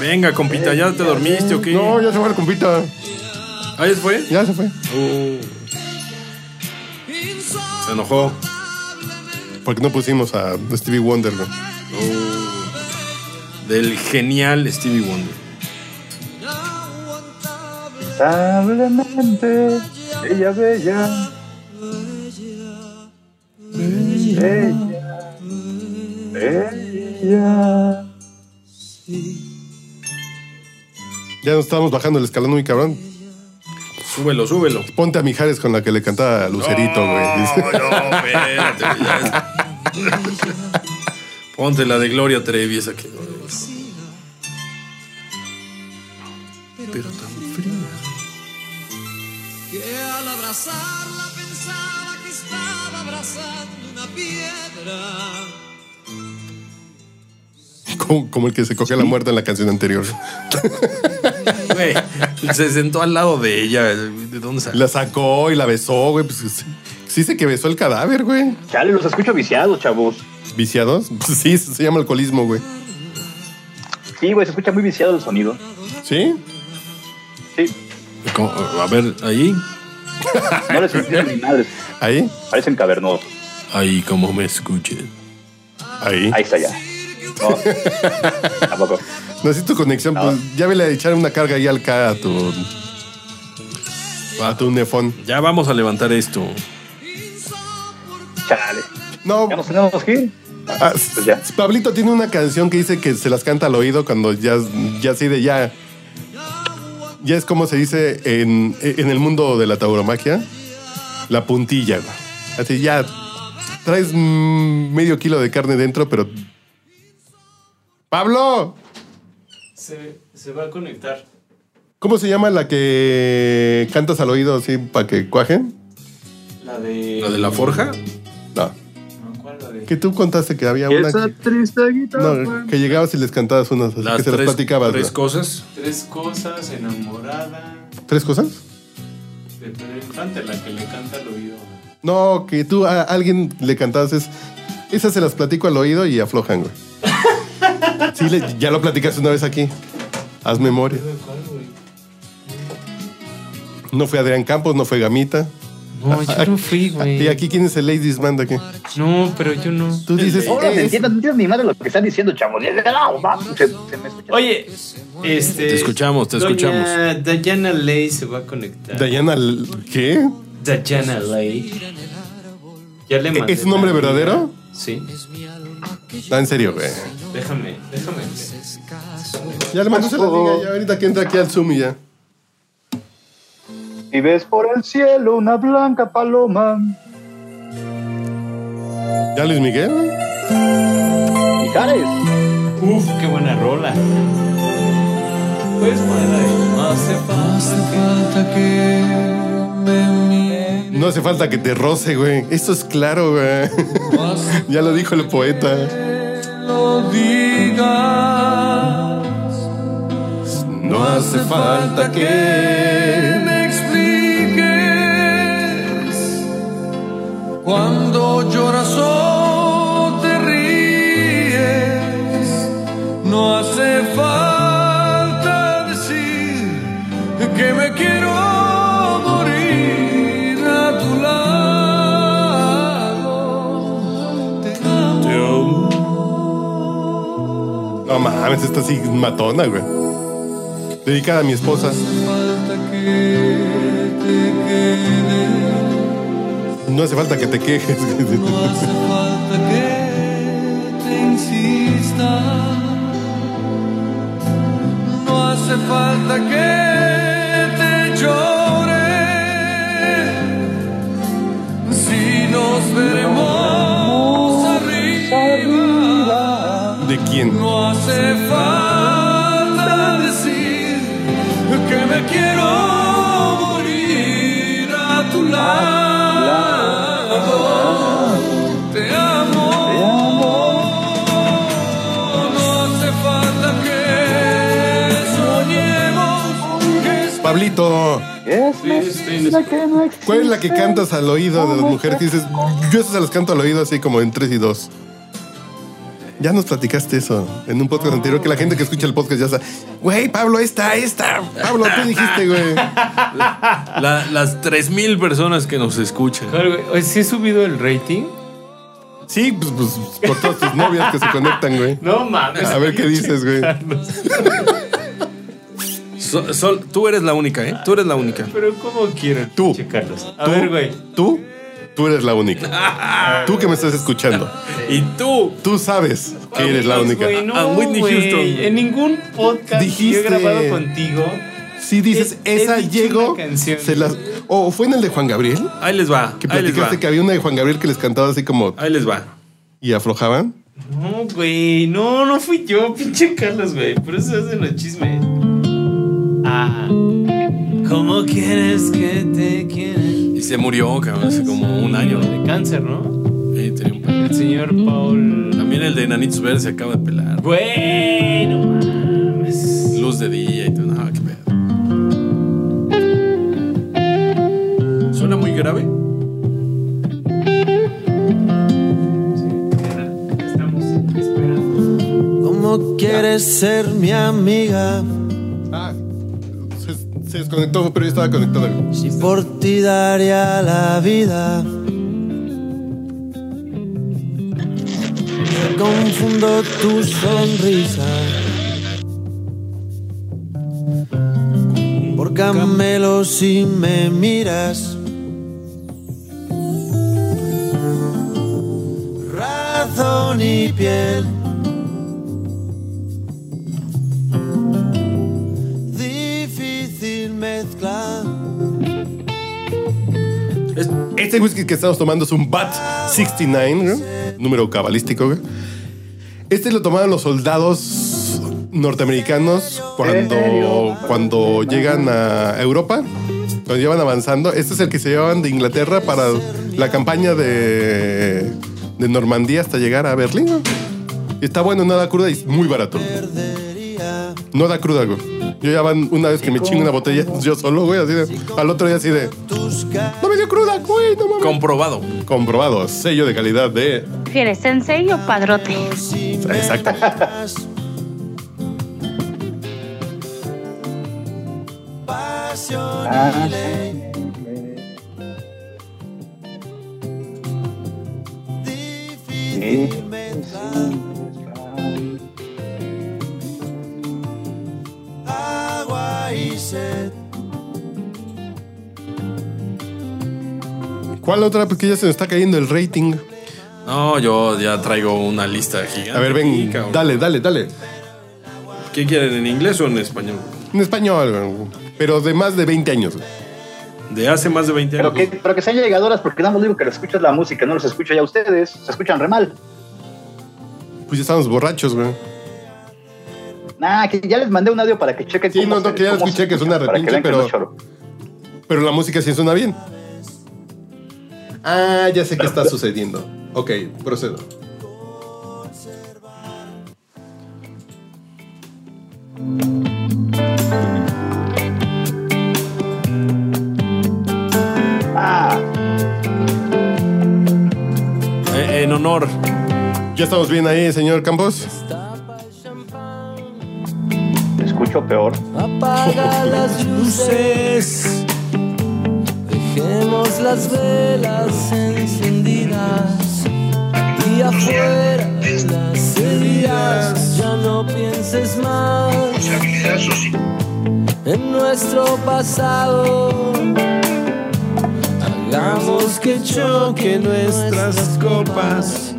[SPEAKER 1] Venga, compita, ¿ya te dormiste o qué?
[SPEAKER 4] No, ya se fue la compita.
[SPEAKER 1] Ahí se fue.
[SPEAKER 4] Ya se fue.
[SPEAKER 1] Uh, se enojó.
[SPEAKER 4] Porque no pusimos a Stevie Wonder, güey.
[SPEAKER 1] Uh, Oh. del genial Stevie Wonder.
[SPEAKER 10] Lamentablemente, ella bella. Bella.
[SPEAKER 4] ¿Eh?
[SPEAKER 10] Bella.
[SPEAKER 4] Ya nos estábamos bajando el escalón muy cabrón.
[SPEAKER 1] Súbelo, súbelo.
[SPEAKER 4] Ponte a Mijares con la que le cantaba a Lucerito, güey. dice.
[SPEAKER 1] No, no, espérate. ya. Ponte la de Gloria Trevi esa que. Pero tan fría.
[SPEAKER 13] que a la
[SPEAKER 15] abrazarla pensaba que estaba abrazando una piedra.
[SPEAKER 4] Como, como el que se coge a la muerta en la canción anterior.
[SPEAKER 1] Güey, se sentó al lado de ella. ¿De dónde salió?
[SPEAKER 4] La sacó y la besó, güey. Pues, sí, sí dice que besó el cadáver, güey.
[SPEAKER 10] Chale, los escucho viciados, chavos.
[SPEAKER 4] ¿Viciados? Pues sí, se llama alcoholismo, güey.
[SPEAKER 10] Sí, güey, se escucha muy viciado el sonido.
[SPEAKER 4] ¿Sí?
[SPEAKER 1] ¿Cómo? A ver,
[SPEAKER 4] eh.
[SPEAKER 1] ahí.
[SPEAKER 10] No les entiendo ni madres.
[SPEAKER 4] ¿Ahí?
[SPEAKER 10] Parecen cavernosos.
[SPEAKER 1] Ahí, como me escuchen.
[SPEAKER 4] Ahí.
[SPEAKER 10] Ahí está ya. No. Tampoco.
[SPEAKER 4] Necesito conexión. Pues, ya vele a echar una carga ahí al K a tu. A tu nefón.
[SPEAKER 1] Ya vamos a levantar esto.
[SPEAKER 10] Chale.
[SPEAKER 4] No.
[SPEAKER 10] ¿Ya nos tenemos que ir? Pues
[SPEAKER 4] Ah, Pablito tiene una canción que dice que se las canta al oído cuando ya, ya así de ya. Ya es como se dice en, en el mundo de la tauromaquia. La puntilla, güey. Así ya. Traes mm, medio kilo de carne dentro, pero. ¡Pablo!
[SPEAKER 2] Se, se va a conectar.
[SPEAKER 4] ¿Cómo se llama la que cantas al oído así para que cuajen?
[SPEAKER 2] La de.
[SPEAKER 1] ¿La de la forja?
[SPEAKER 4] No.
[SPEAKER 2] ¿Cuál la
[SPEAKER 4] Que tú contaste que había una.
[SPEAKER 2] Esa
[SPEAKER 4] que-
[SPEAKER 2] triste guitarra.
[SPEAKER 4] No, que llegabas y les cantabas unas, así
[SPEAKER 1] Las
[SPEAKER 4] que se las
[SPEAKER 1] tres,
[SPEAKER 4] platicabas.
[SPEAKER 1] tres
[SPEAKER 4] ¿no?
[SPEAKER 1] cosas.
[SPEAKER 2] Tres cosas, enamorada.
[SPEAKER 4] ¿Tres cosas?
[SPEAKER 2] De Pedro Infante, la que le canta al oído.
[SPEAKER 4] No, que tú a alguien le cantabas es- Esas se las platico al oído y aflojan, güey. Sí, le- ya lo platicaste una vez aquí. Haz memoria. No fue Adrián Campos, no fue Gamita.
[SPEAKER 2] No, yo no fui, güey.
[SPEAKER 4] ¿Y aquí quién es el Ladies Band aquí?
[SPEAKER 2] No, pero yo no.
[SPEAKER 4] Tú dices.
[SPEAKER 10] No las
[SPEAKER 4] "Es-
[SPEAKER 10] entiendo, no entiendo ni madre lo que están diciendo, chavos. Se, se me escucha.
[SPEAKER 2] Oye, este.
[SPEAKER 1] Te escuchamos, te
[SPEAKER 2] doña
[SPEAKER 1] escuchamos.
[SPEAKER 2] Dayana Ley se va a conectar.
[SPEAKER 4] Dayana, ¿qué?
[SPEAKER 2] Dayana Ley. Ya le mandé.
[SPEAKER 4] ¿E-, ¿Es un nombre
[SPEAKER 2] la-
[SPEAKER 4] verdadero?
[SPEAKER 2] Sí.
[SPEAKER 4] No, en serio, güey.
[SPEAKER 2] Déjame, déjame.
[SPEAKER 4] Ya le mandaste la liga, ya ahorita que entra aquí al Zoom y ya.
[SPEAKER 10] Y ves por el cielo una blanca paloma.
[SPEAKER 4] ¿Ya Luis Miguel? güey?
[SPEAKER 10] Mijares.
[SPEAKER 2] Uf, qué buena rola. Pues buena. No hace falta que.
[SPEAKER 4] No hace falta que te roce, güey. Esto es claro, güey. ya lo dijo el poeta.
[SPEAKER 13] Lo digas,
[SPEAKER 4] No hace falta
[SPEAKER 13] que me expliques cuando lloras o te ríes. No hace falta decir que me quiero morir a tu lado. Te amo.
[SPEAKER 4] No mames, esta sí es matona, güey. Dedicada a mi esposa. No hace falta que te quejes. güey.
[SPEAKER 13] No hace falta que te insista. No hace falta que te llore. Si nos veremos arriba.
[SPEAKER 4] ¿De quién?
[SPEAKER 13] No hace falta decir que me quiero morir a tu lado. Te amo. No hace falta que soñemos que
[SPEAKER 4] Pablito, ¿cuál es la que cantas al oído de las mujeres? Que dices, yo esas se las canto al oído así como en 3 y 2. Ya nos platicaste eso en un podcast anterior, que la gente que escucha el podcast ya sabe, güey, Pablo, esta, esta. Pablo, tú dijiste, güey.
[SPEAKER 1] La- las 3.000 personas que nos escuchan.
[SPEAKER 2] ¿Sí he subido el rating?
[SPEAKER 4] Sí, pues, pues por todas tus novias que se conectan, güey.
[SPEAKER 2] No mames.
[SPEAKER 4] A ver qué dices, güey.
[SPEAKER 1] Sol, Sol, tú eres la única, ¿eh? Tú eres la única.
[SPEAKER 2] Pero ¿cómo quieren?
[SPEAKER 4] Tú,
[SPEAKER 2] Carlos. A
[SPEAKER 4] ¿Tú?
[SPEAKER 2] ver, güey.
[SPEAKER 4] tú, tú eres la única. Tú que me estás escuchando.
[SPEAKER 1] Y tú.
[SPEAKER 4] Tú sabes que eres la única.
[SPEAKER 2] Ah, Güey, no,
[SPEAKER 1] A Whitney
[SPEAKER 2] güey.
[SPEAKER 1] Houston.
[SPEAKER 2] En ningún podcast
[SPEAKER 4] Dijiste.
[SPEAKER 2] que yo he grabado contigo.
[SPEAKER 4] Si dices,
[SPEAKER 2] He- he
[SPEAKER 4] esa
[SPEAKER 2] dicho
[SPEAKER 4] llego,
[SPEAKER 2] una canción.
[SPEAKER 4] se las... O fue en el de Juan Gabriel,
[SPEAKER 1] Ahí les va.
[SPEAKER 4] que
[SPEAKER 1] Ahí les va.
[SPEAKER 4] platicaste que había una de Juan Gabriel que les cantaba así como...
[SPEAKER 1] Ahí les va.
[SPEAKER 4] Y aflojaban.
[SPEAKER 2] No, güey. No, no fui yo, pinche Carlos, güey. Por eso hacen los chismes. Ah. ¿Cómo quieres que te quieran?
[SPEAKER 1] Y se murió, cabrón, hace como un año. De
[SPEAKER 2] cáncer, ¿no?
[SPEAKER 1] Sí, Mm. tenía un problema.
[SPEAKER 2] El señor Paul.
[SPEAKER 1] También el de Nanitos Verdes se acaba de pelar.
[SPEAKER 2] Bueno, mames.
[SPEAKER 1] Luz de día y todo. No, qué pedo. ¿Suena muy grave?
[SPEAKER 13] ¿Cómo quieres ser mi amiga?
[SPEAKER 4] Se desconectó, pero yo estaba conectado.
[SPEAKER 13] Si por ti daría la vida. Me Confundo tu sonrisa. Por camelo si me miras. Razón y piel. Difícil mezclar.
[SPEAKER 4] Este whisky que estamos tomando es un Bat 69, ¿no? número cabalístico. güey. Este lo tomaron los soldados norteamericanos cuando, cuando llegan a Europa, cuando llevan avanzando. Este es el que se llevaban de Inglaterra para la campaña de, de Normandía hasta llegar a Berlín. ¿no? Y está bueno, no da cruda y es muy barato. No da cruda, güey. Yo ya van una vez que me chingo una botella yo solo, güey, así de, al otro día así de... No me dio cruda, güey, no mames.
[SPEAKER 1] Comprobado.
[SPEAKER 4] Comprobado, sello de calidad de...
[SPEAKER 7] ¿Prefieres sensei o padrote?
[SPEAKER 4] Exacto.
[SPEAKER 13] Pasión
[SPEAKER 10] Ah,
[SPEAKER 13] y ley.
[SPEAKER 10] Sí.
[SPEAKER 13] Agua y sed.
[SPEAKER 4] ¿Cuál otra? Porque ya se nos está cayendo el rating.
[SPEAKER 1] No, yo ya traigo una lista gigante.
[SPEAKER 4] A ver, ven,
[SPEAKER 1] aquí, cabrón.
[SPEAKER 4] dale, dale, dale.
[SPEAKER 1] ¿Qué quieren, en inglés o en español?
[SPEAKER 4] En español, güey, pero de más de 20 años. güey.
[SPEAKER 1] De hace más de 20 años.
[SPEAKER 10] Pero que, pero que sean llegadoras, porque nada más digo que les escuchas la música, no los escucho ya a ustedes, se escuchan re mal.
[SPEAKER 4] Pues ya estamos borrachos, güey.
[SPEAKER 10] Nah, que ya les mandé un audio para que chequen
[SPEAKER 4] Sí, no, no, que ya
[SPEAKER 10] cómo
[SPEAKER 4] escuché
[SPEAKER 10] se
[SPEAKER 4] que suena
[SPEAKER 10] escucha, para que
[SPEAKER 4] repinche,
[SPEAKER 10] vean que
[SPEAKER 4] pero-
[SPEAKER 10] no es choro.
[SPEAKER 4] Pero la música sí suena bien. Ah, ya sé qué está sucediendo. Ok, procedo.
[SPEAKER 1] Ah. Eh, en honor.
[SPEAKER 4] ¿Ya estamos bien ahí, señor Campos?
[SPEAKER 10] Te escucho peor.
[SPEAKER 13] Apaga las luces. Dejemos las velas encendidas. Y afuera de las heridas. Ya no pienses más en nuestro pasado. Hagamos que choquen nuestras copas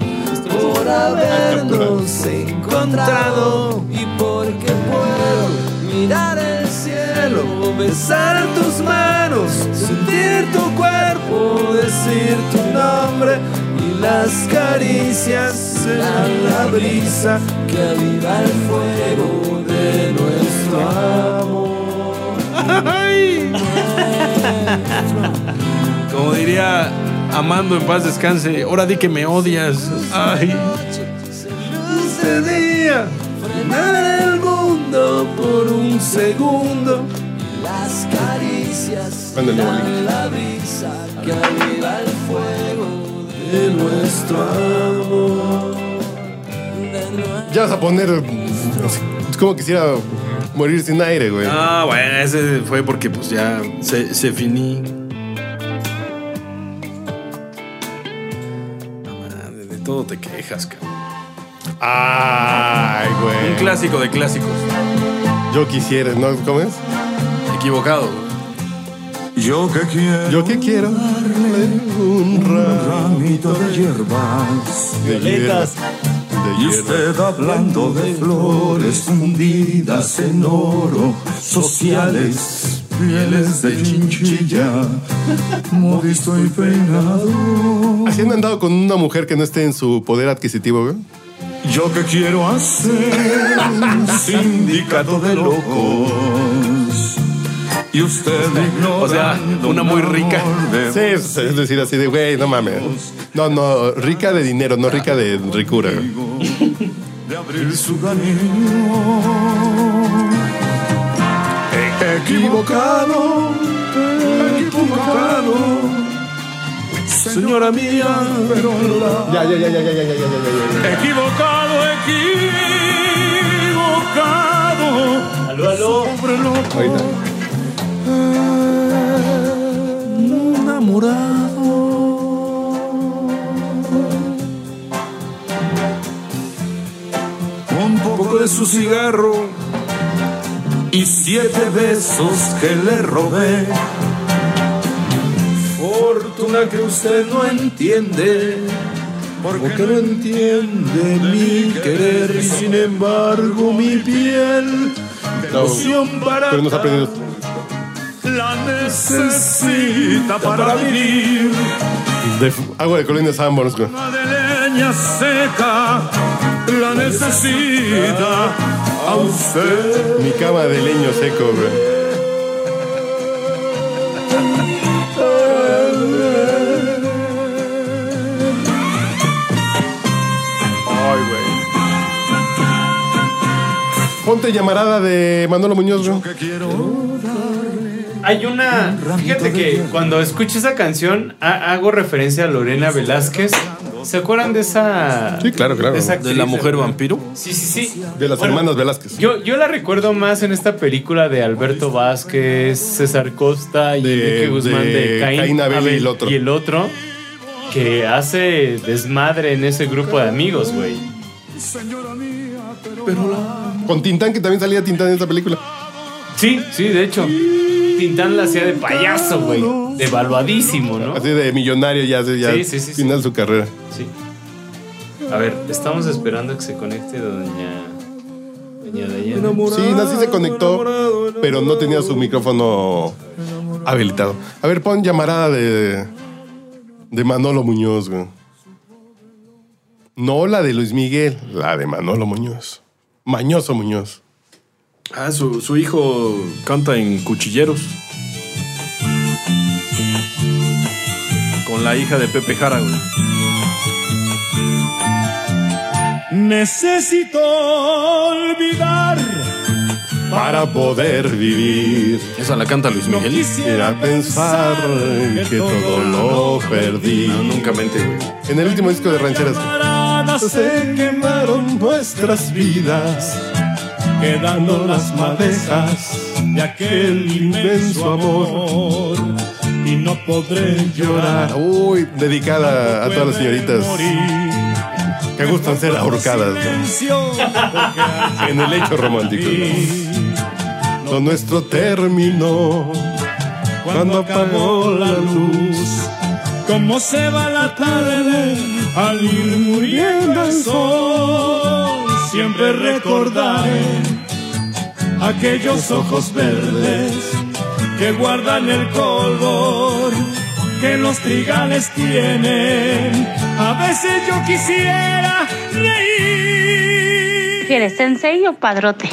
[SPEAKER 13] por habernos encontrado y porque puedo mirar el cielo, besar tus manos, sentir tu cuerpo, decir tu nombre y las caricias serán la brisa que aviva el fuego de nuestro amor.
[SPEAKER 1] Como diría Amando en paz descanse, ahora di que me odias. Ay.
[SPEAKER 13] Luz de día, frenar el mundo por un segundo. Las caricias
[SPEAKER 4] Ándale, Bolívar.
[SPEAKER 13] dan la brisa que aviva el fuego de nuestro amor.
[SPEAKER 4] Ya vas a poner. Es como quisiera morir sin aire, güey.
[SPEAKER 1] Ah, bueno, ese fue porque pues ya se, se finí. No, madre, de todo te quejas, cabrón.
[SPEAKER 4] Ay, güey.
[SPEAKER 1] Un clásico de clásicos.
[SPEAKER 4] Yo quisiera, ¿no? ¿Cómo es?
[SPEAKER 1] Equivocado.
[SPEAKER 17] Yo que quiero.
[SPEAKER 4] Yo que quiero. Un
[SPEAKER 17] ramito de hierbas.
[SPEAKER 4] Violetas.
[SPEAKER 17] Y usted hablando de flores fundidas en oro, sociales, pieles de chinchilla, modisto y peinado.
[SPEAKER 4] ¿Así han andado con una mujer que no esté en su poder adquisitivo, güey?
[SPEAKER 17] Yo que quiero hacer un sindicato de locos
[SPEAKER 11] Y usted ignora.
[SPEAKER 4] O sea, una muy rica. Sí, es es decir, así de, güey, no mames. No, no, rica de dinero, no rica de ricura.
[SPEAKER 11] de abrir su camino. Equivocado, equivocado, señora mía, pero la-
[SPEAKER 4] Ya, ya, ya, ya, ya, ya, ya, ya, ya, ya.
[SPEAKER 11] Equivocado, equivocado. Aló, aló. Sobre lo
[SPEAKER 4] Ahorita.
[SPEAKER 11] enamorado. Un poco de su cigarro y siete besos que le robé. Fortuna que usted no entiende, porque no entiende mi querer. Sin embargo, mi piel, devoción para
[SPEAKER 4] Pero nos aprendido.
[SPEAKER 11] la necesita para vivir.
[SPEAKER 4] De agua de colina Sanborns, güey.
[SPEAKER 11] de leña seca la necesita a usted.
[SPEAKER 4] Mi cama de leño seco, güey. Ay, güey. Ponte llamarada de Manolo Muñoz, güey.
[SPEAKER 2] Hay una. Fíjate que cuando escucho esa canción ha- hago referencia a Lorena Velázquez. ¿Se acuerdan de esa.
[SPEAKER 4] Sí, claro, claro.
[SPEAKER 2] esa actriz,
[SPEAKER 1] ¿De la mujer vampiro?
[SPEAKER 2] Sí, sí, sí.
[SPEAKER 4] De las
[SPEAKER 2] Bueno,
[SPEAKER 4] hermanas Velázquez.
[SPEAKER 2] Yo, yo la recuerdo más en esta película de Alberto Vázquez, César Costa y Enrique Guzmán de,
[SPEAKER 4] de
[SPEAKER 2] Caín,
[SPEAKER 4] Caín, Abel y el otro.
[SPEAKER 2] y el otro, que hace desmadre en ese grupo de amigos, güey.
[SPEAKER 4] Con Tintán, que también salía Tintán en esta película.
[SPEAKER 2] Sí, sí, de hecho. Tintán la hacía de payaso, güey. Devaluadísimo, ¿no?
[SPEAKER 4] Así de millonario ya, hace- ya
[SPEAKER 2] Sí, sí, sí, sí.
[SPEAKER 4] final de su carrera.
[SPEAKER 2] Sí. A ver, estamos esperando que se conecte doña. Doña Dayana.
[SPEAKER 4] Sí, así se conectó, pero no tenía su micrófono habilitado. A ver, pon llamarada de, de Manolo Muñoz, güey. No la de Luis Miguel, la de Manolo Muñoz. Mañoso Muñoz.
[SPEAKER 1] Ah, su, su hijo canta en Cuchilleros. Con la hija de Pepe Jara, güey.
[SPEAKER 11] Necesito olvidar.
[SPEAKER 4] Para poder vivir.
[SPEAKER 1] Esa la canta Luis Miguel.
[SPEAKER 4] Era pensar que todo lo perdí.
[SPEAKER 1] nunca mente, güey.
[SPEAKER 4] En el último disco de Rancheras. Se quemaron nuestras vidas, quedando las madejas de aquel inmenso amor.
[SPEAKER 11] Y no podré llorar.
[SPEAKER 4] Uy, dedicada a todas las señoritas que gustan ser ahorcadas ¿no? en el hecho romántico. ¿no? Lo nuestro terminó cuando apagó la luz.
[SPEAKER 11] Como se va la tarde al ir muriendo el sol, siempre recordaré aquellos ojos verdes que guardan el color que los trigales tienen. A veces yo quisiera reír.
[SPEAKER 7] ¿Quieres sensei o padrote?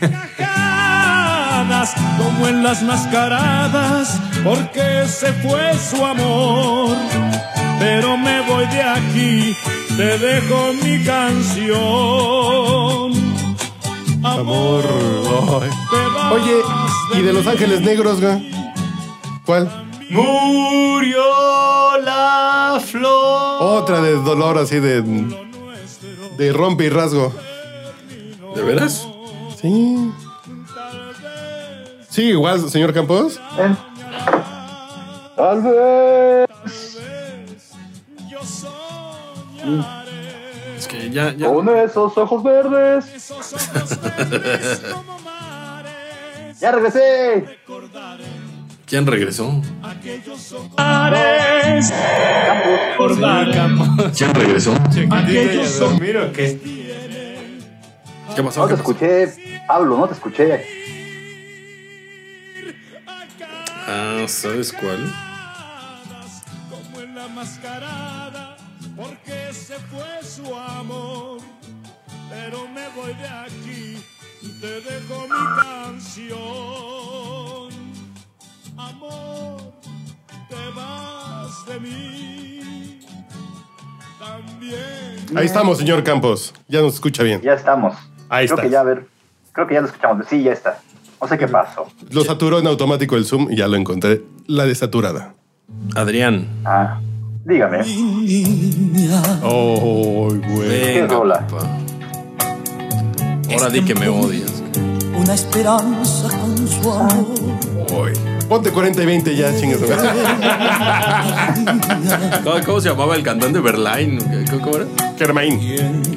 [SPEAKER 11] mascaradas, como en las mascaradas, porque se fue su amor. Pero me voy de aquí, te dejo mi canción.
[SPEAKER 4] Amor. Oye, ¿y de Los Ángeles Negros, güey? ¿Cuál?
[SPEAKER 2] Murió la flor.
[SPEAKER 4] Otra de dolor así de. de rompe y rasgo.
[SPEAKER 1] ¿De veras?
[SPEAKER 4] Sí. Sí, igual, señor Campos.
[SPEAKER 10] Eh.
[SPEAKER 13] Tal vez.
[SPEAKER 1] Es que ya, ya.
[SPEAKER 13] Con esos ojos verdes. ¡Ya regresé!
[SPEAKER 1] ¿Quién regresó?
[SPEAKER 11] Ares,
[SPEAKER 1] ¿Quién regresó?
[SPEAKER 10] Ah,
[SPEAKER 11] aquellos son-
[SPEAKER 2] Mira que.
[SPEAKER 1] ¿Qué pasó?
[SPEAKER 13] No te escuché, Pablo, no te escuché.
[SPEAKER 1] Ah, ¿sabes cuál?
[SPEAKER 11] Como en la mascarada, porque se fue su amor. Pero me voy de aquí, te dejo mi canción.
[SPEAKER 18] de mí. También.
[SPEAKER 4] Ahí estamos, señor Campos. Ya nos escucha bien.
[SPEAKER 10] Ya estamos.
[SPEAKER 4] Ahí
[SPEAKER 10] Creo
[SPEAKER 4] está.
[SPEAKER 10] que ya, a ver. Creo que ya lo escuchamos. Sí, ya está. No sé qué pasó.
[SPEAKER 4] Lo saturó en automático el Zoom y ya lo encontré. La desaturada.
[SPEAKER 1] Adrián.
[SPEAKER 10] Ah, dígame.
[SPEAKER 1] Oh, güey.
[SPEAKER 10] Qué rola.
[SPEAKER 1] Ahora di que me odias.
[SPEAKER 13] Una esperanza con su amor.
[SPEAKER 4] Uy. Ponte 40 y 20 ya, chingas.
[SPEAKER 1] ¿Cómo, cómo se llamaba el cantante Berlain? ¿Cómo, cómo era?
[SPEAKER 4] Germain.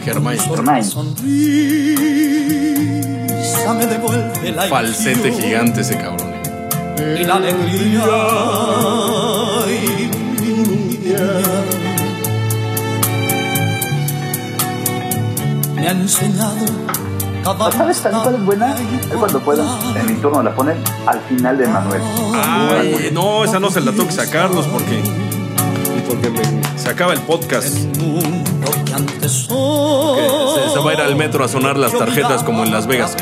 [SPEAKER 1] Germain.
[SPEAKER 13] Sonrisa me devuelve la
[SPEAKER 1] Falsete
[SPEAKER 13] ilusión
[SPEAKER 1] gigante ese cabrón.
[SPEAKER 13] Y la alegría. Ay, mi niña.
[SPEAKER 10] Me han enseñado. ¿Sabes también cuál es buena? Es cuando puedan. En mi turno la ponen al final de Manuel.
[SPEAKER 1] Ay, no, esa no se la tengo que sacarnos porque. Porque se acaba el podcast. Se, se va a ir al metro a sonar las tarjetas como en Las Vegas.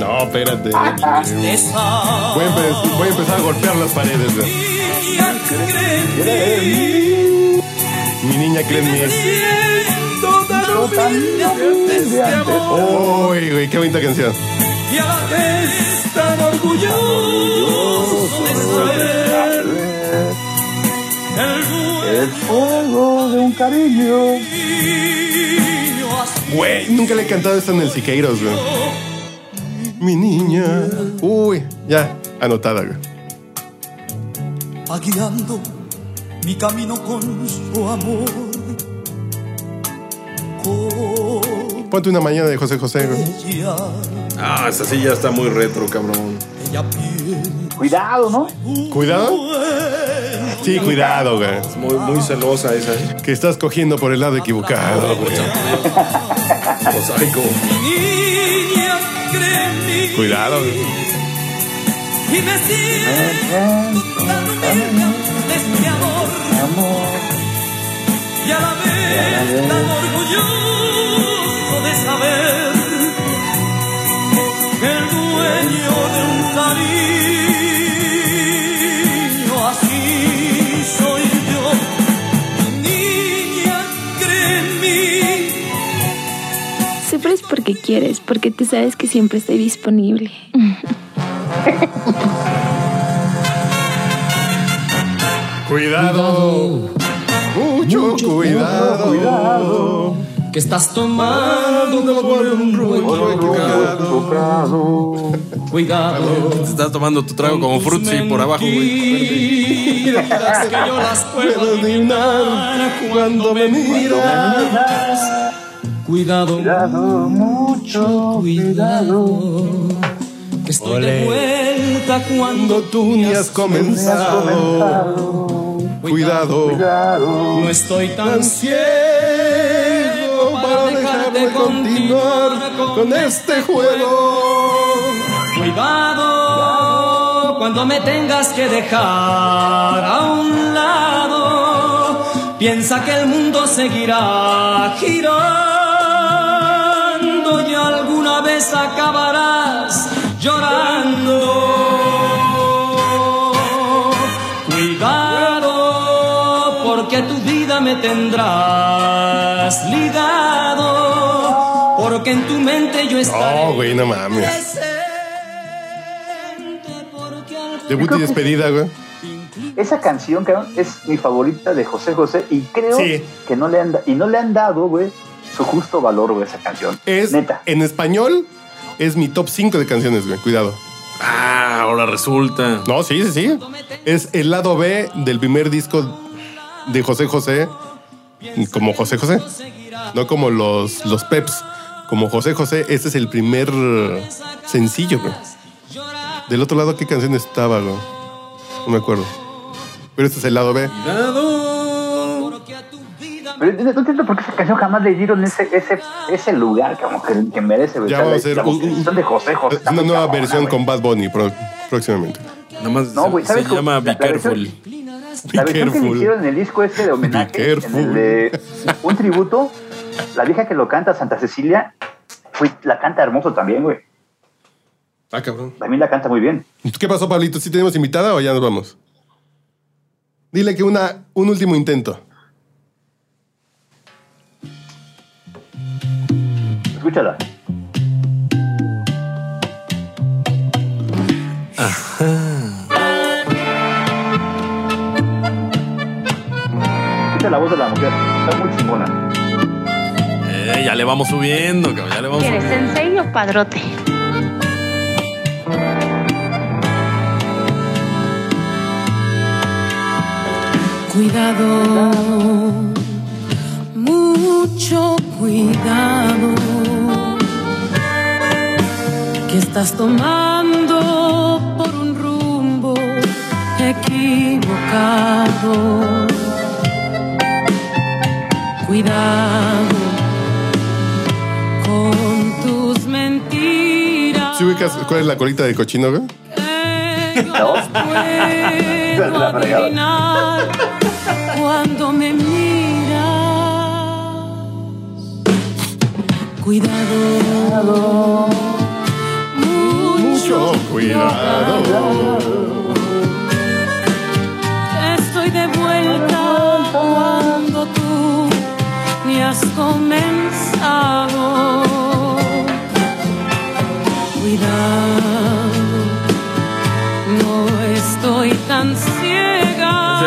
[SPEAKER 4] No, espérate. Voy a, empe- voy a empezar a golpear las paredes. güey. Mi niña cree en mí.
[SPEAKER 13] Siento tan humilde ante este amor
[SPEAKER 4] Uy, güey, qué bonita canción.
[SPEAKER 13] y a la vez tan orgulloso de saber
[SPEAKER 10] El fuego de un cariño.
[SPEAKER 4] Güey, nunca le he cantado esto en el Siqueiros, güey. Mi niña. Uy, ya, anotada, güey.
[SPEAKER 13] va guiando mi camino con su amor.
[SPEAKER 4] Ponte una mañana de José José, güey.
[SPEAKER 13] Ya
[SPEAKER 1] Ah, esa sí ya está muy retro, cabrón.
[SPEAKER 10] Cuidado, ¿no?
[SPEAKER 4] ¿Cuidado? Sí, cuidado, güey.
[SPEAKER 1] Muy, muy celosa esa. ¿eh?
[SPEAKER 4] Que estás cogiendo por el lado equivocado, güey.
[SPEAKER 1] Mosaico.
[SPEAKER 13] niña cree en mí
[SPEAKER 4] Cuidado, güey.
[SPEAKER 13] y me siento tan humilde ante este amor. Y a la vez tan orgulloso de saber que el dueño de un cariño así soy yo. Mi niña cree en mí.
[SPEAKER 19] Sufres porque quieres, porque tú sabes que siempre estoy disponible.
[SPEAKER 4] Cuidado. Mucho cuidado.
[SPEAKER 13] cuidado. Que estás tomando por un rumbo equivocado. Cuidado.
[SPEAKER 1] Te estás tomando tu trago como frutzi por abajo, güey.
[SPEAKER 13] Mentiras que yo las puedo adivinar cuando me miras. Cuidado, mucho cuidado. Que estoy de vuelta cuando tú ni has comenzado.
[SPEAKER 4] Cuidado.
[SPEAKER 13] No estoy tan ciego para dejar de continuar con este juego. Cuidado cuando me tengas que dejar a un lado. Piensa que el mundo seguirá girando y alguna vez acabarás llorando. Cuidado, porque a tu vida me tendrás ligado, porque en tu mente yo estaré.
[SPEAKER 4] Oh, güey, no mames. Debut y despedida, güey.
[SPEAKER 10] Esa canción, cabrón, es mi favorita de José José y creo que no le han, da- y no le han dado, güey, su justo valor, güey, esa canción.
[SPEAKER 4] Es, en español, es mi top 5 de canciones, güey. Cuidado.
[SPEAKER 1] Ah, ahora resulta.
[SPEAKER 4] No, sí, sí, sí. Es el lado B del primer disco de José José, como José José. No como los, los Peps. Como José José, este es el primer eh, sencillo, güey. Del otro lado, ¿qué canción estaba, güey? No me acuerdo. Pero este es el lado B.
[SPEAKER 10] Pero no entiendo por qué esa canción jamás le dieron ese, ese, ese lugar como que, que merece. güey. O sea,
[SPEAKER 4] Ya vamos a
[SPEAKER 10] la-
[SPEAKER 4] hacer
[SPEAKER 10] la
[SPEAKER 4] un- un-
[SPEAKER 10] vocalización de José José. está
[SPEAKER 4] Una
[SPEAKER 10] muy
[SPEAKER 4] nueva
[SPEAKER 10] cabrona,
[SPEAKER 4] versión
[SPEAKER 10] güey.
[SPEAKER 4] con Bad Bunny pro- próximamente.
[SPEAKER 1] Nada más
[SPEAKER 10] No, güey,
[SPEAKER 1] se,
[SPEAKER 10] ¿sabes cómo-
[SPEAKER 1] llama
[SPEAKER 10] la-
[SPEAKER 1] Be
[SPEAKER 10] la versión-
[SPEAKER 1] Careful.
[SPEAKER 10] La versión que le
[SPEAKER 1] Careful.
[SPEAKER 10] hicieron en el disco este de homenaje, en el de un tributo, la vieja que lo canta Santa Cecilia, fue, la canta hermoso también, güey.
[SPEAKER 4] Ah, cabrón.
[SPEAKER 10] También la canta muy bien.
[SPEAKER 4] ¿Qué pasó, Pablito? ¿Sí tenemos invitada o ya nos vamos? Dile que una, un último intento.
[SPEAKER 10] Escúchala. Escucha la voz de la mujer. Está muy chingona.
[SPEAKER 1] Eh, ya le vamos subiendo, cabrón. Ya le vamos
[SPEAKER 7] ¿Quieres
[SPEAKER 1] subiendo.
[SPEAKER 7] sensei o padrote?
[SPEAKER 20] Cuidado, mucho cuidado, que estás tomando por un rumbo equivocado. Cuidado con tus mentiras.
[SPEAKER 4] ¿Sí ubicas cuál es la colita de cochino, güey?
[SPEAKER 20] Puedo
[SPEAKER 4] La fregada.
[SPEAKER 20] adivinar cuando me miras. Cuidado, mucho
[SPEAKER 4] cuidado.
[SPEAKER 20] Estoy de vuelta cuando tú ni has comenzado. Cuidado, no estoy tan ciega.
[SPEAKER 2] eh?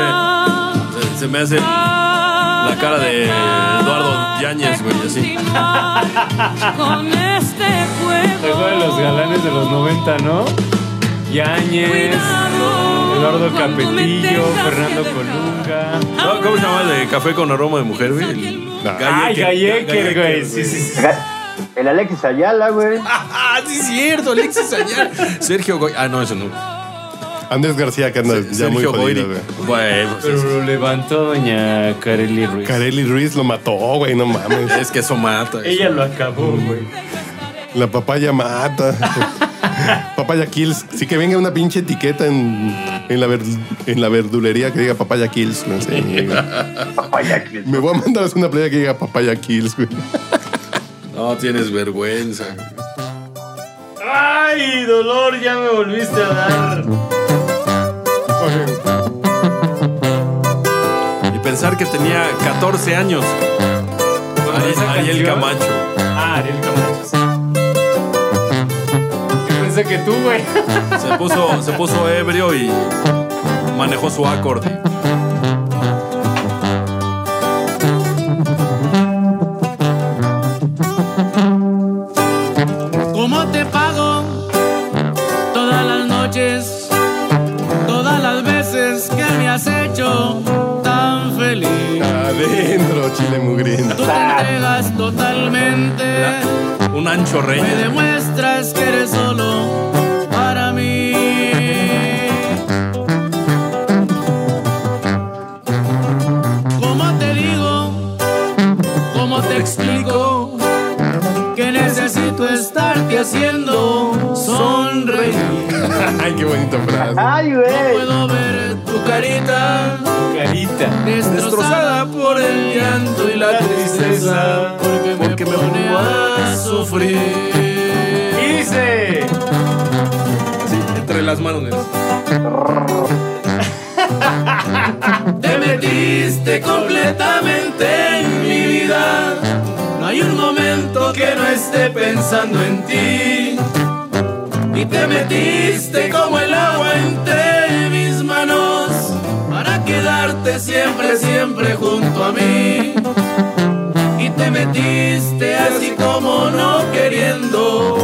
[SPEAKER 1] Se, se me hace la cara de Eduardo Yáñez, güey, así.
[SPEAKER 20] Con este
[SPEAKER 2] ¿Te acuerdas de los galanes de los 90, no? Yáñez, Eduardo Capetillo, Fernando Colunga.
[SPEAKER 1] No, ¿Cómo se llama el de café con aroma de mujer, güey? El
[SPEAKER 2] Ay,
[SPEAKER 1] Gallecker.
[SPEAKER 2] Gallecker, güey. Sí, sí, sí. El Alexis Ayala, güey.
[SPEAKER 1] Ah, sí, es cierto, Alexis Ayala. Sergio Goy. Ah, no, eso no.
[SPEAKER 4] Andrés García, que anda ya muy
[SPEAKER 1] Sergio Goyri.
[SPEAKER 4] jodido, güey.
[SPEAKER 1] Güey,
[SPEAKER 2] Pero lo levantó doña Carelli Ruiz.
[SPEAKER 4] Carelli Ruiz lo mató, güey, no mames.
[SPEAKER 1] Es que eso mata.
[SPEAKER 2] Ella lo acabó, güey.
[SPEAKER 4] La papaya mata. papaya Kills. Sí que venga una pinche etiqueta en, en la, ver- en la verdulería que diga Papaya Kills. güey, sí, güey.
[SPEAKER 10] Papaya Kills.
[SPEAKER 4] Me voy a mandar a hacer una playa que diga Papaya Kills, güey.
[SPEAKER 1] No tienes vergüenza.
[SPEAKER 2] Ay, dolor, ya me volviste a dar.
[SPEAKER 1] Y pensar que tenía 14 años. Ariel, Ariel Camacho.
[SPEAKER 2] Ah, Ariel Camacho. Yo pensé que tú, güey.
[SPEAKER 1] Se puso, se puso ebrio y manejó su acorde.
[SPEAKER 13] ¿Cómo te pago? Todas las noches, todas las veces que me has hecho tan feliz.
[SPEAKER 4] Adentro, chile mugriento.
[SPEAKER 13] Tú te entregas totalmente,
[SPEAKER 1] Un ancho rey.
[SPEAKER 13] Ah. me demuestras que eres solo para mí. ¿Cómo te digo? ¿Cómo te explico? Que necesito estarte haciendo sonreír.
[SPEAKER 4] Ay, qué bonita frase.
[SPEAKER 13] Ay, güey. puedo ver tu carita
[SPEAKER 2] Carita.
[SPEAKER 13] destrozada por el llanto y la tristeza. Porque me, pone a sufrir.
[SPEAKER 2] Y dice.
[SPEAKER 1] Sí, entre las manos.
[SPEAKER 13] Te metiste completamente en mi vida. No hay un momento que no esté pensando en ti. Y te metiste como el agua entre mis manos para quedarte siempre, siempre junto a mí. Y te metiste así como no queriendo.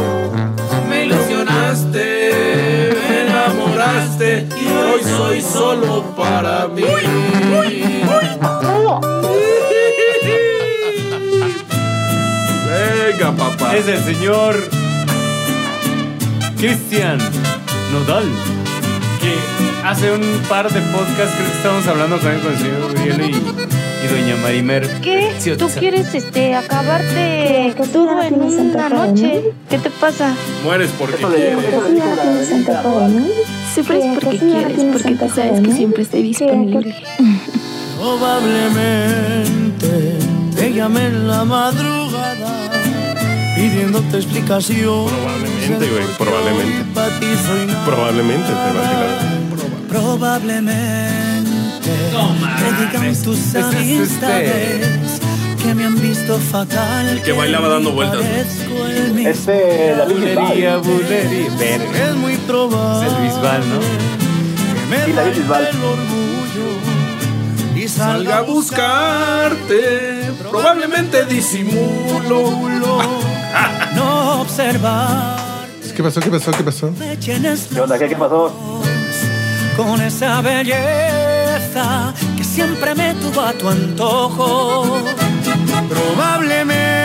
[SPEAKER 13] Me ilusionaste, me enamoraste y hoy soy solo para mí.
[SPEAKER 1] Venga, papá.
[SPEAKER 2] Es el señor Cristian Nodal. Que hace un par de podcasts, creo que estábamos hablando también con el señor Uriel y, y doña Marimer.
[SPEAKER 7] ¿Qué? ¿Tú quieres este, acabarte todo en una noche? ¿Qué te pasa?
[SPEAKER 1] Mueres porque
[SPEAKER 21] Siempre es porque quieres, porque tú sabes que siempre estoy disponible.
[SPEAKER 13] Probablemente te llamé en la madrugada pidiéndote explicación.
[SPEAKER 4] Probablemente, güey, probablemente.
[SPEAKER 13] Para ti soy nada.
[SPEAKER 4] Probablemente, te imaginas.
[SPEAKER 13] Probablemente fuerte. que digan tus
[SPEAKER 1] Ese es este.
[SPEAKER 13] amistades que me han visto fatal.
[SPEAKER 1] El que bailaba dando vueltas.
[SPEAKER 13] parezco el mismo.
[SPEAKER 2] Eh,
[SPEAKER 10] Este, la Virgen
[SPEAKER 2] Bulería,
[SPEAKER 10] Val.
[SPEAKER 2] bulería. Verga.
[SPEAKER 13] Es muy probable.
[SPEAKER 2] Es Luis Val, ¿no?
[SPEAKER 13] Me
[SPEAKER 10] Sí, la Virgen Val.
[SPEAKER 13] el orgullo y salga
[SPEAKER 1] Salga a
[SPEAKER 13] a
[SPEAKER 1] buscarte, probablemente disimulo.
[SPEAKER 13] no observar.
[SPEAKER 4] ¿Qué pasó? ¿Qué pasó? ¿Qué pasó?
[SPEAKER 13] Tienes
[SPEAKER 10] ¿Qué onda? ¿Qué, qué pasó?
[SPEAKER 13] con esa belleza que siempre me tuvo a tu antojo.
[SPEAKER 11] Probablemente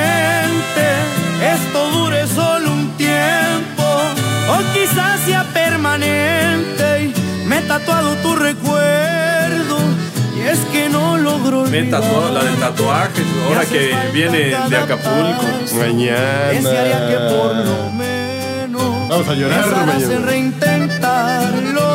[SPEAKER 11] esto dure solo un tiempo o quizás sea permanente y me he tatuado tu recuerdo y es que no logro
[SPEAKER 1] Me tatuó la de tatuajes, ahora que viene de Acapulco.
[SPEAKER 4] Mañana. Vamos a llorar
[SPEAKER 11] pensar en
[SPEAKER 4] mañana.
[SPEAKER 11] reintentarlo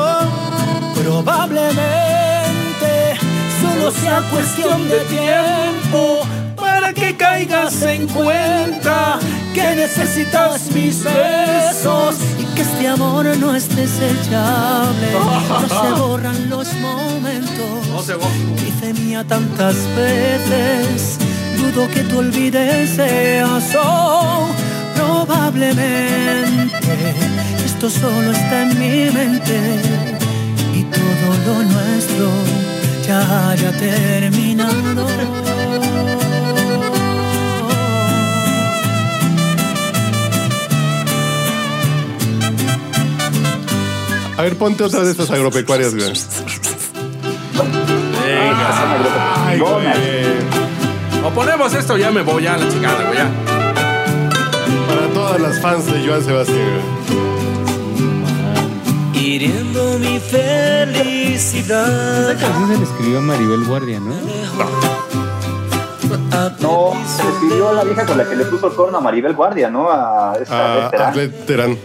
[SPEAKER 13] Probablemente solo sea cuestión de tiempo para que caigas en cuenta que necesitas mis besos y que este amor no es desechable. No se borran los momentos.
[SPEAKER 1] No se borra.
[SPEAKER 13] Dice mía tantas veces, dudo que tú olvides eso. Probablemente esto solo está en mi mente y todo lo nuestro ya haya terminado.
[SPEAKER 4] A ver, ponte otra de esas agropecuarias, güey.
[SPEAKER 13] Ah,
[SPEAKER 1] Venga.
[SPEAKER 4] Ay, güey.
[SPEAKER 1] O ponemos esto, ya me voy, ya la chingada, güey. ya.
[SPEAKER 4] Para todas las fans de Joan Sebastián, güey.
[SPEAKER 13] Hiriendo mi felicidad.
[SPEAKER 2] Esa canción se la escribió Maribel Guardia, ¿no?
[SPEAKER 10] No, se le escribió la vieja con la que le puso el corno a Maribel Guardia, ¿no? A esta
[SPEAKER 4] A
[SPEAKER 10] Esther.
[SPEAKER 4] Arlet Terán.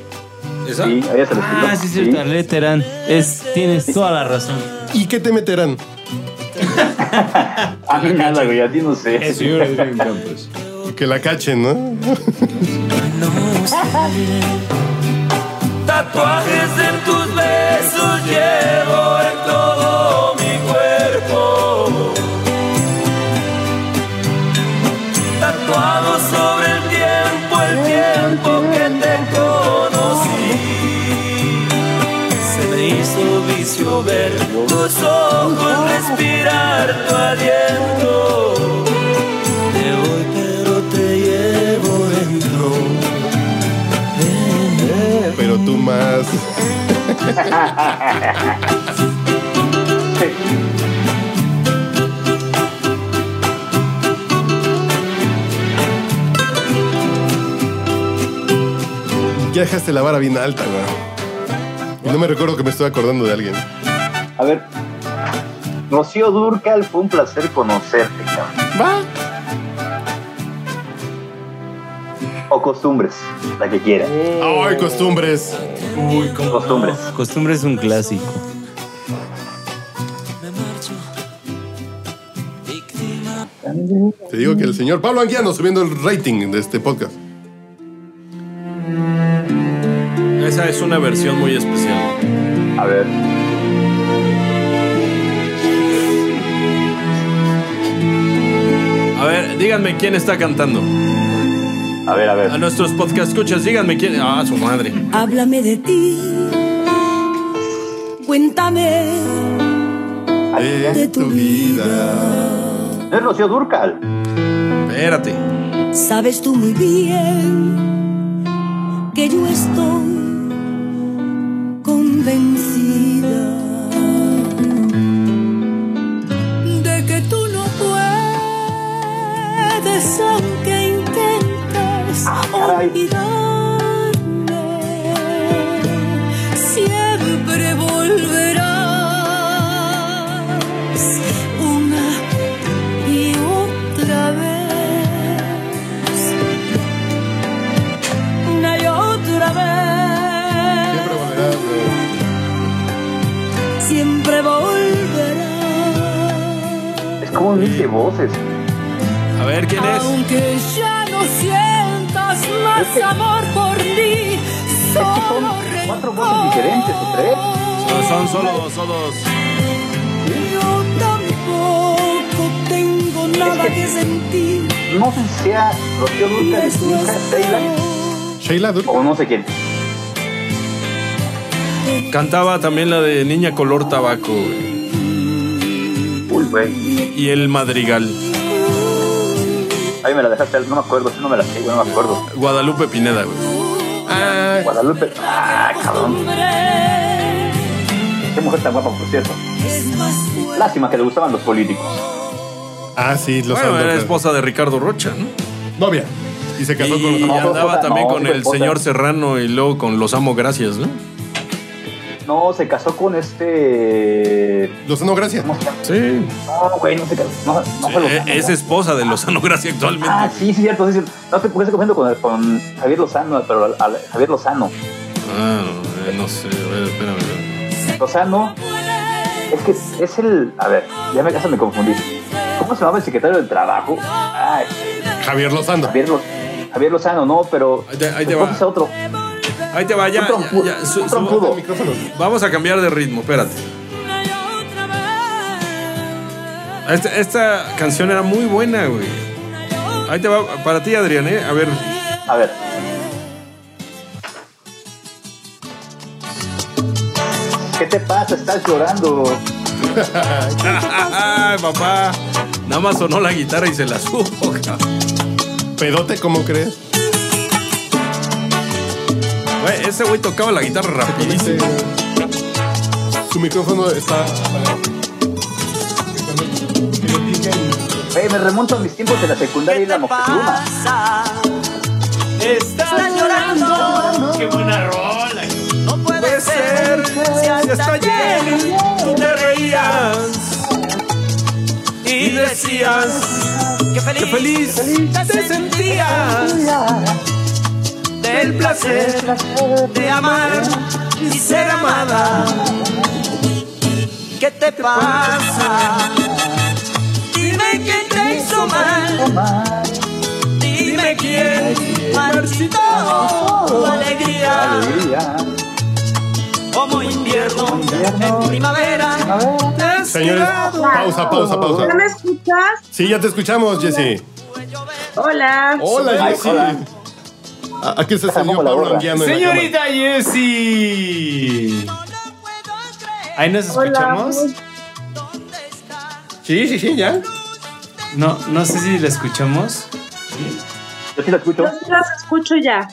[SPEAKER 1] ¿Esa?
[SPEAKER 10] Sí, a ella se le escribió.
[SPEAKER 2] Ah, sí, es cierto, Arlette Terán. Es, tienes toda la razón.
[SPEAKER 4] ¿Y qué te meterán?
[SPEAKER 10] A mí nada, güey, a ti Ah, no sé.
[SPEAKER 4] Que la cachen, ¿no?
[SPEAKER 11] Tatuajes en tus besos llevo en todo mi cuerpo. Tatuado sobre el tiempo, el tiempo que te conocí. Se me hizo vicio ver tus ojos, respirar tu aliento. Te voy pero te llevo dentro.
[SPEAKER 4] Pero tú más. Ya dejaste la vara bien alta, güey. Y no me recuerdo que me estoy acordando de alguien.
[SPEAKER 10] A ver. Rocío Durcal, fue un placer conocerte, cabrón.
[SPEAKER 4] Va.
[SPEAKER 10] O costumbres, la que quiera.
[SPEAKER 4] Ay, costumbres.
[SPEAKER 2] Uy, ¿cómo?
[SPEAKER 10] Costumbres.
[SPEAKER 2] Costumbre es un clásico.
[SPEAKER 4] Te digo que el señor Pablo Anguiano subiendo el rating de este podcast.
[SPEAKER 1] Esa es una versión muy especial.
[SPEAKER 10] A ver.
[SPEAKER 1] A ver, díganme quién está cantando.
[SPEAKER 10] A ver, a
[SPEAKER 1] A
[SPEAKER 10] ver.
[SPEAKER 1] nuestros podcast escuchas, díganme quién. Ah, su madre.
[SPEAKER 22] Háblame de ti. Cuéntame
[SPEAKER 4] De tu vida.
[SPEAKER 10] No es Rocío Durcal.
[SPEAKER 1] Espérate.
[SPEAKER 22] Sabes tú muy bien que yo estoy convencida de que tú no puedes, aunque intentes
[SPEAKER 10] caray.
[SPEAKER 22] olvidarme, siempre volverás una y otra vez. Una y otra
[SPEAKER 4] Siempre
[SPEAKER 22] vez.
[SPEAKER 4] volverás, güey.
[SPEAKER 22] Siempre volverás.
[SPEAKER 10] Es como un mix de voces.
[SPEAKER 1] A ver quién es.
[SPEAKER 22] Aunque ya no sientas más amor por mí, solo
[SPEAKER 10] Cuatro voces diferentes o tres.
[SPEAKER 1] No, son solo, solos.
[SPEAKER 22] rencor.
[SPEAKER 20] nada que sentir.
[SPEAKER 10] No sé si sea Rocío Dúrcal,
[SPEAKER 20] Eso
[SPEAKER 10] hija de Sheila,
[SPEAKER 4] Sheila Durkin.
[SPEAKER 10] o no sé quién.
[SPEAKER 1] Cantaba también la de Niña Color Tabaco, güey.
[SPEAKER 10] Uy, güey.
[SPEAKER 1] Y el Madrigal.
[SPEAKER 10] Ahí me la dejaste, no me acuerdo, no me la sé, güey, no me acuerdo.
[SPEAKER 1] Guadalupe Pineda, güey.
[SPEAKER 10] Guadalupe. Ah, cabrón. Qué mujer tan guapa, por cierto. Lástima que le gustaban los políticos.
[SPEAKER 4] Ah, sí, los
[SPEAKER 1] Bueno, era
[SPEAKER 4] Andorra.
[SPEAKER 1] esposa de Ricardo Rocha, ¿no?
[SPEAKER 4] Novia. Y se casó con
[SPEAKER 1] Y
[SPEAKER 4] los
[SPEAKER 1] andaba también
[SPEAKER 10] no,
[SPEAKER 1] con
[SPEAKER 10] fue
[SPEAKER 1] el
[SPEAKER 10] esposa.
[SPEAKER 1] señor Serrano y luego con los Amo Gracias, ¿no?
[SPEAKER 10] No, se casó con este.
[SPEAKER 4] Lozano Gracia.
[SPEAKER 1] Sí.
[SPEAKER 10] No, Ah, güey, no se casó. No, no fue
[SPEAKER 1] Eh,
[SPEAKER 10] Lozano.
[SPEAKER 1] es esposa de Lozano Gracia actualmente.
[SPEAKER 10] Ah, sí, sí, cierto. sí, sí. No te puedes comiendo con, con Javier Lozano, pero al- al- Javier Lozano.
[SPEAKER 1] Ah, no, eh, no sé, a ver, espérame.
[SPEAKER 10] Lozano. Es que es el. A ver, ya me caso, me confundí. ¿Cómo se llamaba el secretario del trabajo? Ah,
[SPEAKER 4] Javier Lozano.
[SPEAKER 10] Javier, Lo- Javier Lozano, no, pero.
[SPEAKER 1] Ahí te, ahí te
[SPEAKER 10] ¿cómo
[SPEAKER 1] va.
[SPEAKER 10] es otro.
[SPEAKER 1] Ahí te va, ya. ya, ya, su- su- Vamos a cambiar de ritmo, espérate. Esta, Este, esta canción era muy buena, güey. Ahí te va, para ti, Adrián, ¿eh? A ver.
[SPEAKER 10] A ver. ¿Qué te pasa? Estás llorando.
[SPEAKER 1] Ay, papá. Nada más sonó la guitarra y se la supo, cabrón.
[SPEAKER 4] Pedote, ¿cómo crees?
[SPEAKER 1] Güey, ese güey tocaba la guitarra rapidísimo.
[SPEAKER 4] Su micrófono está.
[SPEAKER 10] Güey, me remonto a mis tiempos de la secundaria y la Moctezuma.
[SPEAKER 13] Estás llorando. Qué buena rola. No puede ser. Si hasta ayer tú te reías y decías que feliz, te sentías del placer de amar y ser amada. ¿Qué te pasa? Dime quién te hizo mal. Dime quién marchitó tu alegría.
[SPEAKER 10] Alegría.
[SPEAKER 13] Como invierno, en primavera. te has
[SPEAKER 4] Señores,
[SPEAKER 13] quedado.
[SPEAKER 4] pausa, pausa, pausa.
[SPEAKER 19] ¿No me escuchas?
[SPEAKER 4] Sí, ya te escuchamos, Jessy.
[SPEAKER 19] Hola.
[SPEAKER 4] Hola, Jessy. ¿A a qué se salió Pablo Anguiano en la
[SPEAKER 2] Señorita Jessie. Ahí nos escuchamos.
[SPEAKER 4] Sí, sí, sí, ya.
[SPEAKER 2] No, no sé si la escuchamos.
[SPEAKER 10] Yo sí la escucho.
[SPEAKER 19] Yo sí las escucho ya.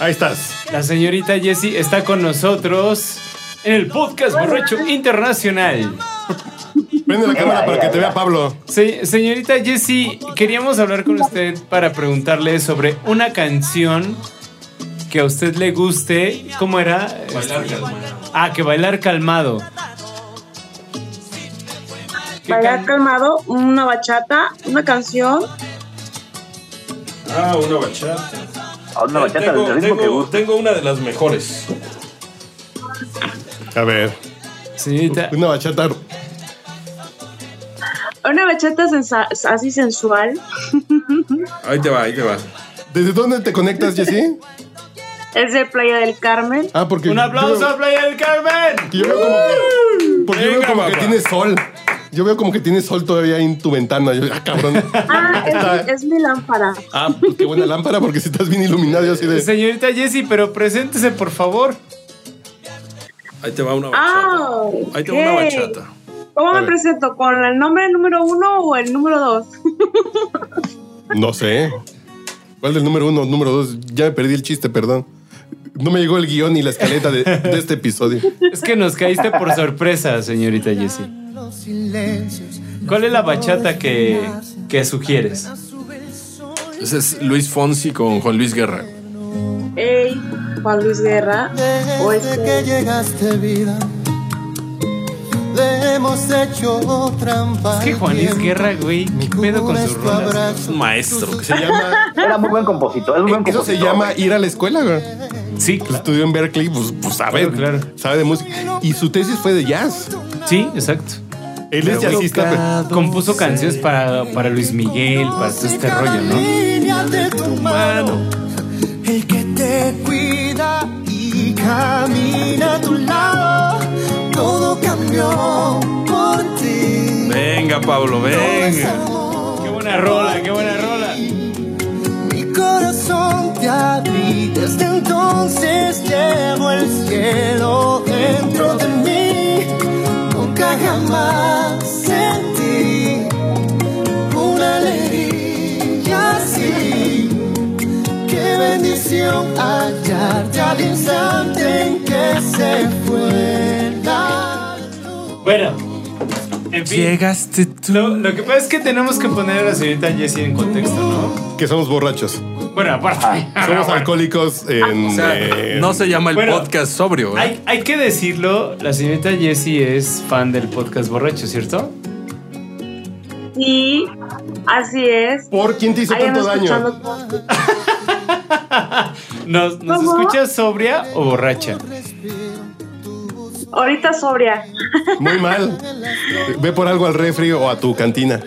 [SPEAKER 4] Ahí estás.
[SPEAKER 2] La señorita Jessie está con nosotros en el podcast Borracho Internacional.
[SPEAKER 4] Prende la cámara para que te vea Pablo.
[SPEAKER 2] Se- señorita Jessie, queríamos hablar con usted para preguntarle sobre una canción que a usted le guste. ¿Cómo era? Este, Ah, que bailar calmado.
[SPEAKER 19] Bailar calmado, una bachata, una canción.
[SPEAKER 1] Ah, una bachata.
[SPEAKER 10] Ah, una bachata
[SPEAKER 1] tengo,
[SPEAKER 10] del ritmo que
[SPEAKER 1] tengo- tengo una de las mejores.
[SPEAKER 4] A ver.
[SPEAKER 2] Señorita.
[SPEAKER 4] Una bachata.
[SPEAKER 19] Una bachata sensa- así sensual.
[SPEAKER 1] Ahí te va, ahí te va.
[SPEAKER 4] ¿Desde dónde te conectas, Jessy?
[SPEAKER 19] Es de Playa del Carmen.
[SPEAKER 4] Ah, porque.
[SPEAKER 19] Un aplauso
[SPEAKER 4] yo-
[SPEAKER 19] a
[SPEAKER 2] Playa del Carmen.
[SPEAKER 4] Yo veo como que, porque yo veo
[SPEAKER 1] Venga,
[SPEAKER 4] como que
[SPEAKER 1] papá.
[SPEAKER 4] tiene sol. Yo veo como que tiene sol todavía ahí en tu ventana. Yo, ah, cabrón.
[SPEAKER 19] Ah, es, es mi lámpara.
[SPEAKER 4] Ah, pues qué buena lámpara, porque si estás bien iluminado, yo así de.
[SPEAKER 2] Señorita Jessie, pero preséntese, por favor.
[SPEAKER 1] Ahí te va una
[SPEAKER 19] Ah,
[SPEAKER 1] Ahí te va una
[SPEAKER 19] ok.
[SPEAKER 1] bachata.
[SPEAKER 19] ¿Cómo
[SPEAKER 1] A
[SPEAKER 19] me
[SPEAKER 1] ver.
[SPEAKER 19] presento? ¿Con el nombre número uno o el número dos?
[SPEAKER 4] No sé. ¿Cuál del número uno, número dos? Ya me perdí el chiste, perdón. No me llegó el guión ni la escaleta de, de este episodio.
[SPEAKER 2] Es que nos caíste por sorpresa, señorita Jessie. ¿Cuál es la bachata que, que sugieres?
[SPEAKER 1] Ese es Luis Fonsi con Juan Luis Guerra.
[SPEAKER 19] Ey, Juan Luis Guerra. O
[SPEAKER 16] Desde que
[SPEAKER 19] este.
[SPEAKER 16] llegaste vida, le hemos hecho trampa.
[SPEAKER 2] Es que Juan Luis Guerra, güey, ¿qué pedo con sus rolas?
[SPEAKER 1] Es un maestro que se llama.
[SPEAKER 10] Era muy buen compositor. Era muy buen
[SPEAKER 4] Eso se
[SPEAKER 10] compositor.
[SPEAKER 4] llama ir a la escuela, güey.
[SPEAKER 2] Sí,
[SPEAKER 4] Estudió en Berkeley, pues, pues sabe, sabe de música. Y su tesis fue de jazz.
[SPEAKER 2] Sí, exacto.
[SPEAKER 4] Él es
[SPEAKER 2] Pero,
[SPEAKER 4] jazzista.
[SPEAKER 2] güey, Compuso canciones para, para Luis Miguel, para todo este rollo, ¿no?
[SPEAKER 16] Línea de tu mano, el que te cuida y camina a tu lado. Todo cambió por ti.
[SPEAKER 1] Venga, Pablo, venga.
[SPEAKER 2] Qué buena buena rola, qué buena rola.
[SPEAKER 16] Mi corazón te abrí, desde entonces llevo el cielo dentro de mí. Nunca jamás sentí una alegría así. Qué bendición hallarte al instante en que se fue la
[SPEAKER 2] Bueno, en fin. Llegaste tú. Lo, lo que pasa es que tenemos que poner a la señorita Jessie en contexto, ¿no?
[SPEAKER 4] Que somos borrachos.
[SPEAKER 2] Bueno, aparte.
[SPEAKER 4] Somos alcohólicos en.
[SPEAKER 1] O sea,
[SPEAKER 4] eh,
[SPEAKER 1] no se llama el
[SPEAKER 2] Bueno,
[SPEAKER 1] podcast sobrio. ¿eh?
[SPEAKER 2] Hay, hay que decirlo, la señorita Jessie es fan del podcast borracho, ¿cierto?
[SPEAKER 19] Sí, así es.
[SPEAKER 4] ¿Por quién te hizo
[SPEAKER 19] Ahí
[SPEAKER 4] tanto
[SPEAKER 19] ando
[SPEAKER 4] daño?
[SPEAKER 19] escuchando todo.
[SPEAKER 2] ¿Nos, nos
[SPEAKER 19] ¿Cómo?
[SPEAKER 2] escuchas sobria o borracha?
[SPEAKER 19] Ahorita sobria.
[SPEAKER 4] Muy mal. Ve por algo al refri o a tu cantina.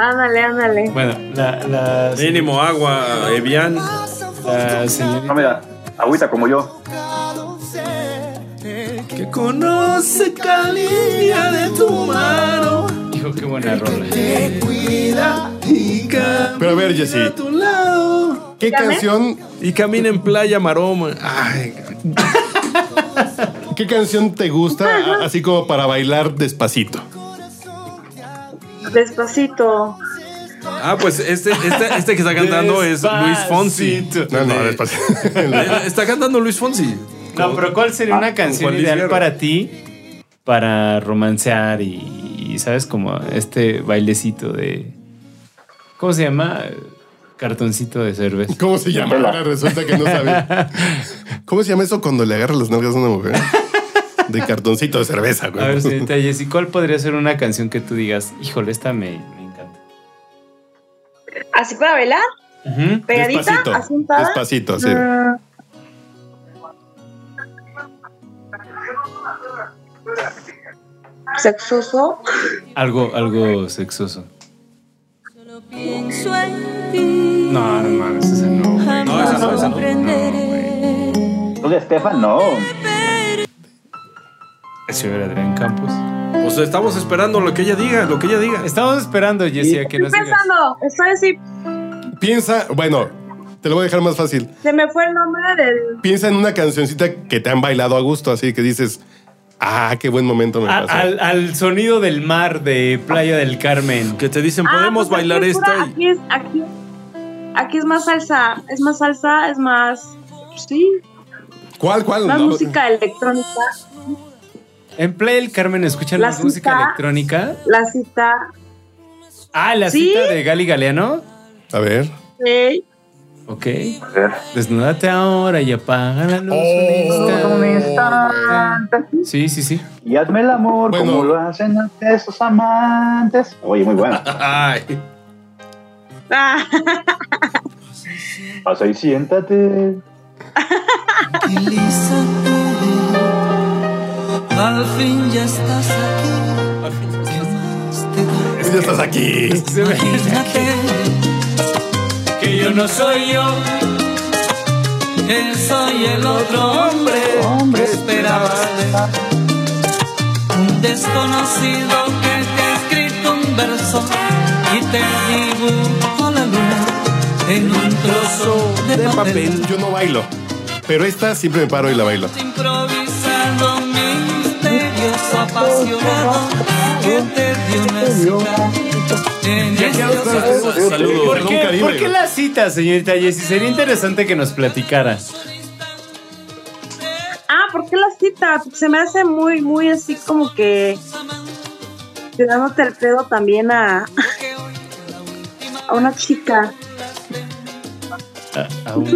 [SPEAKER 19] Ándale, ándale.
[SPEAKER 2] Bueno, la. la
[SPEAKER 1] Mínimo agua, eh. Evian. Ah,
[SPEAKER 10] No, mira, agüita como yo.
[SPEAKER 13] Que conoce cada línea de tu mano.
[SPEAKER 2] Dijo qué buena rola.
[SPEAKER 13] Te cuida y camina
[SPEAKER 4] Pero a ver,
[SPEAKER 13] a
[SPEAKER 4] Jessy,
[SPEAKER 13] tu lado.
[SPEAKER 4] ¿qué canción,
[SPEAKER 1] Y camina en playa maroma. Ah, Ay,
[SPEAKER 4] ¿qué canción te gusta a- así como para bailar despacito?
[SPEAKER 19] Despacito.
[SPEAKER 1] Ah, pues este, este, este que está cantando es Luis Fonsi.
[SPEAKER 4] No, no, despacito.
[SPEAKER 1] Eh, Está cantando Luis Fonsi. Ah,
[SPEAKER 2] No, pero ¿cuál sería una canción
[SPEAKER 1] Juan Luis
[SPEAKER 2] ideal
[SPEAKER 1] Guerra.
[SPEAKER 2] para ti para romancear y, y, sabes como este bailecito de ¿cómo se llama? Cartoncito de cerveza.
[SPEAKER 4] ¿Cómo se llama? Ahora resulta que no sabe. ¿Cómo se llama eso cuando le agarras las nalgas a una mujer? De cartoncito de cerveza,
[SPEAKER 2] A ver,
[SPEAKER 4] güey.
[SPEAKER 2] señorita Jessy, ¿cuál podría ser una canción que tú digas, híjole, esta me, me encanta?
[SPEAKER 19] Así para bailar, pegadita,
[SPEAKER 4] Despacito,
[SPEAKER 19] así untada.
[SPEAKER 4] despacito, sí.
[SPEAKER 19] Mm. Sexoso.
[SPEAKER 2] Algo, algo sexoso.
[SPEAKER 20] Pienso en ti,
[SPEAKER 2] No, no mames, esa no.
[SPEAKER 20] jamás comprenderé.
[SPEAKER 10] ¿Tú de Estefan? No.
[SPEAKER 2] Ese era Adrián Campos.
[SPEAKER 1] O sea, Pues estamos esperando lo que ella diga, lo que ella diga.
[SPEAKER 2] Estamos esperando, Jessy, a
[SPEAKER 19] Estoy
[SPEAKER 2] que nos digas.
[SPEAKER 19] pensando, estoy así,
[SPEAKER 4] Piensa, bueno, te lo voy a dejar más fácil.
[SPEAKER 19] se me fue el nombre del...
[SPEAKER 4] Piensa en una cancioncita que te han bailado a gusto, así que dices, ah, qué buen momento me
[SPEAKER 2] A-
[SPEAKER 4] pasó.
[SPEAKER 2] al, al sonido del mar de Playa del Carmen.
[SPEAKER 1] Que te dicen, podemos
[SPEAKER 19] Ah, pues
[SPEAKER 1] bailar
[SPEAKER 19] es que
[SPEAKER 1] esta.
[SPEAKER 19] pura- Aquí es, aquí, aquí es más salsa, es más salsa, es más... Sí,
[SPEAKER 4] ¿Cuál, cuál?
[SPEAKER 19] más
[SPEAKER 4] No.
[SPEAKER 19] música electrónica,
[SPEAKER 2] En Playa del Carmen escuchan
[SPEAKER 19] La
[SPEAKER 2] más música
[SPEAKER 19] cita.
[SPEAKER 2] electrónica.
[SPEAKER 19] la cita...
[SPEAKER 2] Ah, la
[SPEAKER 19] ¿Sí?
[SPEAKER 2] cita de Gali Galeano.
[SPEAKER 4] A ver.
[SPEAKER 19] sí.
[SPEAKER 2] Ok. Desnúdate ahora y apaga la luz. un instante. Sí, sí, sí.
[SPEAKER 10] Y hazme el amor
[SPEAKER 4] Bueno.
[SPEAKER 10] como lo hacen esos amantes. Oye, muy buena.
[SPEAKER 1] Ay.
[SPEAKER 19] Ah,
[SPEAKER 10] Pasa y siéntate.
[SPEAKER 15] Al fin ya estás aquí.
[SPEAKER 4] Ya estás aquí.
[SPEAKER 15] Imagínate que yo no soy yo, que soy el otro hombre que esperabas. Un desconocido que te ha escrito un verso y te dibujó la luna en un trozo de, papel.
[SPEAKER 4] Yo no bailo, pero esta siempre me paro y la bailo.
[SPEAKER 15] Improvisado, misterioso, apasionado, que te dio una cita en este océano.
[SPEAKER 1] Saludos.
[SPEAKER 2] ¿Por
[SPEAKER 4] Perdón,
[SPEAKER 2] qué,
[SPEAKER 4] Caribe,
[SPEAKER 2] ¿Por qué
[SPEAKER 4] güey.
[SPEAKER 2] la cita, señorita Jessy? Sería interesante que nos platicara.
[SPEAKER 19] ah, ¿por qué la cita? Se me hace muy, muy así como que... Quedándote el pedo también a... A una chica.
[SPEAKER 2] A- a una-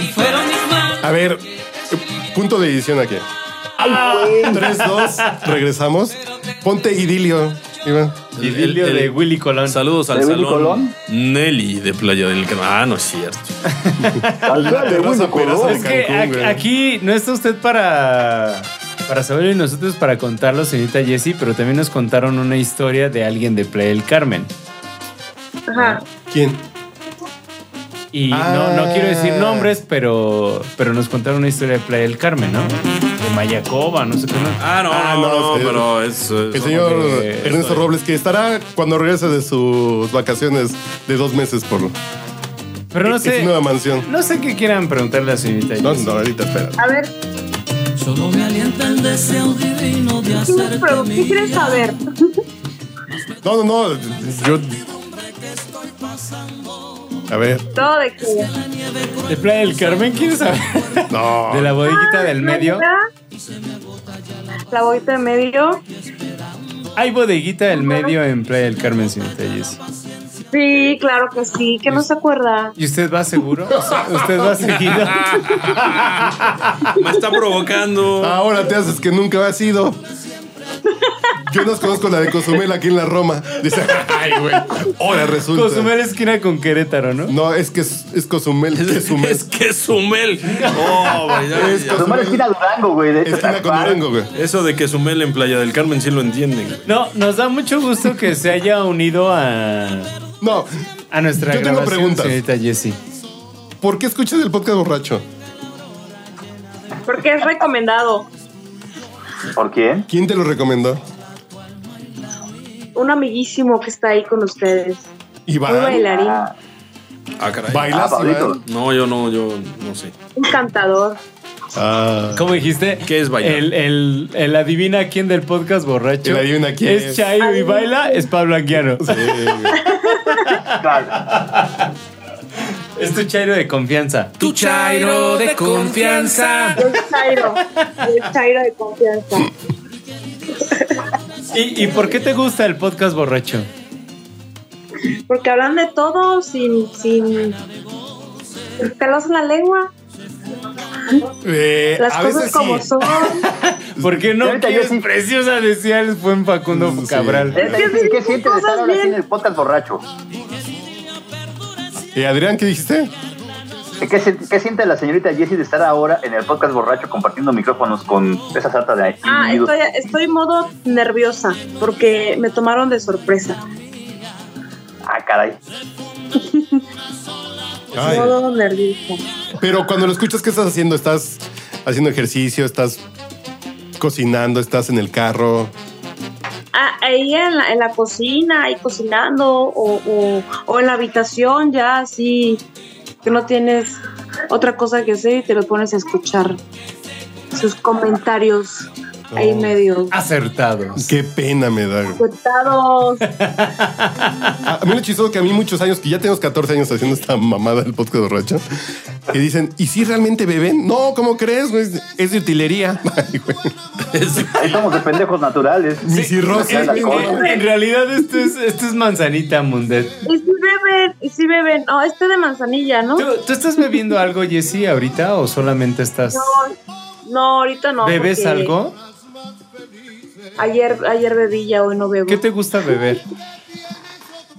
[SPEAKER 15] Y fueron mis manos.
[SPEAKER 4] A ver, punto de edición aquí. Ah. 3-2, regresamos. Ponte idilio, Iván.
[SPEAKER 2] Idilio
[SPEAKER 1] El- el-
[SPEAKER 2] de Willy Colón.
[SPEAKER 1] Saludos al
[SPEAKER 10] ¿De Willy
[SPEAKER 1] salón
[SPEAKER 10] Colón?
[SPEAKER 1] Nelly de Playa del Carmen. Ah, no es cierto.
[SPEAKER 10] Saldrá de
[SPEAKER 4] terraza
[SPEAKER 10] Willy
[SPEAKER 4] peraza
[SPEAKER 10] Colón.
[SPEAKER 4] de
[SPEAKER 2] Es que
[SPEAKER 4] Cancún,
[SPEAKER 2] ac-
[SPEAKER 4] güey.
[SPEAKER 2] aquí no está usted para, para saberlo y nosotros para contarlo, señorita Jessy, pero también nos contaron una historia de alguien de Playa del Carmen.
[SPEAKER 19] Ajá.
[SPEAKER 4] ¿Quién?
[SPEAKER 2] Y
[SPEAKER 4] Ah.
[SPEAKER 1] Ah.
[SPEAKER 2] no, no quiero decir nombres, pero, pero nos contaron una historia de Playa del Carmen, ¿no? de Mayacoba, no sé qué.
[SPEAKER 1] Ah, no, no, no, pero es.
[SPEAKER 4] El señor Ernesto Robles, que estará cuando regrese de sus vacaciones de dos meses por.
[SPEAKER 2] Pero no
[SPEAKER 4] en
[SPEAKER 2] sé.
[SPEAKER 4] su nueva mansión.
[SPEAKER 2] No sé qué quieran preguntarle a señorita.
[SPEAKER 4] No, no, ahorita espera.
[SPEAKER 19] A ver.
[SPEAKER 15] Solo me alienta el deseo divino de
[SPEAKER 19] ¿qué quieres
[SPEAKER 15] hacerte
[SPEAKER 19] pro- ¿Qué quieres saber?
[SPEAKER 4] No, no, no. Yo. A ver.
[SPEAKER 19] Todo de que.
[SPEAKER 2] ¿De Playa del Carmen quieres saber?
[SPEAKER 4] No.
[SPEAKER 2] ¿De la
[SPEAKER 1] Ah,
[SPEAKER 2] bodeguita del medio?
[SPEAKER 19] Ah, La boquita de medio.
[SPEAKER 2] ¿Hay bodeguita del medio en Playa del Carmen, señorita Jessy?
[SPEAKER 19] Sí, claro que sí, que no se acuerda.
[SPEAKER 2] ¿Y usted va seguro? ¿Usted va seguido?
[SPEAKER 1] Me está provocando.
[SPEAKER 4] Ahora te haces que nunca has ido. Yo no conozco la de Cozumel aquí en la Roma. Dice, ay, güey. Ahora resulta.
[SPEAKER 2] Cozumel esquina con Querétaro, ¿no?
[SPEAKER 4] No, es que es, es Cozumel. Quezumel.
[SPEAKER 1] Es que Sumel. No, güey. ya-
[SPEAKER 4] Es
[SPEAKER 1] ya.
[SPEAKER 10] Cozumel esquina Durango, güey. de-
[SPEAKER 4] Esquina con Durango, güey.
[SPEAKER 1] Eso de que Sumel en Playa del Carmen sí lo entienden.
[SPEAKER 2] No, nos da mucho gusto que se haya unido a.
[SPEAKER 4] No.
[SPEAKER 2] A nuestra
[SPEAKER 4] Yo tengo
[SPEAKER 2] grabación,
[SPEAKER 4] preguntas.
[SPEAKER 2] señorita Jessy.
[SPEAKER 4] ¿Por qué escuchas el podcast borracho?
[SPEAKER 19] Porque es recomendado.
[SPEAKER 10] ¿Por quién?
[SPEAKER 4] ¿Quién te lo recomendó?
[SPEAKER 19] Un amiguísimo que está ahí con ustedes.
[SPEAKER 4] Iván.
[SPEAKER 19] Un bailarín,
[SPEAKER 1] Ah, caray.
[SPEAKER 4] ¿Bailas, Ah, Pablito. Iván?
[SPEAKER 1] No, yo no, yo no sé.
[SPEAKER 19] un cantador.
[SPEAKER 2] ¿Cómo dijiste?
[SPEAKER 1] ¿Qué es bailar?
[SPEAKER 2] El, el, el adivina quién del podcast borracho.
[SPEAKER 4] El adivina quién
[SPEAKER 2] Es
[SPEAKER 4] es.
[SPEAKER 2] Chayo y baila, es Pablo Anguiano. es tu Chairo de confianza.
[SPEAKER 13] Tu chairo de confianza.
[SPEAKER 19] Yo es Chairo. Yo es Chairo de confianza.
[SPEAKER 2] ¿Y, y por qué te gusta el podcast borracho?
[SPEAKER 19] Porque hablan de todo sin, sin sin pelos en la lengua.
[SPEAKER 4] Eh,
[SPEAKER 19] Las
[SPEAKER 4] a
[SPEAKER 19] cosas
[SPEAKER 4] veces
[SPEAKER 19] como
[SPEAKER 4] sí.
[SPEAKER 19] son.
[SPEAKER 2] Porque no
[SPEAKER 10] Ahorita yo
[SPEAKER 2] quieres
[SPEAKER 10] sí.
[SPEAKER 2] preciosa decía el buen Facundo Cabral.
[SPEAKER 10] Es que sí, ¿Qué sientes de estar ahora sí en el podcast borracho?
[SPEAKER 4] ¿Y Adrián qué dijiste?
[SPEAKER 10] ¿Qué, se- qué siente la señorita Jessie de estar ahora en el podcast borracho compartiendo micrófonos con esa sarta de
[SPEAKER 19] Ah,
[SPEAKER 10] individuos?
[SPEAKER 19] estoy, estoy en modo nerviosa porque me tomaron de sorpresa.
[SPEAKER 10] Ah, caray.
[SPEAKER 4] Ay.
[SPEAKER 19] Modo nervioso.
[SPEAKER 4] Pero cuando lo escuchas, ¿qué estás haciendo? ¿Estás haciendo ejercicio? ¿Estás cocinando? ¿Estás en el carro?
[SPEAKER 19] Ah, ahí en la, en la cocina, ahí cocinando o, o- o en la habitación ya así que no tienes otra cosa que hacer y te lo pones a escuchar sus comentarios ahí
[SPEAKER 4] Oh.
[SPEAKER 19] medio
[SPEAKER 2] Acertados.
[SPEAKER 4] Qué pena me da. güey.
[SPEAKER 19] cortados.
[SPEAKER 4] A a mí lo chistoso que a mí muchos años, que ya tenemos 14 años haciendo esta mamada del podcast borracho, que dicen, ¿y si realmente beben? No, ¿cómo crees? güey? Es, es de utilería. Ay, güey.
[SPEAKER 10] Ahí somos de pendejos naturales.
[SPEAKER 4] Mi cirrosis,
[SPEAKER 10] Acá el
[SPEAKER 4] mi
[SPEAKER 10] alcohol.
[SPEAKER 2] En, en realidad esto es, esto es manzanita, Mundet.
[SPEAKER 19] Y si beben, y si beben, no, este de manzanilla, ¿no?
[SPEAKER 2] ¿Tú, tú estás bebiendo algo, Jessy, ahorita o solamente estás...
[SPEAKER 19] No, no, ahorita no.
[SPEAKER 2] ¿Bebes
[SPEAKER 19] porque
[SPEAKER 2] algo?
[SPEAKER 19] Ayer, ayer bebí, ya hoy no bebo.
[SPEAKER 2] ¿Qué te gusta beber?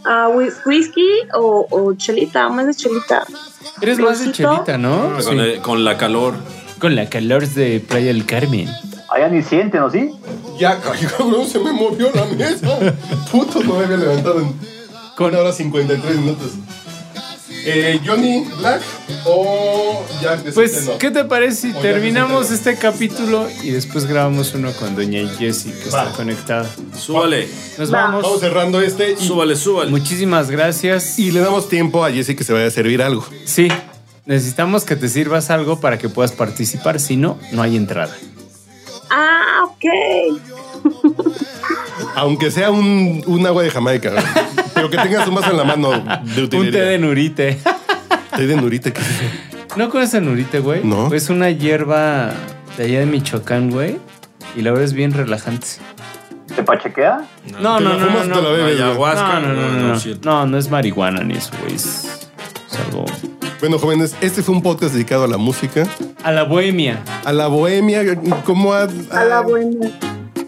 [SPEAKER 19] Ah, whis- whisky o, o chelita, más de chelita.
[SPEAKER 2] Eres más de
[SPEAKER 19] Rosito.
[SPEAKER 2] chelita, ¿no?
[SPEAKER 1] Con, el- con la calor.
[SPEAKER 2] Con la calor de Playa del Carmen.
[SPEAKER 10] Allá ni sienten, ¿o sí?
[SPEAKER 4] Ya, cabrón, se me movió la mesa. Puto, no me había levantado en una hora 53 minutos. Eh, Johnny Black o este, Jack de
[SPEAKER 2] Pues,
[SPEAKER 4] Centeno.
[SPEAKER 2] ¿qué te parece si
[SPEAKER 4] Oye,
[SPEAKER 2] terminamos
[SPEAKER 4] Jessy,
[SPEAKER 2] este capítulo y después grabamos uno con Doña Jessy, que está conectada?
[SPEAKER 1] Súbale,
[SPEAKER 2] Nos vamos.
[SPEAKER 4] Vamos cerrando este y,
[SPEAKER 1] súbale, súbale.
[SPEAKER 2] Muchísimas gracias.
[SPEAKER 4] y le damos tiempo a Jesse que se vaya a servir algo.
[SPEAKER 2] Sí, necesitamos que te sirvas algo para que puedas participar, si no, no hay entrada.
[SPEAKER 19] Ah, ok.
[SPEAKER 4] Aunque sea un, un agua de Jamaica, güey. pero que tengas un vaso en la mano de
[SPEAKER 2] Un té
[SPEAKER 4] utilería.
[SPEAKER 2] de nurite.
[SPEAKER 4] Té de nurite. ¿qué es eso?
[SPEAKER 2] ¿No conoces el nurite, güey?
[SPEAKER 4] No.
[SPEAKER 2] Es una hierba de allá de Michoacán, güey. Y la verdad es bien relajante.
[SPEAKER 10] ¿Te pachequea?
[SPEAKER 2] No,
[SPEAKER 4] ¿Te
[SPEAKER 2] no,
[SPEAKER 4] la
[SPEAKER 2] no, no,
[SPEAKER 4] fumas o
[SPEAKER 2] no.
[SPEAKER 4] te la bebes, güey?
[SPEAKER 2] No,
[SPEAKER 1] Ayahuasca.
[SPEAKER 2] no, no,
[SPEAKER 1] No,
[SPEAKER 2] no,
[SPEAKER 1] no
[SPEAKER 2] no.
[SPEAKER 1] es cierto.
[SPEAKER 2] No, no es marihuana ni eso, güey. Es, es algo.
[SPEAKER 4] Bueno, jóvenes, este fue un podcast dedicado a la música,
[SPEAKER 2] A la bohemia.
[SPEAKER 4] a la bohemia, como a,
[SPEAKER 19] A la buena.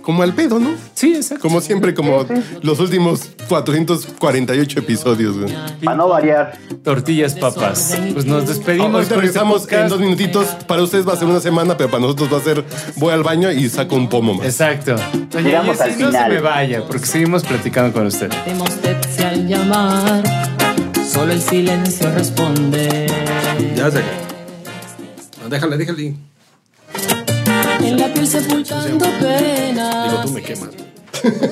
[SPEAKER 4] como al pedo, ¿no?
[SPEAKER 2] Sí, exacto.
[SPEAKER 4] Como siempre, como los últimos 448 episodios. güey.
[SPEAKER 10] Para no variar.
[SPEAKER 2] Tortillas papas. Pues nos despedimos.
[SPEAKER 4] Ahorita
[SPEAKER 2] con este
[SPEAKER 4] regresamos en
[SPEAKER 2] podcast.
[SPEAKER 4] dos minutitos. Para ustedes va a ser una semana, pero para nosotros va a ser voy al baño y saco un pomo más.
[SPEAKER 2] Exacto. Doña
[SPEAKER 10] Llegamos
[SPEAKER 2] Jessy,
[SPEAKER 10] al
[SPEAKER 2] no se
[SPEAKER 10] final.
[SPEAKER 2] me vaya, porque seguimos platicando con usted.
[SPEAKER 15] Demostepse al llamar, solo el silencio responde.
[SPEAKER 1] Ya se. Déjale, déjale.
[SPEAKER 3] En la piel sepultando penas.
[SPEAKER 13] me quemas.